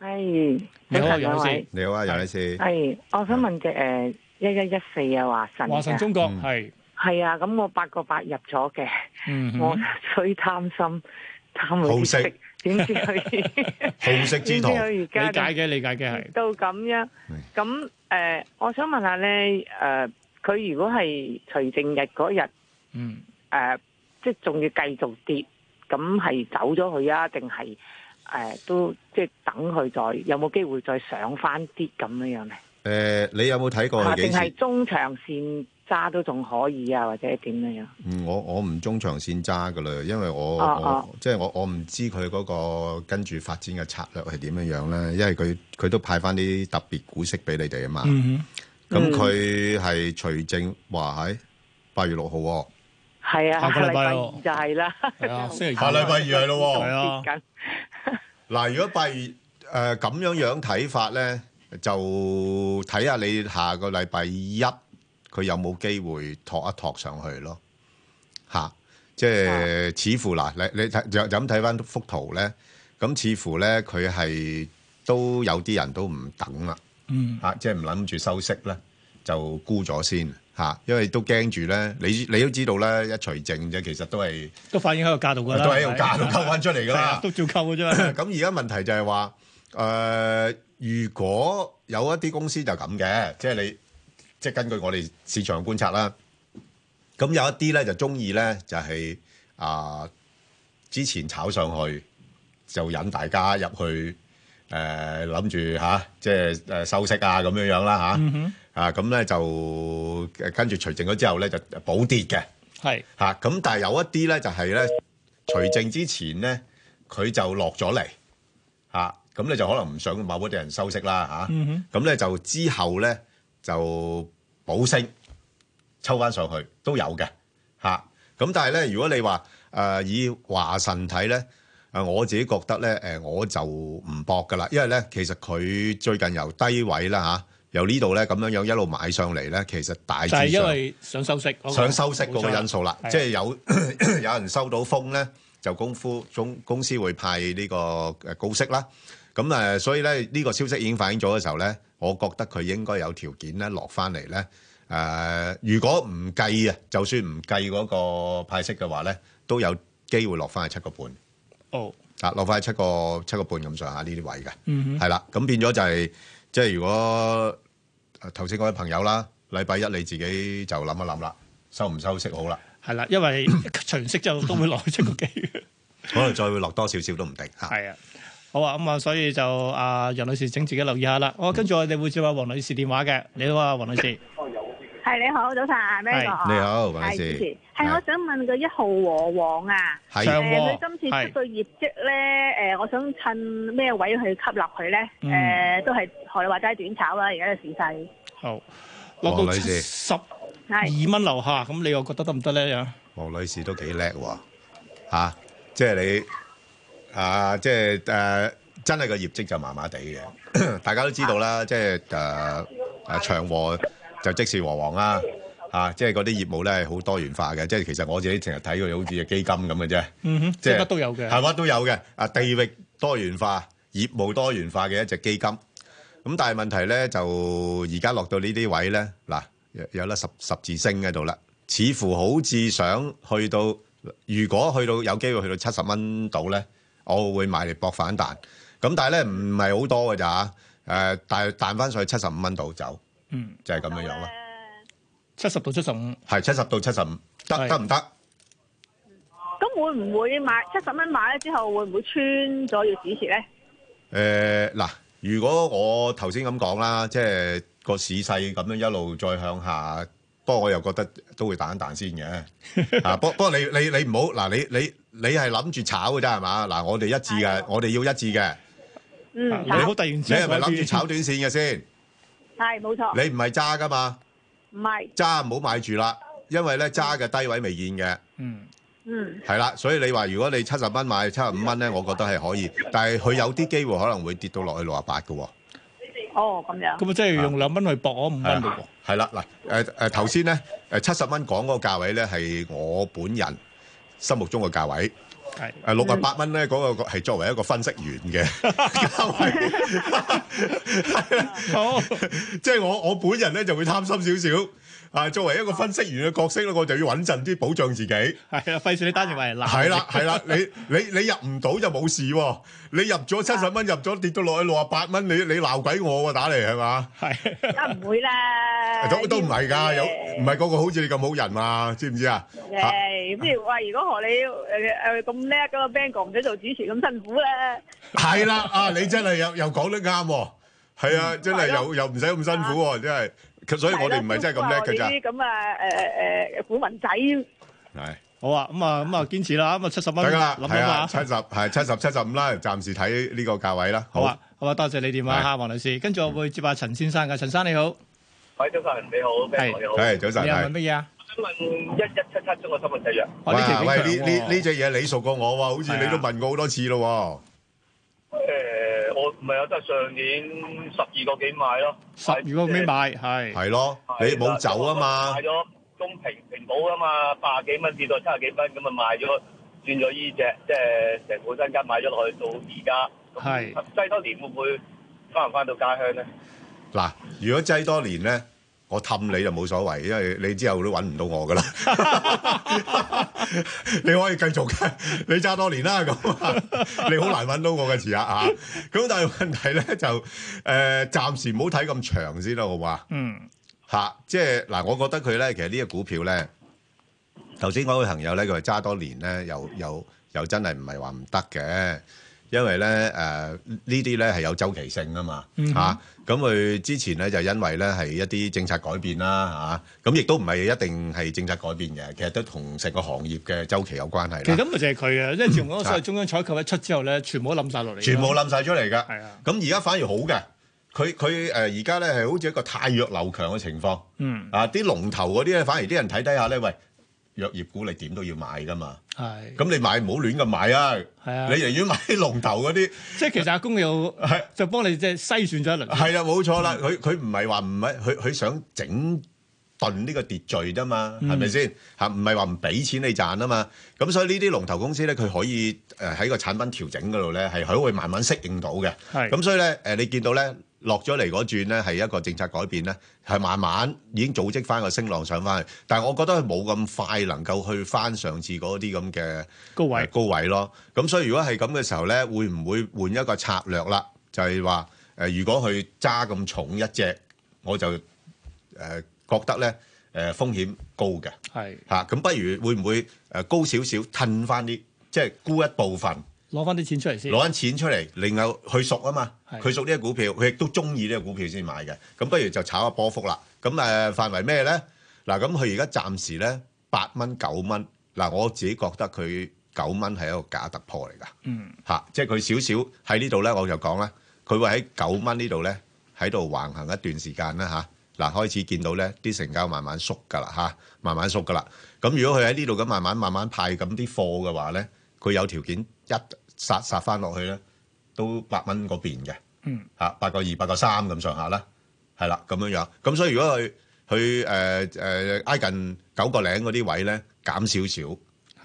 V: 係，
B: 你好啊，楊
V: 兩
B: 女
V: 位
B: 士。
A: 你好啊，楊女士。
V: 係，我想問只誒一一一四啊，華晨。
B: 華晨中國。係，
V: 係啊，咁我八個八入咗嘅，
B: 嗯哼
V: 我最貪心，貪佢
A: 好
V: 啲
A: 色
V: 息，點知佢
A: 好色之徒
V: 點知佢而家
B: 理解嘅，理解嘅係。
V: 到咁樣。咁誒、呃我想問下咧，誒、佢如果係除正日嗰日，
B: 嗯，
V: 誒，即係仲要繼續跌，咁係走咗佢啊，定係誒都即係等佢再有冇機會再上翻啲咁樣樣咧？
A: 誒，呃你有冇睇過
V: 啊，
A: 佢
V: 定
A: 幾
V: 係
A: 次？
V: 中長線揸都仲可以啊，或者點樣樣？
A: 嗯，我我唔中長線揸噶啦，因為我、
V: 哦哦
A: 我即係我我唔知佢嗰個跟住發展嘅策略係點樣樣咧，因為佢佢都派翻啲特別股息俾你哋啊嘛。
B: 嗯
A: 咁佢係除正話喺八月六號喎。
V: 係啊，
A: 下個禮拜
V: 下
A: 喎
V: 就係啦。係
B: 啊，
A: 星期二下禮拜二係咯喎係啊
V: 跌緊
A: 嗱，如果八月誒咁樣樣睇法咧，就睇下你下個禮拜一佢有冇機會托一托上去咯，嚇、即係似乎嗱，你你睇就就咁睇翻幅圖咧，咁似乎咧佢係都有啲人都唔等啦。
B: 嗯
A: 嚇、即係唔諗住收息咧，就沽咗先嚇、因為都驚住咧。你你都知道咧，一除淨啫，其實都係
B: 都反映喺個價度㗎啦。
A: 都喺個價度
B: 係
A: 溝翻出嚟㗎
B: 係
A: 啦
B: 啊。都照溝嘅啫。
A: 咁而家問題就係話誒，如果有一啲公司就咁嘅，即係你即係根據我哋市場觀察啦。咁有一啲咧就中意咧就係、啊、之前炒上去就引大家入去誒諗住嚇，即係誒收息啊咁樣樣啦嚇。
B: 嗯哼，
A: 啊，咁咧就呃跟住除淨咗之後咧就呃補跌嘅，
B: 係
A: 嚇咁、但係有一啲咧就係、咧除淨之前咧佢就落咗嚟，嚇、咁你就可能唔想某啲人收息啦
B: 嗯哼，
A: 嚇，咁、咧就之後咧就補升抽翻上去都有嘅，嚇、咁但係咧如果你話誒、呃以華晨睇咧。誒我自己覺得咧，誒、我就唔搏噶啦，因為咧其實佢最近由低位啦嚇、由呢度咧咁樣樣一路買上嚟咧，其實大致
B: 就係
A: 上
B: 因為想收息嗰個，
A: 想收息嗰個因素啦，
B: 冇錯
A: 即係有 有人收到風咧，就功夫中公司會派呢個誒高息啦。咁誒，所以咧呢個消息已經反映咗嘅時候咧，我覺得佢應該有條件咧落翻嚟咧。誒，如果唔計啊，就算唔計嗰個派息嘅話咧，都有機會落翻去七個半。
B: 哦，
A: 啊，落翻去七個七個半咁上下呢啲位嘅，
B: 嗯哼
A: 係啦、咁變咗就係、即係如果呃頭先嗰位朋友啦，禮拜一你自己就諗一諗啦，收唔收息好啦，
B: 係啦，因為 除息之後都會落去出個機。
A: 可能再會落多少少都唔定嚇。
B: 係啊，好啊，咁啊，所以就啊楊女士請自己留意下啦。我跟住我哋會接下黃女士電話嘅，你好啊，黃女士。
W: 係你好，早晨，Mary
B: 係
W: 哥。
A: 你好黃女
W: 係
A: 士
W: 主持。係我想問個一號和黃啊，
A: 係
W: 誒
A: 長和
W: 佢今次出個業績咧，誒我想趁咩位去吸納佢咧？
B: 嗯
W: 誒都係學你話齋短炒啦，而家嘅市勢
B: 好，落到
A: 黃女
B: 七
A: 士
B: 十二
W: 係
B: 蚊樓下，咁你又覺得得唔得咧？又
A: 黃哦女士都幾叻喎，嚇、即係你啊，即係誒、真係個業績就麻麻地嘅， 大家都知道啦，即係誒誒長和就即是和黃啦，嚇、即係嗰啲業務咧係好多元化嘅，即係其實我自己成日睇佢好似隻基金咁嘅啫，
B: 嗯哼，即係乜都有嘅。
A: 係乜都有嘅，啊地域多元化、業務多元化嘅一隻基金。咁但係問題咧，就而家落到呢啲位咧，嗱有有得十十字星喺度啦，似乎好似想去到，如果去到有機會去到七十蚊度咧，我會買嚟搏反彈。咁但係咧唔係好多嘅咋嚇，誒但係彈翻上去七十五蚊度走，
B: 嗯，
A: 就係咁樣樣啦。
B: 七十到七十五，
A: 係七十到七十五，得得唔得？
W: 咁會唔會買七十蚊買咗之後會唔會穿咗要止蝕咧？
A: 誒呃嗱、如果我頭先咁講啦，即係個市勢咁樣一路再向下，不過我又覺得都會彈一彈先 嘅。啊，不不過你你你唔好嗱，你你你係諗住炒嘅啫係嘛？嗱，我哋一致嘅，我哋要一致嘅。
W: 嗯，
B: 啊你好突然之間
A: 你係咪諗住炒
B: 改
A: 短線嘅先？
W: 係冇錯，
A: 你唔係揸噶嘛？
W: 唔係，
A: 揸唔好買住啦，因為咧揸嘅低位未見嘅。
W: 嗯，
A: 係啦，所以你話如果你七十蚊買七十五蚊咧，我覺得係可以，但係佢有啲機會可能會跌到落去六啊八嘅喎。
W: 哦咁樣，
B: 咁啊，即係用兩蚊去搏我五蚊
A: 係
B: 嘅
A: 啦
B: 喎。
A: 啊係啦，嗱，誒誒頭先咧，誒七十蚊講嗰個價位咧係我本人心目中嘅價位。
B: 係
A: 誒六
N: 嗯
A: 啊八蚊咧，嗰個係作為一個分析員嘅價位，
B: 好，
A: 即係我我本人咧就會貪心少少，啊，作為一個分析員嘅角色咧，我就要穩陣啲保障自己。
B: 係啊，費事你單條為難。
A: 係啦，係啦，你你你入唔到就冇事喎，你入咗七十蚊，入咗跌到落去六啊八蚊，你你鬧鬼我喎，打嚟係嘛？
W: 梗啊唔會啦，
A: 都都唔係㗎，有唔係個個好似你咁好人嘛？知唔知啊？嚇
W: 誒，譬如話，如果學你誒誒咁叻嗰個 band 哥唔使做主持咁辛苦咧，
A: 係啦，啊你真係又又講得啱喎，係啊，真係
W: 係咯
A: 又又唔使咁辛苦喎，真係。其所以我哋唔係真係咁叻㗎咋
W: 呢，啲咁啊誒誒股民仔，
A: 係
B: 好啊，咁啊咁啊，堅持啦，咁啊七十蚊
A: 得㗎啦，
B: 諗
A: 係
B: 諗
A: 啊，
B: 下
A: 七。十係七十七十五啦，暫時睇呢個價位啦。
B: 好
A: 好
B: 啊，，好啊，多謝你電話嚇，黃女士。跟住我會接下陳先生嘅，陳生你好，
C: 喂，早晨，你好，咩你好，
A: 係早晨，
B: 你係問
A: 係。
B: 乜嘢啊？
C: 想問一一七七中國生物製藥，
B: 哇呢期
A: 哇
B: 幾
A: 喂，
B: 強
A: 呢呢
B: 喎啊
A: 呢只嘢你熟過我喎，好似你都問過好多次咯
C: 誒，我唔係啊，都係上年十二個幾買咯，
B: 十二個尾買係
A: 喎。係咯，你冇走啊嘛
C: 買。咗公平平保啊嘛，八十幾蚊跌到七十幾蚊，咁啊賣咗，轉咗依只，即係成副身家買咗落去到而家，
B: 係
C: 咁擠多年會唔會翻唔翻到家鄉咧？
A: 嗱，如果擠多年咧，我氹你就冇所謂，因為你之後都揾唔到我噶啦。 你可以繼續嘅，你揸多年啦咁， 你好難揾到我嘅遲下啊。咁但係問題咧就誒、呃，暫時唔好睇咁長先啦，好啊嘛？
B: 嗯，
A: 嚇、即係嗱，我覺得佢咧，其實呢個股票咧，頭先嗰位朋友咧，佢話揸多年咧，又又又真係唔係話唔得嘅，因為咧誒呢啲咧係有周期性啊嘛
I: 嗯哼
A: 嚇，咁佢、之前咧就因為咧係一啲政策改變啦嚇，咁、亦都唔係一定係政策改變嘅，其實都同成個行業嘅周期有關係
B: 其實
A: 啦
B: 咁。咪就係佢啊，即係自從嗰個所謂
A: 啊
B: 中央採購一出之後咧，全部都冧晒落嚟。
A: 全部冧晒出嚟㗎。
B: 係啊，
A: 咁而家反而好嘅，佢佢誒而家咧係好似一個太弱流強嘅情況。
B: 嗯，
A: 啊！啲龍頭嗰啲咧，反而啲人睇低下咧，喂，藥業股你點都要買噶嘛。
B: 係。
A: 咁你買唔好亂咁買啊！
B: 係啊
A: 你寧願買啲龍頭嗰啲，
B: 即係其實阿公又就幫你即係篩選咗一輪。
A: 係啦，冇錯啦。佢佢唔係話唔係，佢佢想整頓呢個秩序啫嘛，
I: 嗯
A: 係咪先？嚇唔係話唔俾錢你賺啊嘛。咁所以呢啲龍頭公司咧，佢可以誒喺個產品調整嗰度咧，係佢會慢慢適應到嘅。
I: 係
A: 咁所以咧，誒你見到咧落咗嚟嗰轉咧，係一個政策改變咧，係慢慢已經組織翻個升浪上翻去。但係我覺得佢冇咁快能夠去翻上次嗰啲咁嘅
B: 高位
A: 高位咯。咁所以如果係咁嘅時候咧，會唔會換一個策略啦？就係話誒，如果佢揸咁重一隻，我就誒、呃、覺得咧誒、呃、風險高嘅。
B: 係
A: 嚇，咁不如會唔會誒高少少褪翻啲，即係沽一部分。
B: 攞翻啲錢出嚟先。
A: 攞緊錢出嚟，另後去熟啊嘛，
B: 係
A: 佢熟呢個股票，佢亦都中意呢個股票先買嘅。咁不如就炒下波幅啦。咁誒、呃範圍咩咧？嗱，咁佢而家暫時咧八蚊九蚊，嗱我自己覺得佢九蚊係一個假突破嚟㗎。
B: 嗯，
A: 嚇、即係佢少少喺呢度咧，我就講啦，佢會喺九蚊呢度咧喺度橫行一段時間啦嚇。嗱、開始見到咧啲成交慢慢縮㗎啦嚇，慢慢縮㗎啦。咁如果佢喺呢度咁慢慢慢慢派咁啲貨嘅話咧，佢有條件一殺殺翻落去咧，都八蚊嗰邊嘅。
B: 嗯，
A: 嚇八個二、八個三咁上下啦，係啦咁樣樣。咁所以如果佢佢誒誒挨近九個零嗰啲位咧減少少，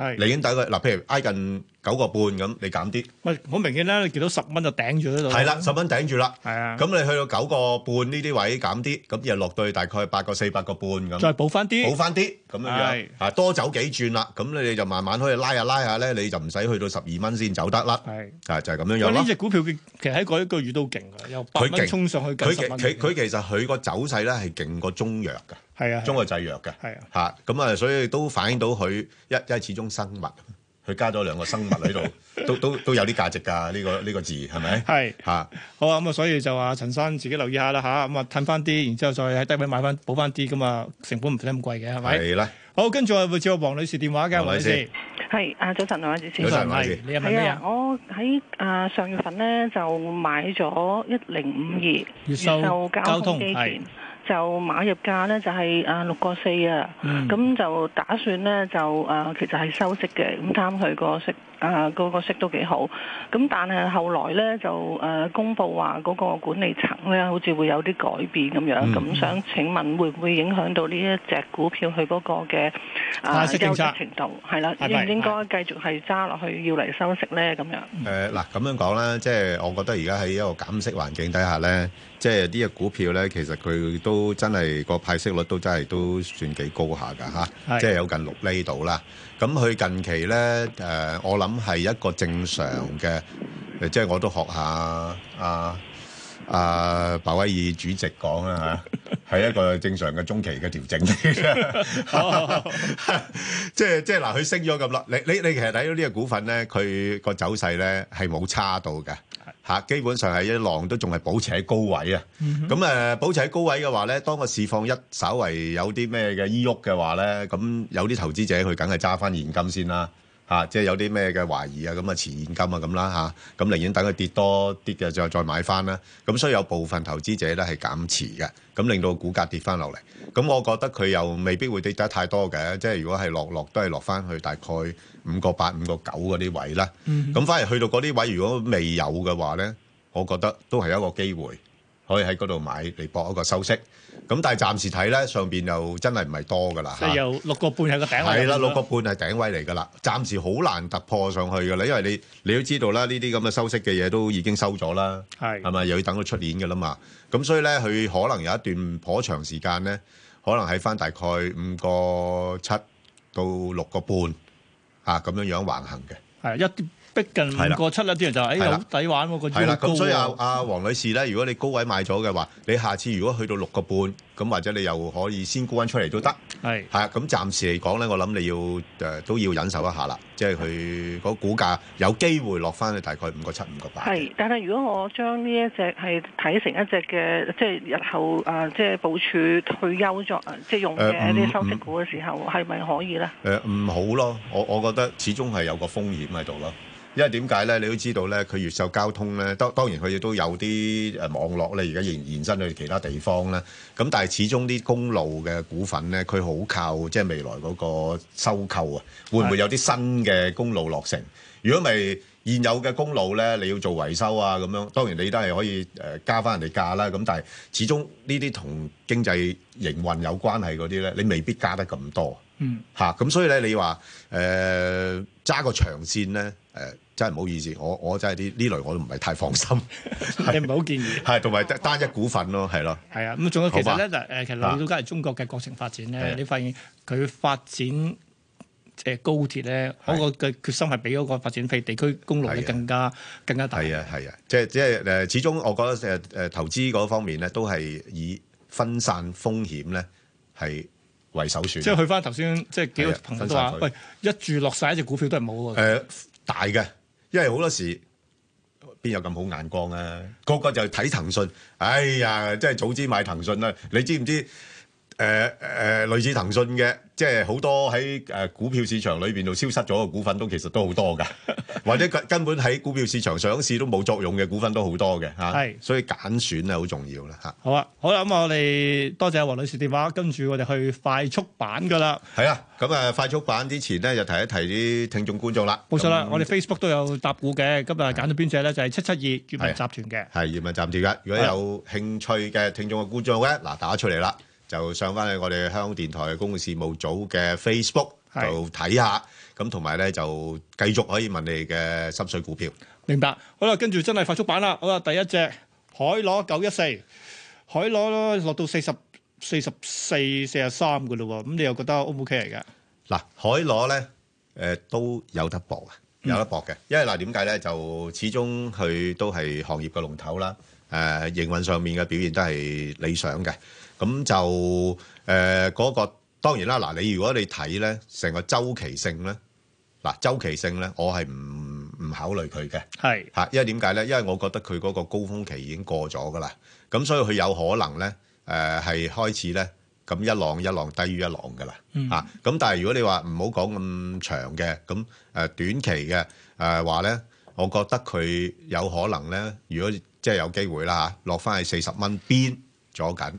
B: 係。
A: 你已經第一個嗱，譬如挨近九個半咁，你減啲，
B: 喂，好明顯啦，你見到十蚊就頂住喺度。
A: 係啦，十蚊頂住啦。
B: 係啊。
A: 咁你去到九個半呢啲位減啲，咁又落到去大概八個四、八個半咁，
B: 再補翻啲
A: 補翻啲咁樣樣
B: 係，
A: 啊多走幾轉啦。咁你哋就慢慢可以拉下拉下咧，你就唔使去到十二蚊先走得啦。
B: 係
A: 啊，就係咁樣樣
B: 喂，呢
A: 咯。
B: 只股票嘅其實喺嗰一個月都勁嘅，由八
A: 佢勁
B: 蚊衝上去
A: 佢
B: 近
A: 其
B: 十蚊。
A: 佢佢其實佢個走勢咧係勁過中藥㗎。
B: 係啊，
A: 中國製藥嘅，
B: 係啊，
A: 嚇咁啊，所以都反映到佢一因為始終生物，佢加咗兩個生物喺度，都都都有啲價值㗎。呢個呢個字係咪？
B: 係
A: 嚇
B: 好啊，咁啊，所以就話陳生自己留意下啦吓，咁啊褪翻啲，然之後再喺低位買翻補翻啲，咁啊成本唔使咁貴嘅，係咪？
A: 係啦。
B: 好，跟住我會接個黃女士電話嘅，黃女士
A: 黃女士，
I: 係啊，早晨兩位主持人，
A: 早晨係你有問咩啊
I: 係啊，我喺啊上月份咧就買咗一零五二
B: 越秀交通
I: 基
B: 係
I: 建，就買入價咧就係啊六個四啊，
B: 嗯
I: 咁就打算咧就啊其實係收息嘅，咁貪佢個息啊嗰個息都幾好，咁但係後來咧就誒公佈話嗰個管理層咧好似會有啲改變咁
A: 嗯
I: 樣，咁想請問會唔會影響到呢一隻股票佢嗰個嘅啊
A: 派息政策
I: 優質程度係啦？
A: 係
I: 應
A: 咪
I: 唔應該繼續係揸落去要嚟收息咧？咁樣
A: 誒呃嗱咁樣講啦，即係我覺得而家喺一個減息環境底下咧，即係呢只股票咧，其實佢都真係個派息率都真係都算幾高下㗎嚇，
J: 係
A: 即係有近六厘度啦。咁佢近期咧誒、我諗係一個正常嘅，誒即係我都學下啊啊鮑威爾主席講啦嚇，係一個正常嘅中期嘅調整。即係即係嗱，佢升咗咁啦，你你你其實睇到呢個股份咧，佢個走勢咧係冇差到嘅嚇，基本上係一浪都仲係保持喺高位啊。
X: 嗯哼
A: 咁誒、保持喺高位嘅話咧，當個市況一稍為有啲咩嘅依喐嘅話咧，咁有啲投資者佢梗係揸翻現金先啦。嚇、即係有啲咩嘅懷疑啊，咁啊持現金啊咁啦嚇，咁、寧願等佢跌多啲嘅再再買翻啦。咁所以有部分投資者咧係減持嘅，咁令到股價跌翻落嚟。咁我覺得佢又未必會跌得太多嘅，即係如果係落落都係落翻去大概五個八、五個九嗰啲位啦。
Y: 嗯
A: 咁反而去到嗰啲位，如果未有嘅話咧，我覺得都係一個機會。可以喺嗰度買嚟搏一個收息，咁但係暫時睇咧，上邊又真係唔係多噶啦
B: 即係由六個半係個頂位。
A: 係啦，六個半係頂位嚟㗎啦，暫時好難突破上去㗎啦，因為你你都知道啦，呢啲咁嘅收息嘅嘢都已經收咗啦，
B: 係
A: 係咪又要等到出年㗎啦嘛？咁所以咧，佢可能有一段頗長時間咧，可能喺翻大概五個七到六個半啊咁樣樣橫行嘅。
B: 係一啲逼近
A: 係啦
B: 五個七啦，啲人就話：哎
A: 係
B: 呀，
A: 啦
B: 好抵玩喎，個
A: 係
B: 腰
A: 啦，
B: 高
A: 咁所以啊
B: 喎。
A: 啊黃女士咧，如果你高位買咗嘅話，你下次如果去到六個半，咁或者你又可以先沽翻出嚟都得。
B: 係
A: 係啊，咁暫時嚟講咧，我諗你要誒、呃都要忍受一下啦，即係佢嗰股價有機會落翻去大概五個七、五個八。
I: 係，但係如果我將呢一隻係睇成一隻嘅，即係日後啊，即係部署退休作，即係用嘅
A: 誒
I: 一
A: 嗯
I: 啲收息股嘅時候，係咪可以咧？
A: 誒唔好咯，我我覺得始終係有個風險喺度咯。因為點解咧？你都知道咧，佢越秀交通咧，當當然佢亦都有啲誒網絡咧，而家延延伸去其他地方啦。咁但係始終啲公路嘅股份咧，佢好靠即係未來嗰個收購啊，會唔會有啲新嘅公路落成？如果咪現有嘅公路咧，你要做維修啊咁樣，當然你都係可以誒、呃加翻人哋價啦。咁但係始終呢啲同經濟營運有關係嗰啲咧，你未必加得咁多。
B: 嗯，
A: 嚇，咁、所以咧，你話誒揸個長線咧，誒、真係唔好意思，我我真係啲呢類我都唔係太放心，
B: 你唔係好建議。
A: 係同埋得單一股份咯，係咯，
B: 係啊，咁仲有其實咧
A: 好
B: 嗱
A: 吧
B: 誒，其實
A: 啊
B: 你到家係中國嘅國情發展
A: 係
B: 咧
A: 啊，
B: 你發現佢發展誒高鐵咧，嗰個嘅決心係比嗰個發展譬如地區公路咧更加更加大。
A: 啊係啊係啊，即係即係誒，始終我覺得誒誒、投資嗰方面咧，都係以分散風險咧係為首選。
B: 即係去翻頭先，即係幾個
A: 係啊
B: 朋友都話：
A: 分散佢
B: 喂，一注落晒一隻股票都係冇啊
A: 誒、
B: 喎。
A: 呃大嘅，因為好多時邊有咁好眼光啊？個個就睇騰訊，哎呀，真係早知買騰訊啦！你知唔知？誒誒、類似騰訊嘅，即係好多喺誒、股票市場裏邊度消失咗嘅股份都其實都好 多㗎，或者根根本喺股票市場上市都冇作用嘅股份都好多嘅嚇。
B: 係
A: 所以揀選係好重要啦嚇。
B: 好啊，好啦，咁我哋多謝黃女士電話，跟住我哋去快速版㗎啦。
A: 係啊，咁啊快速版之前咧，就提一提啲聽眾觀眾啦。
B: 冇錯啦，
A: 咁啊
B: 我哋 Facebook 都有答股嘅，今日揀咗邊只咧就係七七二粵文
A: 係啊
B: 集團嘅。
A: 係葉問站跳一。如果有興趣嘅聽眾嘅觀眾咧，嗱打出嚟啦，就上翻去我哋香港電台嘅公共事務組嘅 Facebook
B: 係
A: 度睇下，咁同埋咧就繼續可以問你嘅心水股票。
B: 明白。好啦，跟住真係快速版啦。好啦，第一隻海螺九一四，海螺落到四十四十四四十三嘅咯喎，咁你又覺得 O 唔 OK 嚟㗎？
A: 嗱，海螺咧，誒、都有得搏啊，有得搏嘅，因為嗱點解咧，就始終佢都係行業嘅龍頭啦，誒、營運上面嘅表現都係理想嘅，咁就誒嗰、個當然啦，嗱你如果你睇咧成個周期性咧，嗱周期性咧，我係唔唔考慮佢嘅。
B: 係
A: 嚇，因為點解咧？因為我覺得佢嗰個高峰期已經過咗噶啦，咁所以佢有可能咧，誒、係開始咧咁一浪一浪低於一浪㗎啦。
J: 嗯
A: 啊，咁但係如果你話唔好講咁長嘅，咁誒、呃短期嘅誒話咧，我覺得佢有可能咧，如果即係有機會啦嚇，落翻去四十蚊邊咗緊，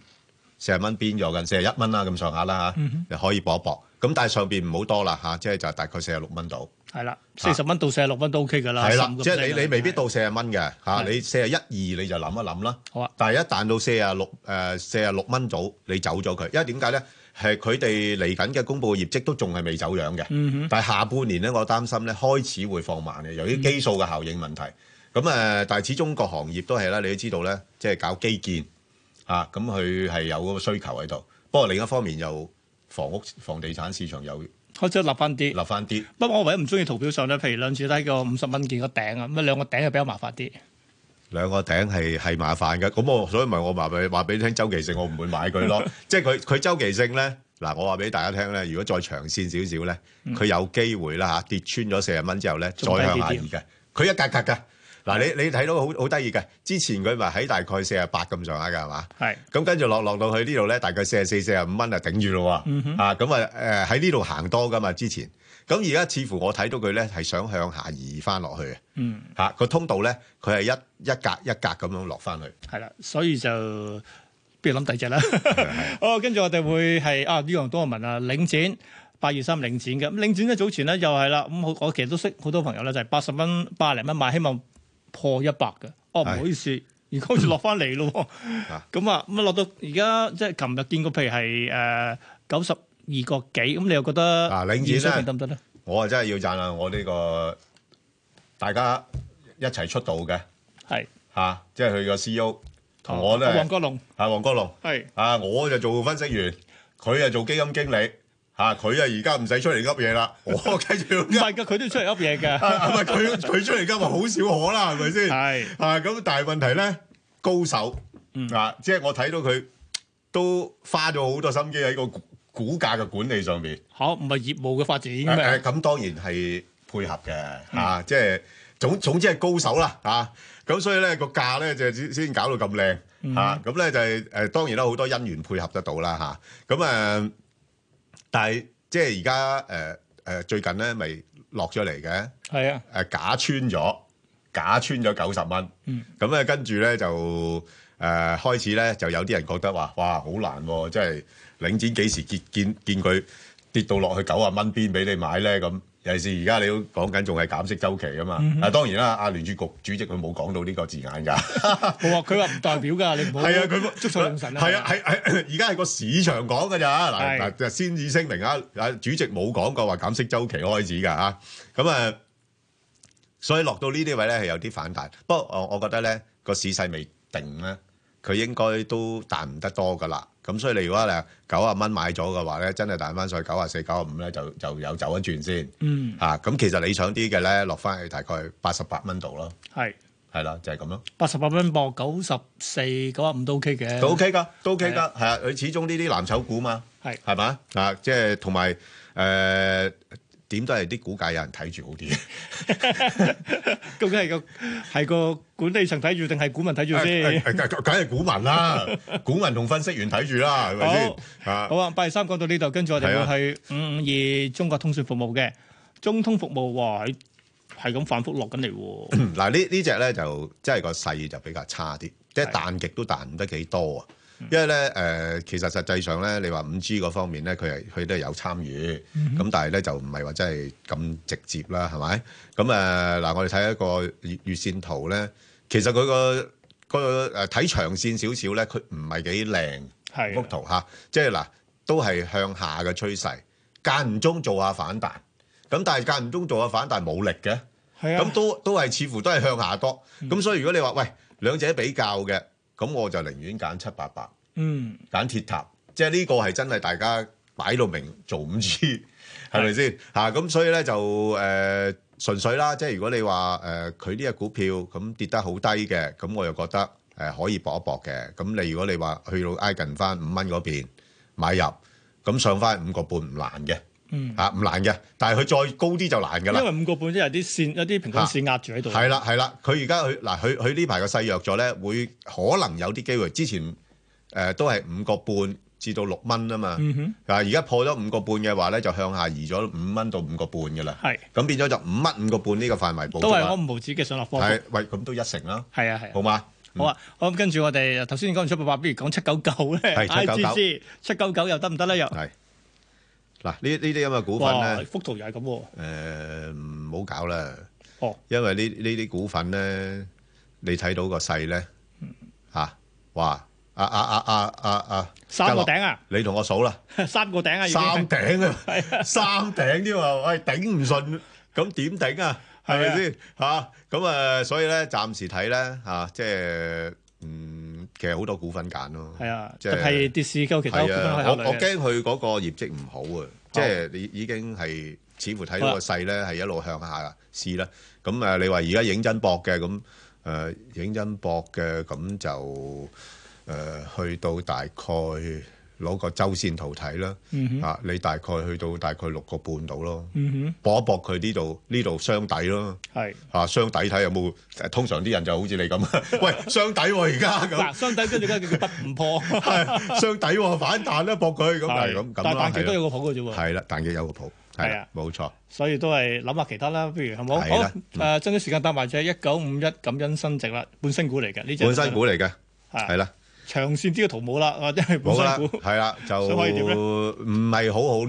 A: 四十蚊邊咗緊，四十一蚊啦咁上下啦嚇，
B: 嗯哼
A: 你可以搏一搏。咁但係上邊唔好多啦嚇，即係就大概四十六蚊度。
B: 係啦，四十蚊到四十六蚊都 OK 㗎啦。
A: 係啦
B: 15，個
A: 即係
B: percent
A: 你你未必到四十蚊嘅嚇，
B: 係
A: 你四十一二你就諗一諗啦。
B: 好啊，
A: 但係一旦到四十六誒四十六蚊組，你走咗佢，因為點解咧？係佢哋嚟緊嘅公佈嘅業績都仲係未走樣嘅。
K: 嗯哼
A: 但係下半年咧，我擔心咧開始會放慢嘅，由於基數嘅效應問題。
B: 嗯
A: 咁誒、但係始終個行業都係啦，你都知道咧，即係搞基建啊，咁佢係有嗰個需求喺度。不過另一方面又房屋房地產市場又
B: 開始立翻啲，
A: 立翻啲。
B: 不過我唯一唔中意圖表上咧，譬如兩次低過五十蚊見個頂啊，咁啊兩個頂就比較麻煩啲。
A: 兩個頂係係麻煩嘅，咁我所以咪我話俾話俾你聽周期性，我唔會買佢咯。即係佢佢周期性咧，嗱我話俾大家聽咧，如果再長線少少咧，
X: 嗯
A: 佢有機會啦嚇跌穿咗四十蚊之後咧，再
X: 仲低
A: 向下移
X: 啲
A: 嘅。佢一格格㗎，嗱你你睇到好好得意嘅，之前佢咪喺大概四十八咁上下㗎係嘛？
B: 係。
A: 咁跟住落落到去呢度咧，大概四十四、四十五蚊啊頂住咯
B: 嗯
A: 喎，
B: 哼
A: 啊咁啊誒喺呢度行多㗎嘛之前，咁而家似乎我睇到佢咧係想向下移翻落去嘅。
B: 嗯，
A: 嚇個通道咧，佢係一一格一格咁樣落翻去。
B: 係啦，所以就不如諗第二隻啦。 好，跟住我哋會係啊呢樣多人問啊，領展。八二三領展嘅，咁領展咧早前咧又係啦，咁我我其實都識好多朋友咧，就係八十蚊、八零蚊買，希望破一百嘅。哦，唔好意思，而家好似落翻嚟咯 喎。咁啊，咁啊落到而家即係琴日見過，譬如係誒九十二個幾，咁你又覺得
A: 啊領展
B: 現水平
A: 咧
B: 得唔得咧？
A: 我啊真係要讚下我呢、個大家一齊出道嘅，
B: 係
A: 嚇、即係佢個 CEO 同我咧，
B: 啊黃國龍
A: 啊黃國龍
B: 係
A: 啊，我就做分析員，佢啊做基金經理。嚇佢啊！而家唔使出嚟噏嘢啦， 我繼續。唔
B: 係㗎，佢都出嚟噏嘢㗎。
A: 唔係佢佢出嚟噏話好少可啦，係咪先？
B: 係嗯
A: 啊，咁但係問題咧，高手、啊，即係我睇到佢都花咗好多心機喺個股股價嘅管理上邊。
B: 好，唔係業務嘅發展
A: 誒
B: 咩
A: 啊誒？咁當然係配合嘅嚇、啊即係總總之係高手啦啊嚇。咁、所以咧個價咧就先先搞到咁靚
X: 嗯
A: 嚇，咁咧、就係、誒、當然啦，好多因緣配合得到啦嚇。咁、誒，但係即係而家誒誒最近咧咪落咗嚟嘅
B: 係啊，
A: 誒假穿咗，假穿咗九十蚊。
B: 嗯
A: 咁咧跟住咧就誒、呃、開始咧就有啲人覺得話，哇好難喎、即係領展幾時見見見佢跌到落去九啊蚊邊俾你買咧咁。尤其是而家你都講緊仲係減息周期啊嘛，
B: 嗯哼
A: 啊當然啦，阿聯儲局主席佢冇講到呢個字眼㗎，
B: 冇話佢話唔代表㗎，你 唔好
A: 係啊佢
B: 捉錯用神
A: 係啊係係，而家係 個市場講㗎咋嗱嗱
B: 係
A: 就先至聲明啊，啊主席冇講過話減息周期開始㗎嚇，咁啊所以落到呢啲位咧係有啲反彈，不過我我覺得咧個市勢未定咧，佢應該都彈唔得多噶啦。咁所以你如果咧九啊蚊買咗嘅話咧，真係彈翻上去九啊四、九啊五咧，就就有走一轉先
B: 嗯，
A: 嚇。咁、其實理想啲嘅咧，落翻去大概八十八蚊度咯，
B: 係
A: 係啦，就係咁咯。
B: 八十八蚊博九十四九啊五都 OK 嘅，
A: 都 OK 噶，都 OK
B: 係
A: 噶，係啊，佢始終呢啲藍籌股嘛，
B: 係
A: 係嘛啊，即係同埋誒點都係啲股價有人睇住好啲。
B: 究竟係個係個管理層睇住定係股民 睇住
A: 誒
B: 先？
A: 誒誒哎梗係股民 啦，股民同分析員睇住啦，係咪先？啊
B: 好啊，八月三講到呢度，跟住我
A: 係
B: 哋
A: 啊
B: 會去五五二中國通訊服務嘅中通服務，哇，係係咁反覆落緊嚟喎。
A: 嗯嗱呢呢只咧就真係個勢就比較差啲，即係彈極都彈唔得幾多啊。
B: 嗯
A: 因為咧誒、呃其實實際上咧，你話五 G 嗰方面咧，佢係佢都係有參與，咁、
X: 嗯哼
A: 但係咧就唔係話真係咁直接啦，係咪？咁誒嗱，我哋睇一個月月線圖咧，其實佢個個誒睇長線少少咧，佢唔係幾靚
B: 係啊
A: 幅圖嚇，即係嗱都係向下嘅趨勢，間唔中做下反彈，咁但係間唔中做下反彈冇力嘅。
B: 係啊嗯
A: 咁都都係似乎都係向下多。咁、所以如果你話喂兩者比較嘅，咁我就寧願揀七八八，
B: 嗯，
A: 揀鐵塔，即係呢個係真係大家擺到明做五 G，係咪先嚇？咁、所以咧就誒、呃、純粹啦，即係如果你話誒佢呢只股票咁跌得好低嘅，咁我又覺得誒、呃可以搏一搏嘅。咁你如果你話去到挨近翻五蚊嗰邊買入，咁上翻五個半唔難嘅
B: 嗯，
A: 嚇，唔、難嘅。但係佢再高啲就難㗎啦
B: 因。為五個半即係有啲線有啲平均線壓住喺度。
A: 係啦，係啦，佢而家佢嗱，佢佢呢排個勢弱咗咧，會可能有啲機會。之前誒、呃都係五個半至到六蚊啊嘛。
B: 嗯哼，
A: 啊！而家破咗五個半嘅話咧，就向下移咗五蚊到五個半嘅啦。
B: 係
A: 咁變咗就五蚊五個半呢個範圍報
B: 都係我
A: 我
B: 五毫子嘅上落波幅。
A: 係喂，咁都一成啦，
B: 係啊係啊。
A: 好嘛？
B: 好啊，好咁跟住我哋頭先講完七八八，不如講七九九咧
A: 係799
B: IGC 七九九又得唔得咧？又係
A: 嗱，呢呢啲咁嘅股份咧，
B: 幅圖又係咁喎。
A: 誒唔好搞啦。
B: 哦，
A: 因為呢呢啲股份咧，你睇到個勢咧嚇，哇！啊啊啊啊啊啊！
B: 三個
A: 家樂
B: 頂啊！
A: 你同我數啦，
B: 三個頂啊，已經
A: 三 頂啊，三頂添啊，喂頂唔順，咁點頂啊？係咪先嚇？咁啊，所以咧，暫時睇咧嚇，即係嗯，其實好多股份揀咯。
B: 係啊，
A: 即
B: 就
A: 係
B: 係跌市夠其他股
A: 係
B: 份
A: 啊
B: 可以，
A: 我
B: 考慮嘅
A: 我驚佢嗰個業績唔好啊，即係你已經係似乎睇到個勢咧係一路向下試啦。咁誒，你話而家認真搏嘅咁誒，認真搏嘅咁就誒去到大概攞個周線圖睇啦。
B: 嗯哼
A: 啊，你大概去到大概六個半度咯，
B: 嗯
A: 搏一搏佢呢度呢度雙底咯。
B: 哼，係。
A: 啊，雙底睇有冇？通常啲人就好似你 咁，啊喂，雙底喎而家
B: 嗱，
A: 咁，
B: 相抵跟住而家叫不唔破，
A: 係 雙底喎反彈啦，搏佢咁，係咁咁
B: 但係
A: 啦，
B: 彈極
A: 係
B: 都
A: 啦
B: 有個譜嘅啫喎，
A: 係啦，但嘅有個譜，係
B: 係
A: 啦
B: 啊，
A: 冇錯，
B: 所以都係諗下其他啦，不如好冇？
A: 係
B: 好
A: 啦
B: 誒，爭啲時間搭埋隻一九五一感恩新值啦，半新股嚟嘅呢只，
A: 本身股嚟嘅，
B: 係
A: 係啦，
B: 長線啲嘅圖冇啦，或者係本
A: 冇啦，
B: 身股，
A: 係啦，就
B: 所以可以點咧
A: 唔係好好誒，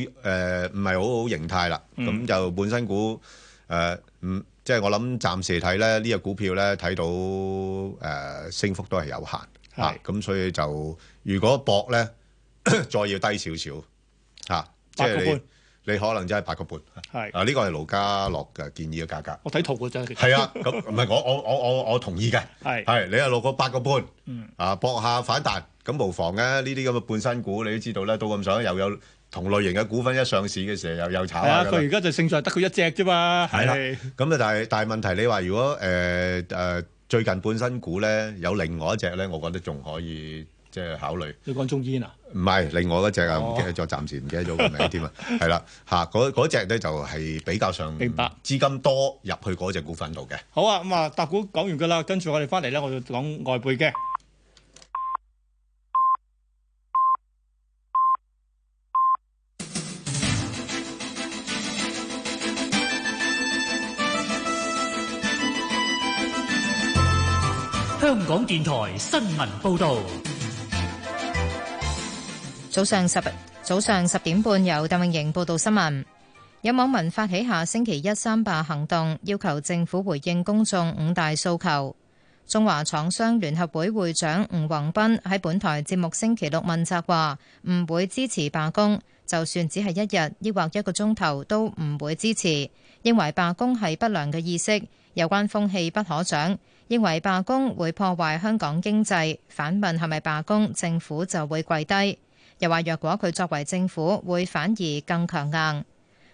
A: 唔係好好形態啦，咁
B: 嗯
A: 就本身股誒，唔即係我諗暫時睇咧，呢只股票咧睇到誒升幅都係有限嚇，咁所以就如果搏咧， 再要低少少嚇，即
B: 八個
A: 係
B: 半
A: 你你可能真係八個半，
B: 係
A: 啊呢個係盧家樂嘅建議嘅價格。
B: 我睇圖嘅啫，其實
A: 係啊，咁唔係我我我我我同意嘅，
B: 係
A: 係你係落個八個半
B: 嗯，
A: 啊，搏下反彈咁無妨嘅。呢啲咁嘅半新股你都知道啦，到咁上下又有同類型嘅股份一上市嘅時候又又炒
B: 係
A: 下
B: 啊，
A: 㗎
B: 佢
A: 啦
B: 而家就勝在得佢一隻啫嘛，
A: 係啦
B: 係，
A: 咁啊，但係但係問題你話如果誒誒最近半新股咧有另外一隻咧，我覺得仲可以即係考慮。
B: 你講中煙啊？
A: 唔係，另外嗰只啊，
B: 哦
A: 唔記得咗，暫時唔記得咗個名添啊，係啦，嚇嗰嗰只咧就係比較上
B: 明白
A: 資金多入去嗰只股份度嘅。
B: 好啊，咁啊，搭股講完㗎啦，跟住我哋翻嚟咧，我就講外匯嘅。
D: 香港電台新聞報導，
E: 早上十早上十點半，由鄧永盈報道新聞。有網民發起下星期一三罷行動，要求政府回應公眾五大訴求。中華廠商聯合會會長吳宏斌喺本台節目星期六問責話：唔會支持罷工，就算只係一日，抑或一個鐘頭都唔會支持。認為罷工係不良嘅意識，有關風氣不可長。認為罷工會破壞香港經濟，反問係咪罷工，政府就會跪低。又話若果佢作為政府，會反而更強硬。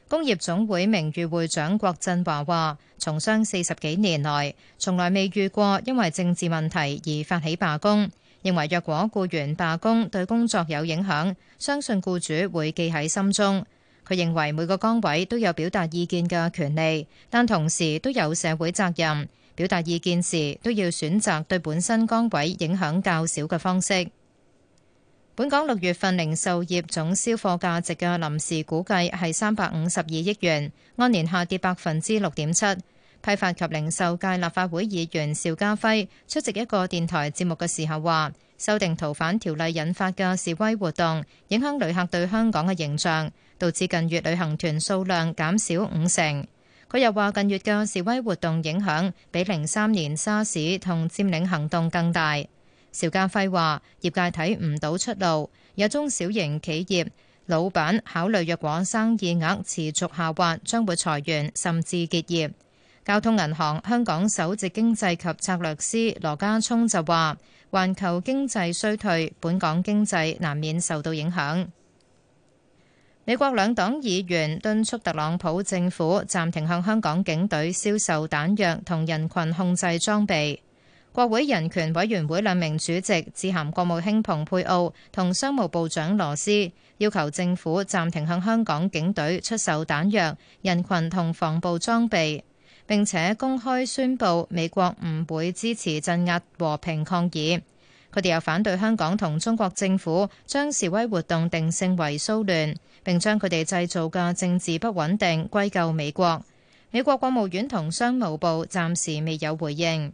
E: 工業總會名譽會長郭振華話：從商四十幾年來，從來未遇過因為政治問題而發起罷工。認為若果僱員罷工對工作有影響，相信僱主會記喺心中。佢認為每個崗位都有表達意見嘅權利，但同時都有社會責任。表達意見時都要選擇對本身崗位影響較少嘅方式。本港六月份零售業總銷貨價值嘅臨時估計係三百五十二億元，按年下跌百分之六點七。批發及零售界立法會議員邵家輝出席一個電台節目嘅時候話，修訂逃犯條例引發嘅示威活動影響旅客對香港嘅形象，導致近月旅行團數量減少五成。佢又話，近月嘅示威活動影響比零三年沙士同佔領行動更大。邵家輝話：業界睇唔到出路，有中小型企業老闆考慮，若果生意額持續下滑，將會裁員甚至結業。交通銀行香港首席經濟及策略師羅家聰就話：環球經濟衰退，本港經濟難免受到影響。美國兩黨議員敦促特朗普政府暫停向香港警隊銷售彈藥同人群控制裝備。國會人權委員會兩名主席致函國務卿蓬佩奧同商務部長羅斯，要求政府暫停向香港警隊出售彈藥、人群同防暴裝備，並且公開宣布美國唔會支持鎮壓和平抗議。佢哋又反對香港同中國政府將示威活動定性為騷亂，並將佢哋製造嘅政治不穩定歸咎美國。美國國務院同商務部暫時未有回應。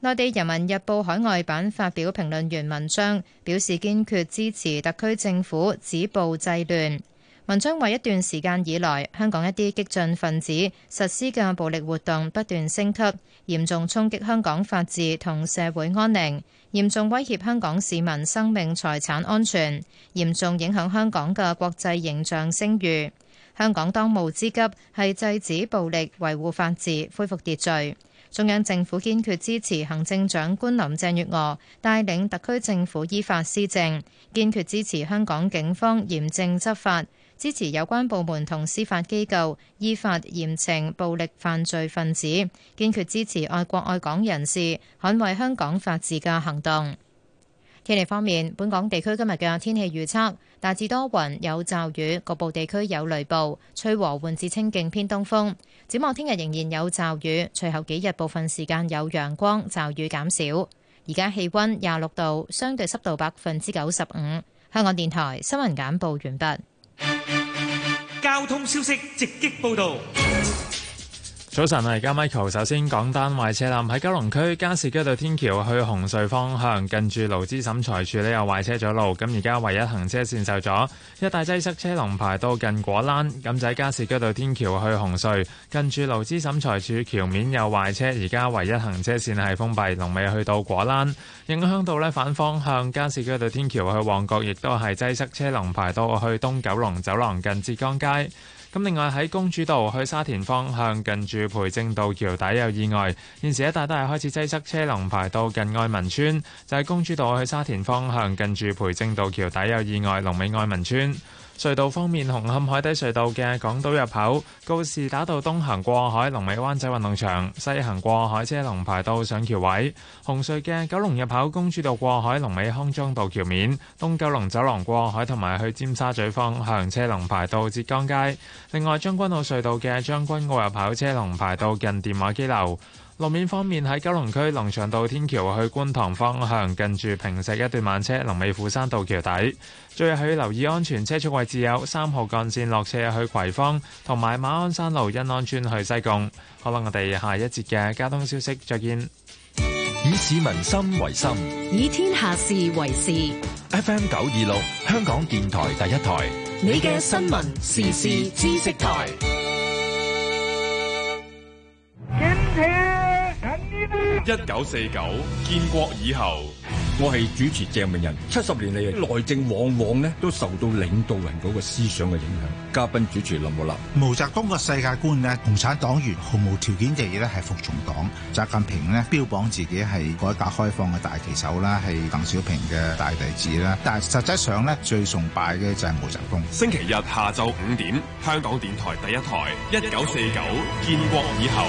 E: 內地《人民日報》海外版發表評論員文章，表示堅決支持特區政府止暴制亂。文章話：一段時間以來，香港一啲激進分子實施嘅暴力活動不斷升級，嚴重衝擊香港法治同社會安寧，嚴重威脅香港市民生命財產安全，嚴重影響香港嘅國際形象聲譽。香港當務之急係制止暴力，維護法治，恢復秩序。中央政府堅決支持行政長官林鄭月娥帶領特區政府依法施政，堅決支持香港警方嚴正執法，支持有關部門同司法機構依法嚴懲暴力犯罪分子，堅決支持愛國愛港人士捍衛香港法治嘅行動。天氣方面，本港地區今日嘅天氣預測大致多雲，有驟雨，局部地區有雷暴，吹和緩至清勁偏東風。展望聽日仍然有驟雨，隨後幾日部分時間有陽光，驟雨減少。而家氣温廿六度，相對濕度百分之九十五。香港電台新聞簡報完畢。
D: 交通消息直擊報道。
F: 早晨啊，而家 Michael 首先講單壞車啦，喺九龍區加士居道天橋去紅隧方向，近住勞資審裁處呢有壞車阻路，咁而家唯一行車線受阻，一大擠塞車龍排到近果欄。咁就喺加士居道天橋去紅隧，近住勞資審裁處橋面有壞車，而家唯一行車線係封閉，龍尾去到果欄，影響到呢反方向加士居道天橋去旺角，亦都係擠塞車龍排到去東九龍走廊近浙江街。咁另外喺公主道去沙田方向，近住培正道橋底有意外，現時一帶都係開始擠塞車龍排到近愛民村。就喺公主道去沙田方向，近住培正道橋底有意外，龍尾愛民村。隧道方面，紅磡海底隧道嘅港島入口告士打道東行過海，龍尾灣仔運動場；西行過海車龍排到上橋位。紅隧嘅九龍入口公主道過海，龍尾康莊道橋面；東九龍走廊過海同埋去尖沙咀方向車龍排到浙江街。另外，將軍澳隧道嘅將軍澳入口車龍排到近電話機樓。路面方面喺九龍區龍翔道天橋去觀塘方向，近住坪石一段慢車，龍尾斧山道橋底。最後要留意安全車速位置有三號幹線落斜去葵芳，同埋馬鞍山路欣安村去西貢。好啦，我哋下一節嘅交通消息再見。
G: 以市民心為心，
H: 以天下事為事。
G: FM 九二六，香港電台第一台，
H: 你嘅新聞時事知識台。
J: 一九四九建國以後，
K: 我係主持鄭明仁。七十年嚟，內政往往咧都受到領導人嗰個思想嘅影響。嘉賓主持林木立，
X: 毛澤東個世界觀咧，共產黨員毫無條件地咧係服從黨。習近平咧標榜自己係改革開放嘅大旗手啦，係鄧小平嘅大弟子啦。但係實際上咧，最崇拜嘅就係毛澤東。
J: 星期日下晝五點，香港電台第一台一九四九建國以後。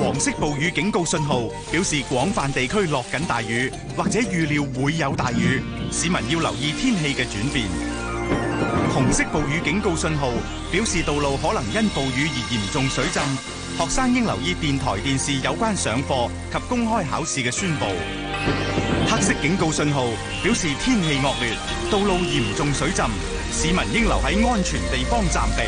Y: 黃色暴雨警告信號表示廣泛地區落緊大雨，或者預料會有大雨，市民要留意天氣嘅轉變。紅色暴雨警告信號表示道路可能因暴雨而嚴重水浸，學生應留意電台、電視有關上課及公開考試嘅宣佈。黑色警告信號表示天氣惡劣，道路嚴重水浸，市民應留喺安全地方暫避。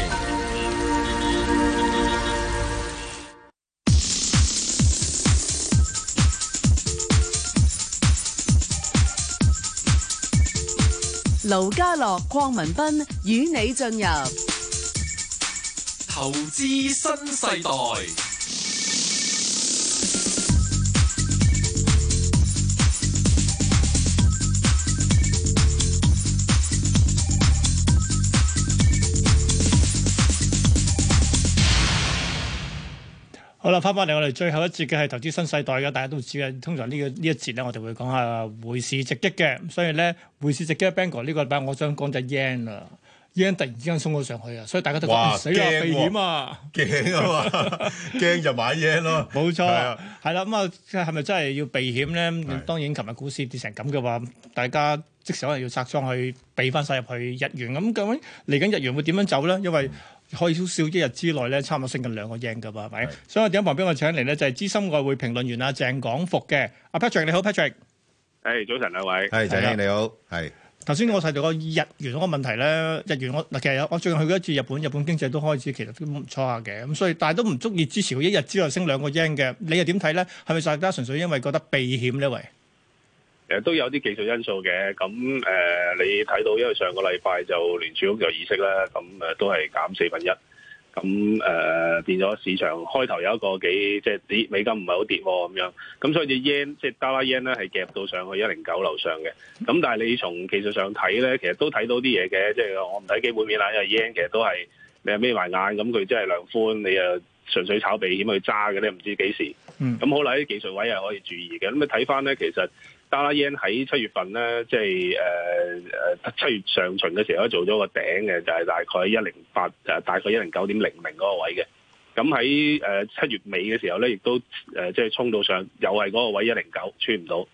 M: 盧家樂、鄺民彬與你進入
N: 投資新世代。
B: 好啦，翻返嚟我哋最後一節嘅係投資新世代嘅，大家都知嘅。通常呢個呢一節咧，我哋會講下匯市直擊嘅，所以咧匯市直擊 Bangor 呢個禮拜，我想講就 yen 啦，yen 突然之間衝咗上去啊，所以大家都
A: 哇
B: 講死啦，
A: 驚喎
B: 避險啊！
A: 驚 啊嘛，驚就買 yen 咯。
B: 冇錯
A: 係啊，
B: 係啦，咁啊，係咪真係要避險咧？當然，琴日股市跌成咁嘅話，大家即時可能要拆倉去避翻晒入去日元。咁究竟嚟緊日元會點樣走咧？因為可以少少一日之內咧，差唔多升近兩個 yen 㗎嘛，係咪？所以我點解旁邊我請嚟咧就係資深外匯評論員啊鄭廣復嘅，阿 Patrick 你好 Patrick。
L: 誒，早晨兩位，
A: 係鄭兄你好，係。
B: 頭先我提到個日元嗰個問題咧，日元我嗱其實我最近去過一次日本，日本經濟都開始其實都唔錯下嘅，咁所以但係都唔足以支持佢一日之內升兩個 yen 嘅，你又點睇咧？係咪大家純粹因為覺得避險呢？喂，
L: 誒都有啲技術因素嘅，咁誒、呃你睇到因為上個禮拜就聯儲局就議息啦，咁誒都係減四分一，咁誒、呃、變咗市場開頭有一個幾即係啲美金唔係好跌喎咁樣，咁所以隻 yen 即係 dollar yen 咧係夾到上去一零九樓上嘅，咁但係你從技術上睇咧，其實都睇到啲嘢嘅，即係我唔睇基本面啦，因為 yen 其實都係你係眯埋眼，咁佢真係量寬，你又純粹炒避險去揸嘅咧，唔知幾時。
O: 嗯
L: 咁好啦，啲技術位啊係可以注意嘅。咁你睇翻咧，其實 dollar yen 喺七月份咧，即係誒誒七月上旬嘅時候咧，做咗個頂嘅，就係、大概一零八誒，大概一零九點零零嗰個位嘅。咁喺呃誒七月尾嘅時候咧，亦都誒、呃即係衝到上，又係嗰個位一零九穿唔到。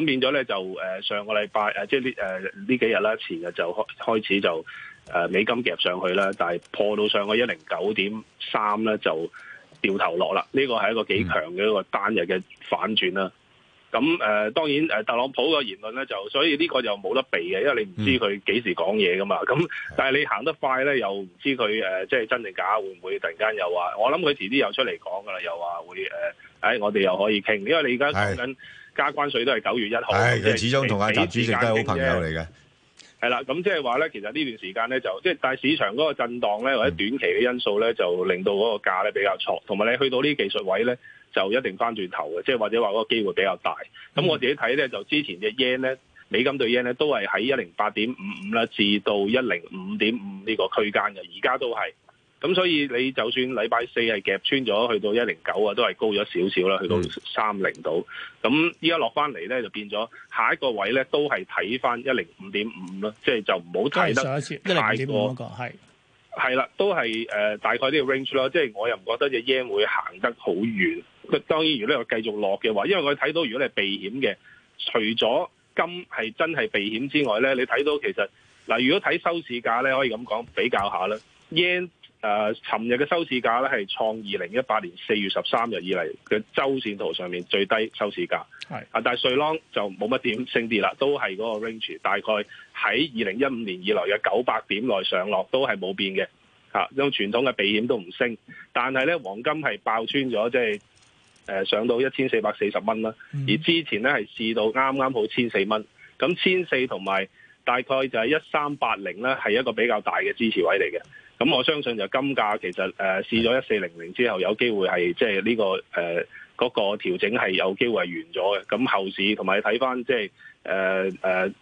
L: 咁變咗咧就誒、呃上個禮拜誒即係呢誒呢幾日啦，前日就開開始就誒、呃美金夾上去啦，但係破到上個一零九點三咧就掉頭落啦。呢個係一個
A: 嗯
L: 幾強嘅一個單日嘅反轉啦。咁誒、呃、當然誒、呃特朗普嘅言論咧就，所以呢個就冇得避嘅，因為你
A: 嗯
L: 唔知佢幾時講嘢噶嘛。咁但係你行得快咧，又唔知佢誒、呃即係真定假，會唔會突然間又話？我諗佢遲啲又出嚟講噶啦，又話會誒，誒、哎我哋又可以傾，因為你而家講緊加關稅都係九月一號，
A: 唉，
L: 即
A: 佢
L: 係
A: 始終同阿
L: 俾
A: 習主席都係好朋友
L: 時間傾啫
A: 嚟嘅。
L: 係啦，咁即係話咧，其實呢段時間咧就即係，但係市場嗰個震盪咧，或者短期嘅因素咧，就令到嗰個價咧比較錯，同埋你去到呢技術位咧，就一定翻轉頭嘅，即係或者話嗰個機會比較大。咁我自己睇咧，就之前嘅 yen 咧，美金對 yen 咧都係喺一零八點五五啦，至到一零五點五呢個區間嘅，而家都係。咁所以你就算禮拜四係夾穿咗去到一零九啊，都係高咗少少啦，去到
B: 嗯
L: 三零度。咁依家落翻嚟咧，就變咗下一個位咧，都係睇翻一零五點五啦，即係就唔好
B: 都
L: 睇
B: 係上一次一
L: 得
B: 零
L: 太
B: 點五啊
L: 過
B: 嗰個。係。
L: 係啦，都係誒、呃大概呢個 range 咯，即係我又唔覺得只 yen 會行得好遠。當然，如果你話繼續落嘅話，因為我睇到如果你係避險嘅，除咗金係真係避險之外咧，你睇到其實嗱、如果睇收市價咧，可以咁講比較下啦，yen 誒尋日嘅收市價咧係創二零一八年四月十三日以嚟嘅周線圖上面最低收市價。
B: 係
L: 啊，但係瑞郎就冇乜點升跌啦，都係嗰個 range，大概喺二零一五年以來嘅九百點內上落都係冇變嘅。嚇、因為傳統嘅避險都唔升，但係咧黃金係爆穿咗，即係誒呃上到一千四百四十蚊啦。而之前咧係試到啱啱好千四蚊，咁千四同埋大概就係一三八零咧係一個比較大嘅支持位嚟嘅。咁我相信就金價其實誒、呃、試咗一四零零之後，有機會係即係呢個誒呃嗰、個調整係有機會係完咗嘅。咁後市同埋睇翻即係呃誒誒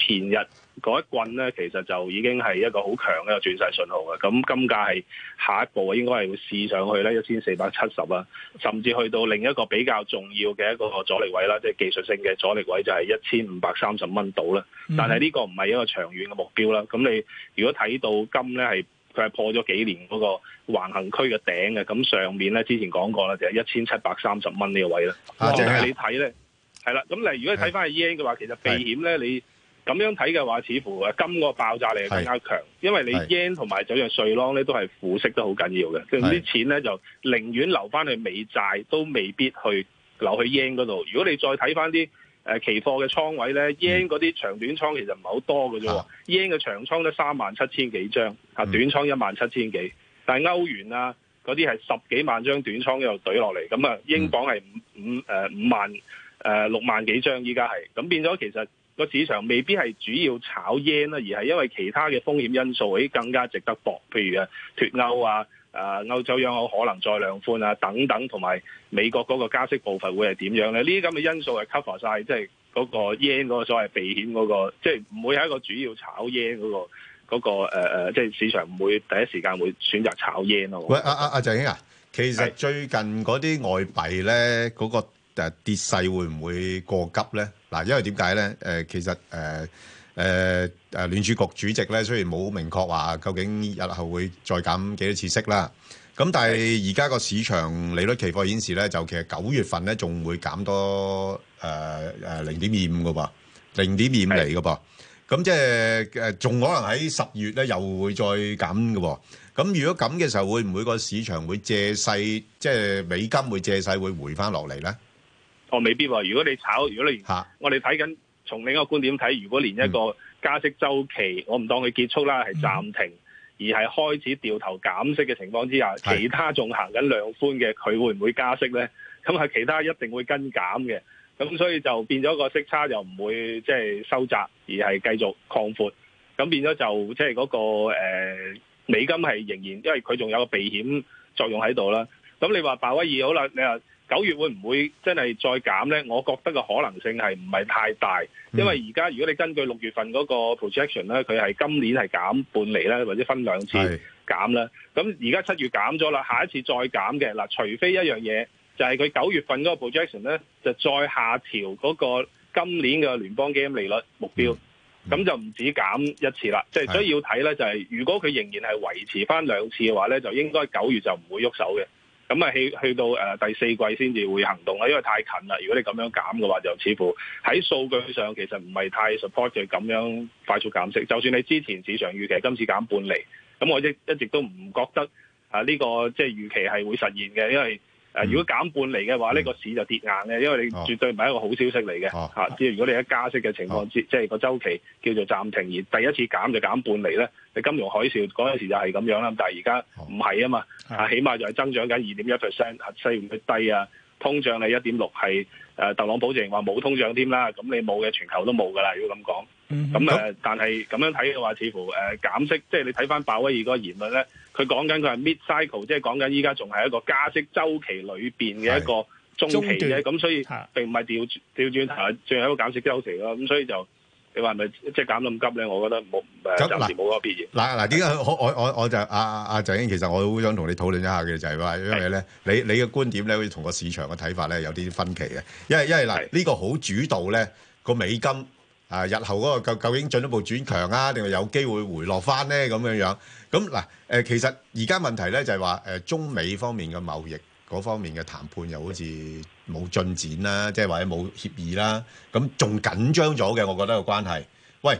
L: 前日嗰一棍咧，其實就已經係一個好強嘅一個轉勢信號嘅。咁金價係下一步啊，應該係會試上去咧一千四百七十啊，甚至去到另一個比較重要嘅一個阻力位啦，即係技術性嘅阻力位就係一千五百三十蚊度啦。
Q: 嗯
L: 但係呢個唔係一個長遠嘅目標啦。咁你如果睇到金咧係佢係破咗幾年嗰個橫行區嘅頂嘅，咁上面咧之前講過啦，就係一千七百三十蚊呢個位啦。
A: 啊即係
L: 但係你睇咧。係啦，咁你如果你睇翻 yen 嘅話，其實避險咧，你咁樣睇嘅話，似乎誒金個爆炸力係更加強，因為你
Q: 係
L: yen 同埋就像瑞郎咧都係負息得好緊要嘅，即係啲錢咧就寧願留翻去美債，都未必去留去 yen 嗰度。如果你再睇翻啲誒期貨嘅倉位咧，yen 嗰啲長短倉其實唔係好多嘅啫喎，yen E 嘅長倉咧三萬七千幾張，啊短倉一萬七千幾，但係歐元啊。嗰啲係十幾萬張短倉又懟落嚟，咁啊英鎊係五五呃誒五萬誒六萬幾張，依家係咁變咗，其實個市場未必係主要炒 yen 啦，而係因為其他嘅風險因素，誒更加值得搏，譬如誒脱歐啊。誒歐洲央行可能再量寬啊，等等，同埋美國嗰個加息步伐會係點樣咧？呢啲咁嘅因素係 cover 晒，即係嗰個 yen 嗰個所謂避險嗰、個，即係唔會係一個主要炒 yen 嗰、個。嗰、個誒、呃即係市場唔會第一時間會選擇炒 yen 咯。
A: 喂，阿阿阿鄭英啊，其實最近嗰啲外幣咧，嗰、個呃跌勢會唔會過急咧？嗱，因為點解咧？誒、其實誒誒誒聯儲局主席咧，雖然冇明確話究竟日後會再減幾多次息啦，咁但係而家個市場利率期貨顯示咧，就其實九月份咧仲會減多誒誒零點二五嘅噃，零點二五嚟嘅噃。咁咁即係誒，仲可能喺十月咧又會再減嘅喎。咁如果咁嘅時候，會唔會個市場會借勢，即係美金會借勢會回翻落嚟咧？
L: 我未必喎。如果你炒，如果你我哋睇緊從另一個觀點睇，如果連一個加息周期，我唔當佢結束啦，係暫停，而係開始掉頭減息嘅情況之下，
O: 係
L: 其他仲行緊量寬嘅，佢會唔會加息咧？咁係其他一定會跟減嘅。咁所以就變咗個息差又唔會即係收窄，而係繼續擴闊。咁變咗就即係嗰個、呃、美金係仍然，因為佢仲有個避險作用喺度啦。咁你話鮑威爾好啦，你話九月會唔會真係再減呢？我覺得個可能性係唔係太大，因為而家如果你根據六月份嗰個 projection 咧，佢係今年係減半厘啦，或者分兩次減啦。咁而家七月減咗啦，下一次再減嘅嗱，除非一樣嘢就係佢九月份嗰個 projection 咧，就再下調嗰個今年嘅聯邦基金利率目標。咁就唔止減一次啦，即係所以要睇咧，就係如果佢仍然係維持翻兩次嘅話咧，就應該九月就唔會喐手嘅。咁啊，去去到誒、呃第四季先至會行動啦，因為太近啦。如果你咁樣減嘅話，就似乎喺數據上其實唔係太 support 佢咁樣快速減息。就算你之前市場預期今次減半厘，咁我一一直都唔覺得啊呢、個即係預期係會實現嘅，因為誒、呃如果減半厘嘅話，呢、個市就跌硬嘅，因為你絕對唔係一個好消息嚟嘅嚇。即係如果你喺加息嘅情況之，即係個周期叫做暫停，而第一次減就減半厘咧，你金融海嘯嗰陣時就係咁樣啦，但係而家唔係啊嘛，啊起碼就係增長緊二點一 percent，失業率低啊，通脹你一點六係誒特朗普仍然話冇通脹添啦，咁你冇嘅全球都冇㗎啦，如果咁講。咁誒、呃但係咁樣睇嘅話，似乎誒、呃、減息，即係你睇翻鮑威爾嗰個言論咧，佢講緊佢係 mid cycle，即係講緊依家仲係一個加息周期裏邊嘅一個中期
B: 中
L: 嘅，
B: 段
L: 咁所以並唔係調調轉頭，最後一個減息周期咯。咁所以就你話係咪即係減咁急咧？我覺得冇誒，
A: 咁
L: 暫時冇嗰個必要。
A: 嗱嗱，點解我我我我就阿阿阿鄭英，其實我好想同你討論一下嘅，就係話，因為咧，你你嘅觀點咧，好似同個市場嘅睇法咧有啲分歧嘅，因為因為嗱，呢個好主導咧個美金啊，日後嗰個究究竟進一步轉強啊，定係有機會回落翻咧咁樣樣。咁嗱誒，其實而家問題咧就係話誒中美方面嘅貿易嗰方面嘅談判又好似冇進展啦，即係或者冇協議啦，咁仲緊張咗嘅，我覺得個關係。喂，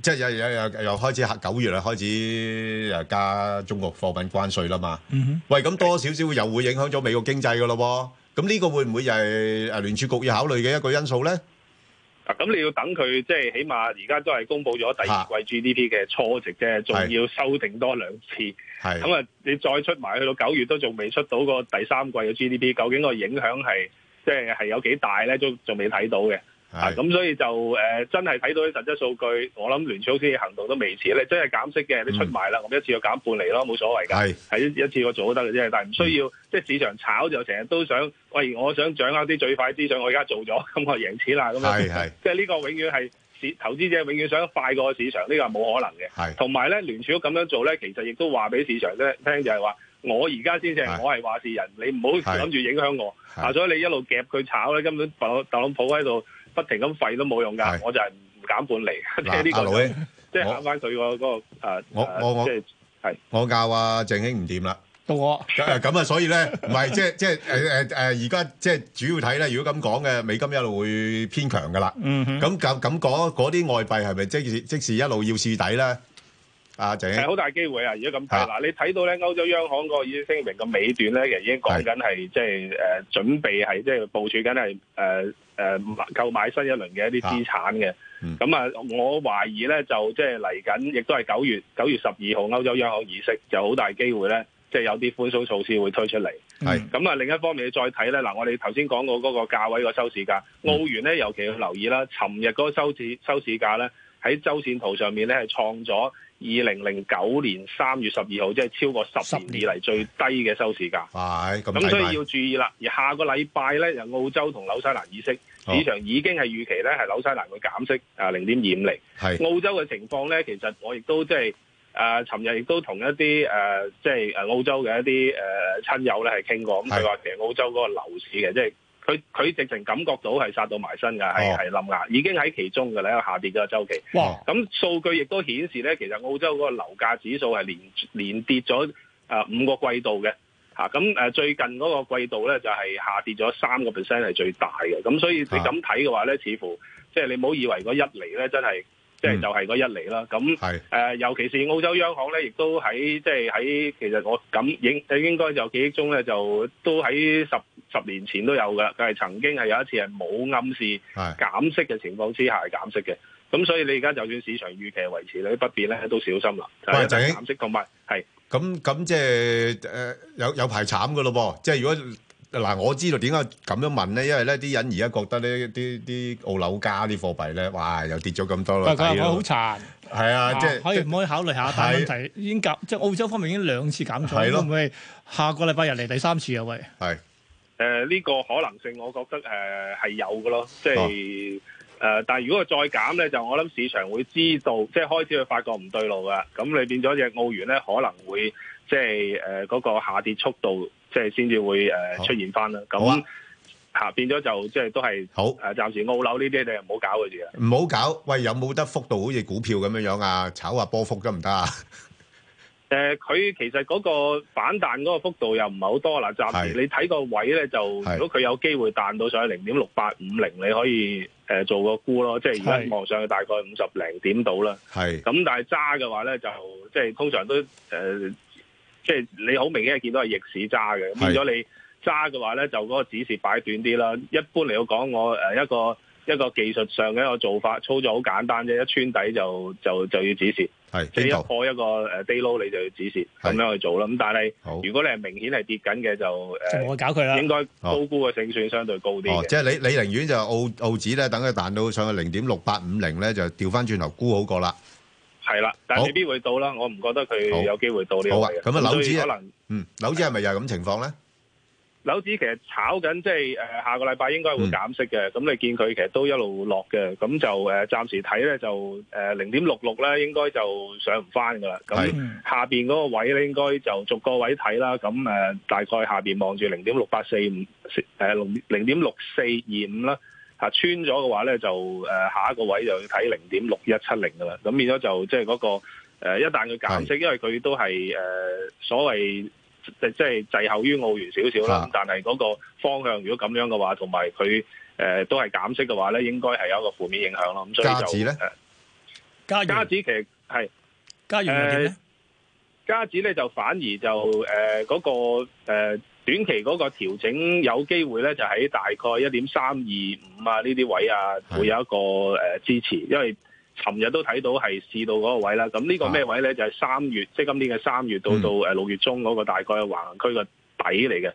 A: 即係又又又又開始九月啦，開始又加中國貨品關稅啦嘛。
B: 嗯
A: 喂，咁多少少又會影響咗美國經濟噶咯喎。咁呢個會唔會又係誒聯儲局要考慮嘅一個因素咧？
L: 啊咁你要等佢即係起碼而家都係公布咗第二季 GDP 嘅初值啫，仲要修訂多兩次。
A: 係
L: 咁啊，你再出埋去到九月都仲未出到個第三季嘅 GDP，究竟個影響係即係係有幾大咧？都仲未睇到嘅。啊，咁所以就誒、呃真係睇到啲實質數據，我諗聯儲好似行動都未遲。你真係減息嘅，你出埋啦，我我一次過減半厘咯，冇所謂㗎，係一一次過做都得嘅啫。但係唔需要即係市場炒就成日都想，喂，我想掌握啲最快資訊，我而家做咗， 咁我贏錢啦，咁
A: 係
L: 樣
A: 係。
L: 即係呢個永遠係市投資者永遠想快過市場，呢個係冇可能嘅。同埋咧，聯儲局咁樣做咧，其實亦都話俾市場咧聽就係話，我而家先至係我係話事人，你唔好諗住影響我。啊，所以你一路夾佢炒咧，根本特朗特朗普喺度不停咁吠都冇用㗎。我就係唔減半厘，即係呢
A: 阿
L: 個就
A: 盧兄
L: 即係慳翻佢個呃嗰個誒
A: 我我我
L: 即係係
A: 我教啊鄭兄唔掂啦。
B: 到我
A: 咁咁啊，所以咧，唔係即係即係誒誒誒，而家即係主要睇咧。如果咁講嘅，美金一路會偏強噶啦。
B: 嗯哼
A: 咁咁咁嗰嗰啲外幣係咪即時即時一路要試底咧？啊，鄭
L: 係好
A: 兄，
L: 大機會啊！如果咁睇，
A: 啊
L: 嗱你睇到咧歐洲央行個議息聲明嘅尾段咧，其實已經講緊係即係誒準備係即係部署緊係呃誒誒購買新一輪嘅一啲資產嘅。咁啊，我懷疑咧就即係嚟緊，亦都係九月九月十二號歐洲央行議息，就好大機會咧，即係有啲寬鬆措施會推出嚟。
C: 嗯
A: 係
L: 咁啊，另一方面你再睇咧，嗱，我哋頭先講過嗰個價位個收市價，澳元咧尤其要留意啦。尋日嗰個收市收市價咧喺周線圖上面咧係創咗二零零九年三月十二號，即係超過十年以嚟最低嘅收市價。
A: 係咁
L: 咁所以
A: 睇
L: 要
A: 埋。
L: 注意啦。而下個禮拜咧，就澳洲同紐西蘭議息，
A: 哦
L: 市場已經係預期咧係紐西蘭會減息啊零點二五厘。
A: 係
L: 澳洲嘅情況咧，其實我亦都即係誒，尋日亦都同一啲誒、呃即係誒澳洲嘅一啲誒、呃、親友咧係傾過，咁佢話其實澳洲嗰個樓市嘅，即係佢佢直情感覺到係殺到埋身㗎，係
A: 哦
L: 係冧牙，已經喺其中㗎啦，一個下跌嘅周期。
B: 哇！
L: 咁數據亦都顯示咧，其實澳洲嗰個樓價指數係連連跌咗誒五個季度嘅。嚇咁誒最近嗰個季度咧就係下跌咗三個 percent 係最大嘅，咁所以你咁睇嘅話咧，似乎即係你唔好以為嗰一厘咧真係。即即
A: 嗯
L: 係就係嗰一厘啦。咁誒、呃尤其是澳洲央行咧，亦都喺即係喺其實我咁應應該有記憶中咧，就都喺十十年前都有嘅，佢係曾經係有一次係冇暗示減息嘅情況之下係減息嘅。咁所以你而家就算市場預期係維持你不變咧，都小心啦。就
A: 喂
L: 係
A: 鄭英
L: 減息同埋係。
A: 咁咁即係誒有有排慘噶咯噃，即係如果嗱我知道點解咁樣問咧，因為咧啲人而家覺得咧啲啲澳樓加啲貨幣咧，哇又跌咗咁多啦，
B: 但係佢
A: 抵
B: 話
A: 啦
B: 好殘。
A: 係啊，即係
B: 可以唔可以考慮下？但係
A: 係
B: 問題已經減，即係澳洲方面已經兩次減咗，
A: 係
B: 會
A: 咯
B: 唔會下個禮拜日嚟第三次啊？喂，
A: 係
L: 誒呃呢個可能性，我覺得誒呃係、有嘅咯，即係誒、但係如果佢再減咧，就我諗市場會知道，即係開始佢發覺唔對路噶，咁你變咗只澳元咧，可能會即係誒嗰個下跌速度，即係先至會誒、呃出現翻啦。咁嚇、變咗就即係都係
A: 好
L: 誒，暫時澳樓呢啲你唔好搞佢住啦。啊
A: 唔好搞。喂，有冇得幅度好似股票咁樣樣啊？炒下波幅得唔得啊？
L: 誒，呃佢、其實嗰個反彈嗰個幅度又唔係好多啦，暫時
A: 係
L: 你睇個位咧就，
A: 係
L: 如果佢有機會彈到上去零點六八五零，你可以誒、呃做個沽咯，即係而
A: 係
L: 家望上去大概五十零點到啦。
A: 係
L: 咁但係揸嘅話咧，就即係通常都誒、呃即係你好明顯係見到係逆市揸嘅，變咗你揸嘅話咧，就嗰個指示擺短啲啦。一般嚟講，我誒一個一個技術上嘅一個做法操作好簡單啫，一穿底就就就要指示。
A: 係
L: 即係
A: 邊
L: 一
A: 度？
L: 破一個誒 day low 你就要指示咁樣去做啦。咁但係如果你係明顯係跌緊嘅就
B: 就
L: 誒，
B: 冇得搞佢啦
L: 應該高估嘅勝算相對高啲嘅。
A: 哦，即係你你寧願就澳澳紙咧，等佢彈到上去零點六八五零咧，就調翻轉頭沽好過啦。
L: 係啦，但係
A: 好
L: 未必會到啦。我唔覺得
A: 好
L: 佢有機會到呢個
A: 好啊
L: 位，嘅
A: 咁啊樓
L: 所以
A: 指
L: 可能
A: 嗯，樓紙係咪又係咁情況咧？
L: 樓指其實炒緊，即係誒下個禮拜應該會減息嘅。咁你見佢其實都一路落嘅，咁就誒暫時睇咧就誒零點六六咧，應該就上唔翻㗎啦。咁下邊嗰個位咧，應該就逐個位睇啦。咁誒大概下邊望住零點六八四五，誒零零點六四二五啦。嚇穿咗嘅話咧，就誒下一個位就要睇零點六一七零㗎啦。咁變咗就即係嗰個誒呃一旦佢減息，因為佢都係誒呃所謂。即即係滯後於澳元少少啦
A: 啊，
L: 但係嗰個方向如果咁樣嘅話，同埋佢誒都係減息嘅話咧，應該係有一個負面影響咯。咁所以就
A: 加紙呢
L: 誒加加指其實係
B: 加元又點咧？
L: 加指咧就反而就誒嗰、個、呃、短期嗰個調整有機會咧，就喺大概一點三二五啊呢啲位啊，會有一個誒、呃支持，因為尋日都睇到係試到嗰個位啦。咁呢個咩位咧？就係、三月，即係今年嘅三月到到誒六月中嗰個大概嘅橫行區個底嚟嘅。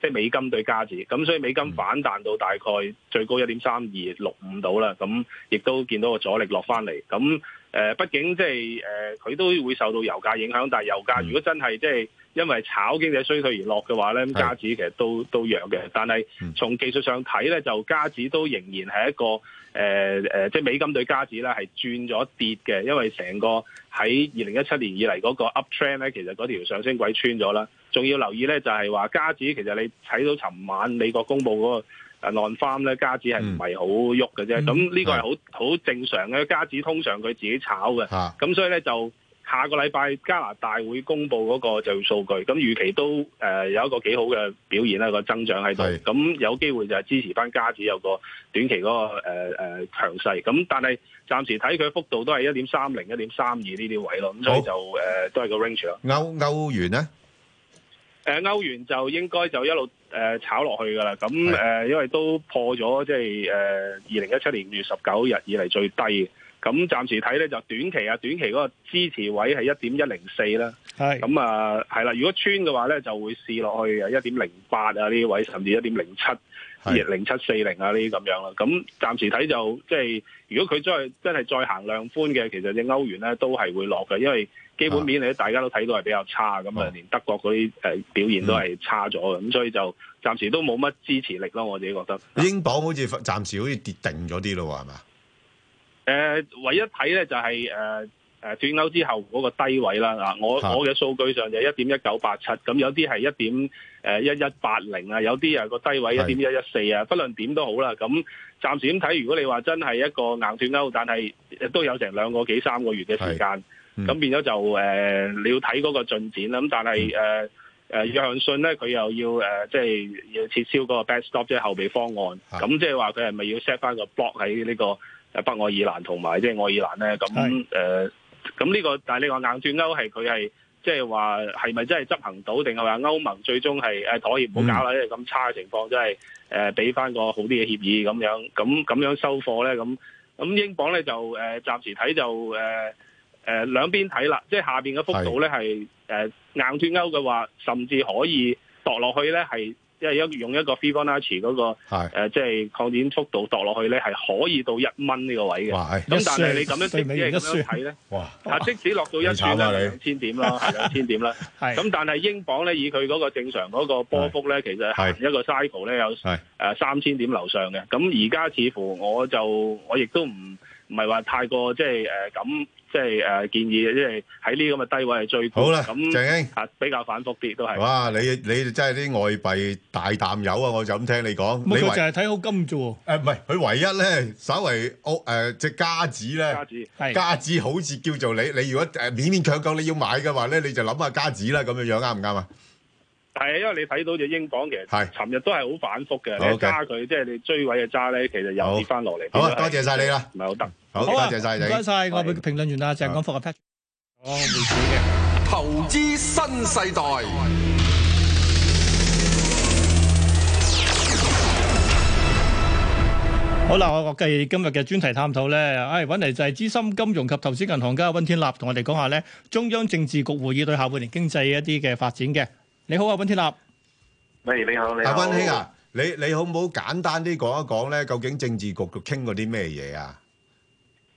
L: 即係美金對加紙，咁所以美金反彈到大概最高一點三二六五到啦，咁亦都見到個阻力落翻嚟。咁誒、呃，畢竟即係誒，呃佢、都會受到油價影響，但係油價如果真係即係因為炒經濟衰退而落嘅話咧，咁加紙其實都都弱嘅。但係從技術上睇咧，就加紙都仍然係一個誒誒、呃即係美金對加紙咧係轉咗跌嘅，因為成個喺二零一七年以嚟嗰個 up trend 咧，其實嗰條上升軌穿咗啦。仲要留意咧，就係話加指其實你睇到尋晚美國公布嗰個誒 non farm 咧，加指係唔係好喐嘅啫。咁呢個係好好正常嘅，加指通常佢自己炒嘅。咁所以咧就下個禮拜加拿大會公布嗰個就業數據，咁預期都誒、呃有一個幾好嘅表現啦，個增長喺度。咁有機會就係支持翻加指有個短期嗰、個誒誒強勢。咁但係暫時睇佢幅度都係一點三零、一點三二呢啲位咯。咁所以就誒、呃都係個 range 咯。
A: 歐歐元咧？
L: 誒呃歐元就應該就一路誒、呃炒落去㗎啦，咁誒、呃因為都破咗即係誒呃二零一七年五月十九日以嚟最低嘅，咁暫時睇咧就短期啊，短期嗰個支持位係一點一零四啦，
B: 係
L: 咁啊係啦，如果穿嘅話咧就會試落去誒一點零八啊呢啲位，甚至一點零七、零七四零啊呢啲咁樣啦，咁暫時睇就即係如果佢再真係再行量寬嘅，其實只歐元咧都係會落嘅，因為基本面你大家都睇到係比較差，咁啊連德國嗰啲誒表現都係差咗嘅，咁所以就暫時都冇乜支持力咯，我自己覺得。誒、
A: 英鎊好似暫時好似跌定咗啲咯喎，係嘛？
L: 唯一睇咧就係誒誒呃斷歐之後嗰個低位啦，啊，我
A: 啊
L: 我嘅數據上就一點一九八七，咁有啲係一點誒一一八零啊，有啲啊個低位一點一一四啊，不論點都好啦，咁暫時咁睇，如果你話真係一個硬斷歐，但係都有成兩個幾三個月嘅時間。咁、變咗就誒、呃你要睇嗰個進展啦。咁但係呃誒誒約翰遜咧，佢又要誒、呃即係要撤銷嗰個 backstop，即係後備方案。咁即係話佢係咪要 set 翻個 block 喺呢個誒北愛爾蘭同埋即係愛爾蘭咧，咁呃誒咁呢個，但係你話硬脱歐係佢係即係話係咪真係執行到，定係話歐盟最終係誒妥協唔好搞啦？因為咁差嘅情況真係誒俾翻個好啲嘅協議咁樣，咁咁樣收貨咧，咁咁英鎊咧就誒、呃、暫時睇就誒。呃誒兩邊睇啦，即係下邊嘅幅度咧係誒硬脱歐嘅話，甚至可以度落去咧係，即係一用一個 Fibonacci 嗰、個、呃、即係擴展速度度落去咧係可以到一蚊呢個位嘅。
A: 哇係
L: 咁但係你咁樣即係咁
B: 一輸一輸
L: 樣睇咧，
A: 哇！
B: 哦
L: 啊即使落到一
A: 你
L: 算
A: 慘
L: 咧
A: 啊你
L: 兩千點 啦，係兩千點啦。
B: 係
L: 咁但係英鎊咧以佢嗰個正常嗰個波幅咧，其實行一個 cycle 咧有
A: 係
L: 誒三千點樓上嘅。咁而家似乎我就我亦都唔唔係話太過即係誒咁，即係誒建議即係喺呢啲咁嘅低位係最高
A: 好啦
L: 咁
A: 鄭英
L: 啊比較反覆啲都係。
A: 哇！你你真係啲外幣大啖友啊！我就咁聽你講，你
B: 咁佢
A: 唯
B: 就係睇好金啫喎。
A: 誒唔係佢唯一咧，稍為澳誒只加紙咧，加
L: 紙
B: 係
A: 加紙好似叫做你你如果誒勉勉強強你要買嘅話咧，你就諗下加紙啦，咁樣樣啱唔啱啊？
L: 係啊，因為你睇到隻英鎊其
A: 係
L: 實尋日都係好反覆嘅，
A: 好
L: 你
A: 嘅
L: 揸佢即係你追位嘅揸咧，其實又跌翻落嚟。
A: 好啊
L: 變咗係
A: 多謝晒你啦
L: 唔係好得。
A: 好
B: 啊
A: 多謝晒你
B: 唔該晒我哋評論員啊，鄭廣福啊 Pat。
N: 投資新世代，
B: 好啦，我我繼今日嘅專題探討咧，唉、揾嚟就係資深金融及投資銀行家温天立同我哋講下咧，中央政治局會議對下半年經濟一啲嘅發展嘅。你好啊，温天立。
O: 喂，你好，你
A: 阿
O: 好，
A: 温兄啊，你你好唔好簡單啲講一講咧？究竟政治局傾過啲咩嘢啊？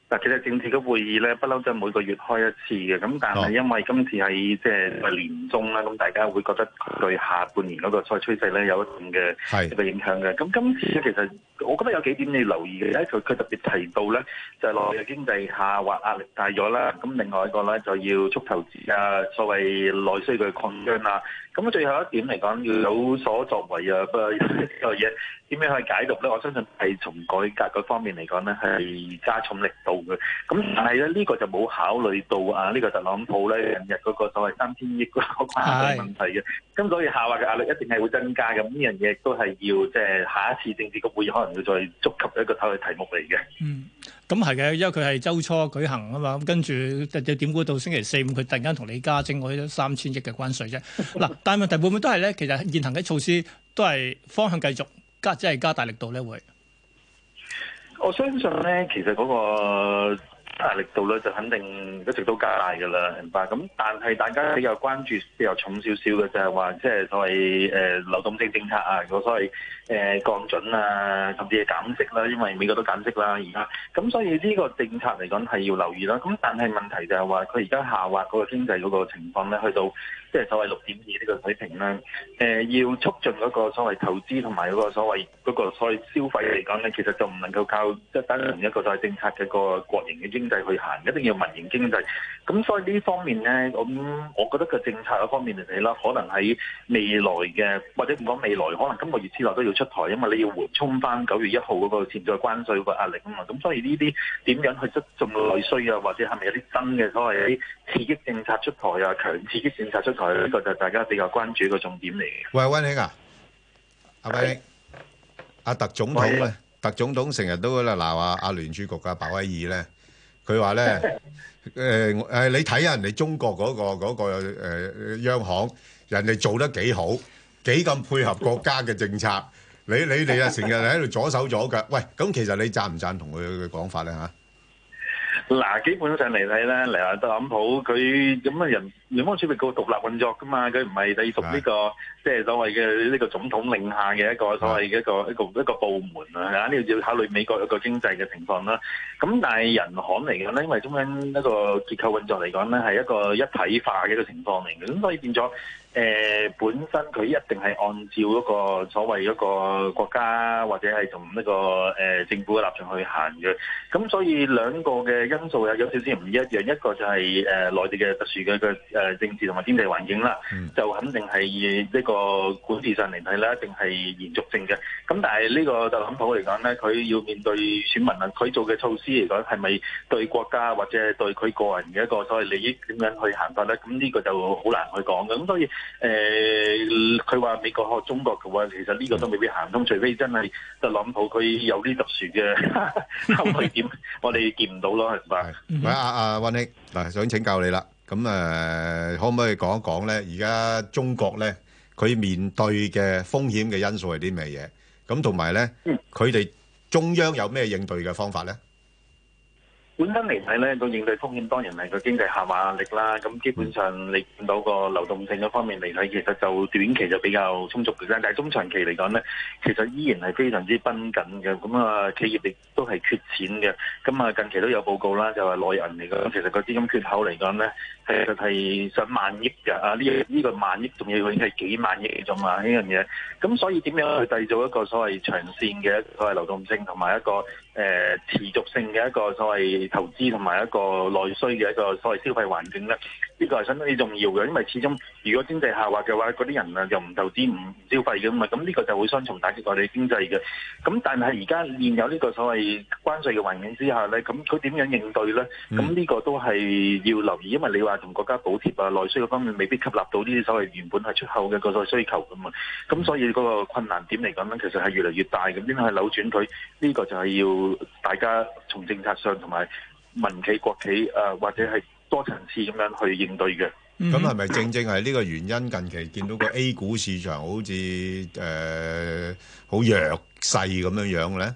O: 嗱，其實政治局會議咧，不嬲都係每個月開一次嘅，咁但
A: 哦
O: 係因為今次係即係年中啦，咁大家會覺得對下半年嗰個賽趨勢咧有一定嘅一個影響嘅。咁今次咧，其實我覺得有幾點你要留意嘅咧，佢佢特別提到咧，就係內地經濟下滑壓力大咗啦，咁另外一個咧就要促投資啊，所謂內需嘅擴張啊。咁最後一點嚟講，要有所作為啊，不過呢樣嘢點樣去解讀咧？我相信係從改革嗰方面嚟講咧，係加重力度嘅。咁但係咧，呢、個就冇考慮到啊，呢、個特朗普咧近日嗰個所謂三千億嗰個關稅問題嘅。咁所以下滑嘅壓力一定係會增加嘅。咁呢樣嘢亦都係要即係下一次政治局會議可能要再觸及一個所謂題目嚟嘅。
B: 嗯，咁係嘅，因為佢係周初舉行啊嘛，咁跟住就點估到星期四五佢突然間同你加徵我三千億嘅關税啫。嗱，但係問題會唔會都係咧？其實現行嘅措施都係方向繼續加，即係加大力度咧會。
O: 我相信咧，其實嗰個壓力度咧就肯定一直都加大㗎啦，明白？咁但係大家比較關注比較重少少嘅就係話，即係所謂誒、呃流動性政策啊，個所謂誒、呃降準啊，甚至係減息啦，因為美國都減息啦而家。咁所以呢個政策嚟講係要留意啦。咁但係問題就係話，佢而家下滑嗰個經濟嗰個情況咧，去到即係所謂六點二呢個水平啦。誒、呃要促進嗰個所謂投資同埋嗰個所謂嗰、個所謂消費嚟講咧，其實就唔能夠靠即係單純一個所謂政策嘅個國營嘅經濟去行，一定要民營經濟。咁所以呢方面咧，咁我覺得個政策嗰方面嚟睇啦，可能喺未來嘅或者唔講未來，可能今個月之內都要出台，因為你要緩衝翻九月一號嗰個潛在關稅個壓力啊嘛。咁所以呢啲點樣去促進內需啊，或者係咪有啲新嘅所謂啲刺激政策出台啊、強刺激政策出台呢、個就係大家比較關注嘅重點嚟嘅。
A: 喂，温兄啊，阿温兄，阿特總統咧，特總統成日都喺度鬧啊，阿聯儲局啊，鮑威爾咧，佢話咧，誒誒、你睇下人哋中國嗰、個嗰、個、呃、央行，人哋做得幾好，幾咁配合國家嘅政策，你你哋啊成日喺度左手左腳，喂，咁其實你贊唔贊同佢嘅講法咧嚇？
O: 嗱，基本上嚟睇咧，嚟話特朗普佢咁啊人聯邦儲備局獨立運作噶嘛，佢唔係隸屬呢個即係所謂嘅呢個總統領下嘅一個所謂嘅一個一個一個部門啊，呢個要考慮美國一個經濟嘅情況啦。咁但係人行嚟講咧，因為中間一個結構運作嚟講咧，係一個一體化嘅一個情況嚟嘅，咁所以變咗。誒、本身佢一定係按照嗰個所謂嗰個國家或者係同呢個誒、呃政府嘅立場去行嘅，咁所以兩個嘅因素有有少少唔一樣，一個就係、誒、呃內地嘅特殊嘅嘅誒政治同埋經濟環境啦，就肯定係以呢個管治上嚟睇啦，一定係延續性嘅。咁但係呢個特朗普嚟講咧，佢要面對選民啊，佢做嘅措施嚟講係咪對國家或者係對佢個人嘅一個所謂利益點樣去行法咧？咁呢個就好難去講嘅。咁所以誒佢話美國學中國嘅話，其實呢個都未必行通，除非真係特朗普佢有啲特殊嘅考慮點，我哋見唔到咯，係 咪？
A: 喂，阿-阿溫兄，嗱，想請教你啦。咁，誒，可唔可以講一講呢，而家中國呢，佢面對嘅風險嘅因素係啲咩嘢？咁同埋呢，佢哋中央有咩應對嘅方法呢？
O: 本身嚟睇咧，個應對風險當然係個經濟下滑壓力啦。咁基本上你見到個流動性嗰方面嚟睇，其實就短期就比較充足嘅啫。但係中長期嚟講咧，其實依然係非常之繃緊嘅。咁啊，企業亦都係缺錢嘅。咁啊，近期都有報告啦，就話內銀嚟講，其實個資金缺口嚟講咧，其實係上萬億嘅。啊，呢呢個萬億仲要佢係幾萬億嘅啫嘛，呢樣嘢。咁所以點樣去製造一個所謂長線嘅所謂流動性同埋一個誒、呃持續性嘅一個所謂投資同埋一個內需嘅一個所謂消費環境咧？呢個係相當之重要嘅，因為始終如果經濟下滑嘅話，嗰啲人啊又唔投資唔消費嘅嘛，咁呢個就會雙重打擊我哋經濟嘅。咁但係而家現有呢個所謂關稅嘅環境之下咧，咁佢點樣應對咧？咁呢個都係要留意，因為你話同國家補貼啊、內需嗰方面未必吸納到呢啲所謂原本係出口嘅嗰個需求噶嘛。咁所以嗰個困難點嚟講咧，其實係越嚟越大。咁點樣去扭轉佢？呢個就係要大家從政策上同埋民企、國企誒、呃或者係多層次咁樣去應對嘅。
A: 咁係咪正正係呢個原因，近期見到個 A 呃股市場好似，誒，好弱勢咁樣樣呢？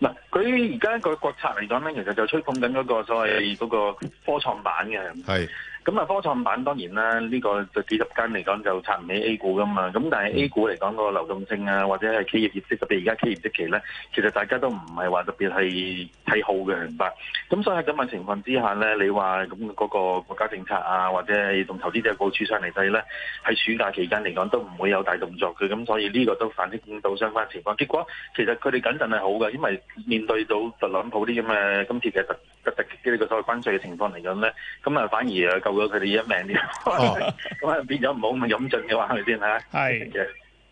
O: 嗱，佢而家個國策嚟講咧，其實就吹捧緊嗰個所謂嗰個科創板嘅。咁啊，科創板當然啦，呢、個就幾十間嚟講就撐唔起 A 股噶嘛。咁但係 A 股嚟講個流動性啊，或者係企業業績，特別而家企業績期咧，其實大家都唔係話特別係睇好嘅，明白？咁所以喺咁嘅情況之下咧，你話咁嗰個國家政策啊，或者係同投資者部署上嚟睇咧，喺暑假期間嚟講都唔會有大動作嘅。咁所以呢個都反映到相關情況。結果其實佢哋謹慎係好嘅，因為面對到特朗普啲咁嘅今次嘅特特特擊呢個所謂關稅嘅情況嚟講咧，咁啊反而啊救咗佢哋一命添。 咁啊變咗唔好咁飲盡嘅話，係咪先嚇？
B: 係
O: 嘅，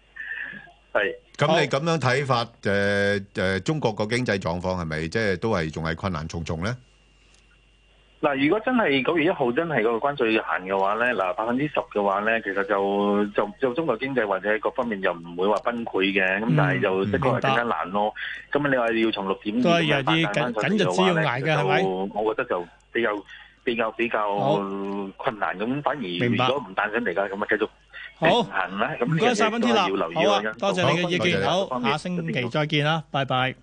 O: 係。
A: 咁你呃咁樣睇法，誒，誒，中國個經濟狀況係咪即係都係仲係困難重重呢？
O: 嗱，如果真係九月一號真係個關稅行嘅話咧，嗱百分之十嘅話咧，其實就就就中國經濟或者各方面又唔會話崩潰嘅，
B: 嗯
O: 咁但係就的確係更加難咯。咁你話要從六點
B: 都
O: 二
B: 係有啲緊緊日子要捱嘅係咪
O: 我覺得就比較比較比較困難，咁反而
B: 明白
O: 如果唔彈上嚟㗎，咁啊繼續
B: 好
O: 平衡啦。咁
B: 唔該晒温天立，
O: 要留意
B: 好啊，多謝你嘅意見，好，
O: 方面
B: 下星期再見啦，拜拜。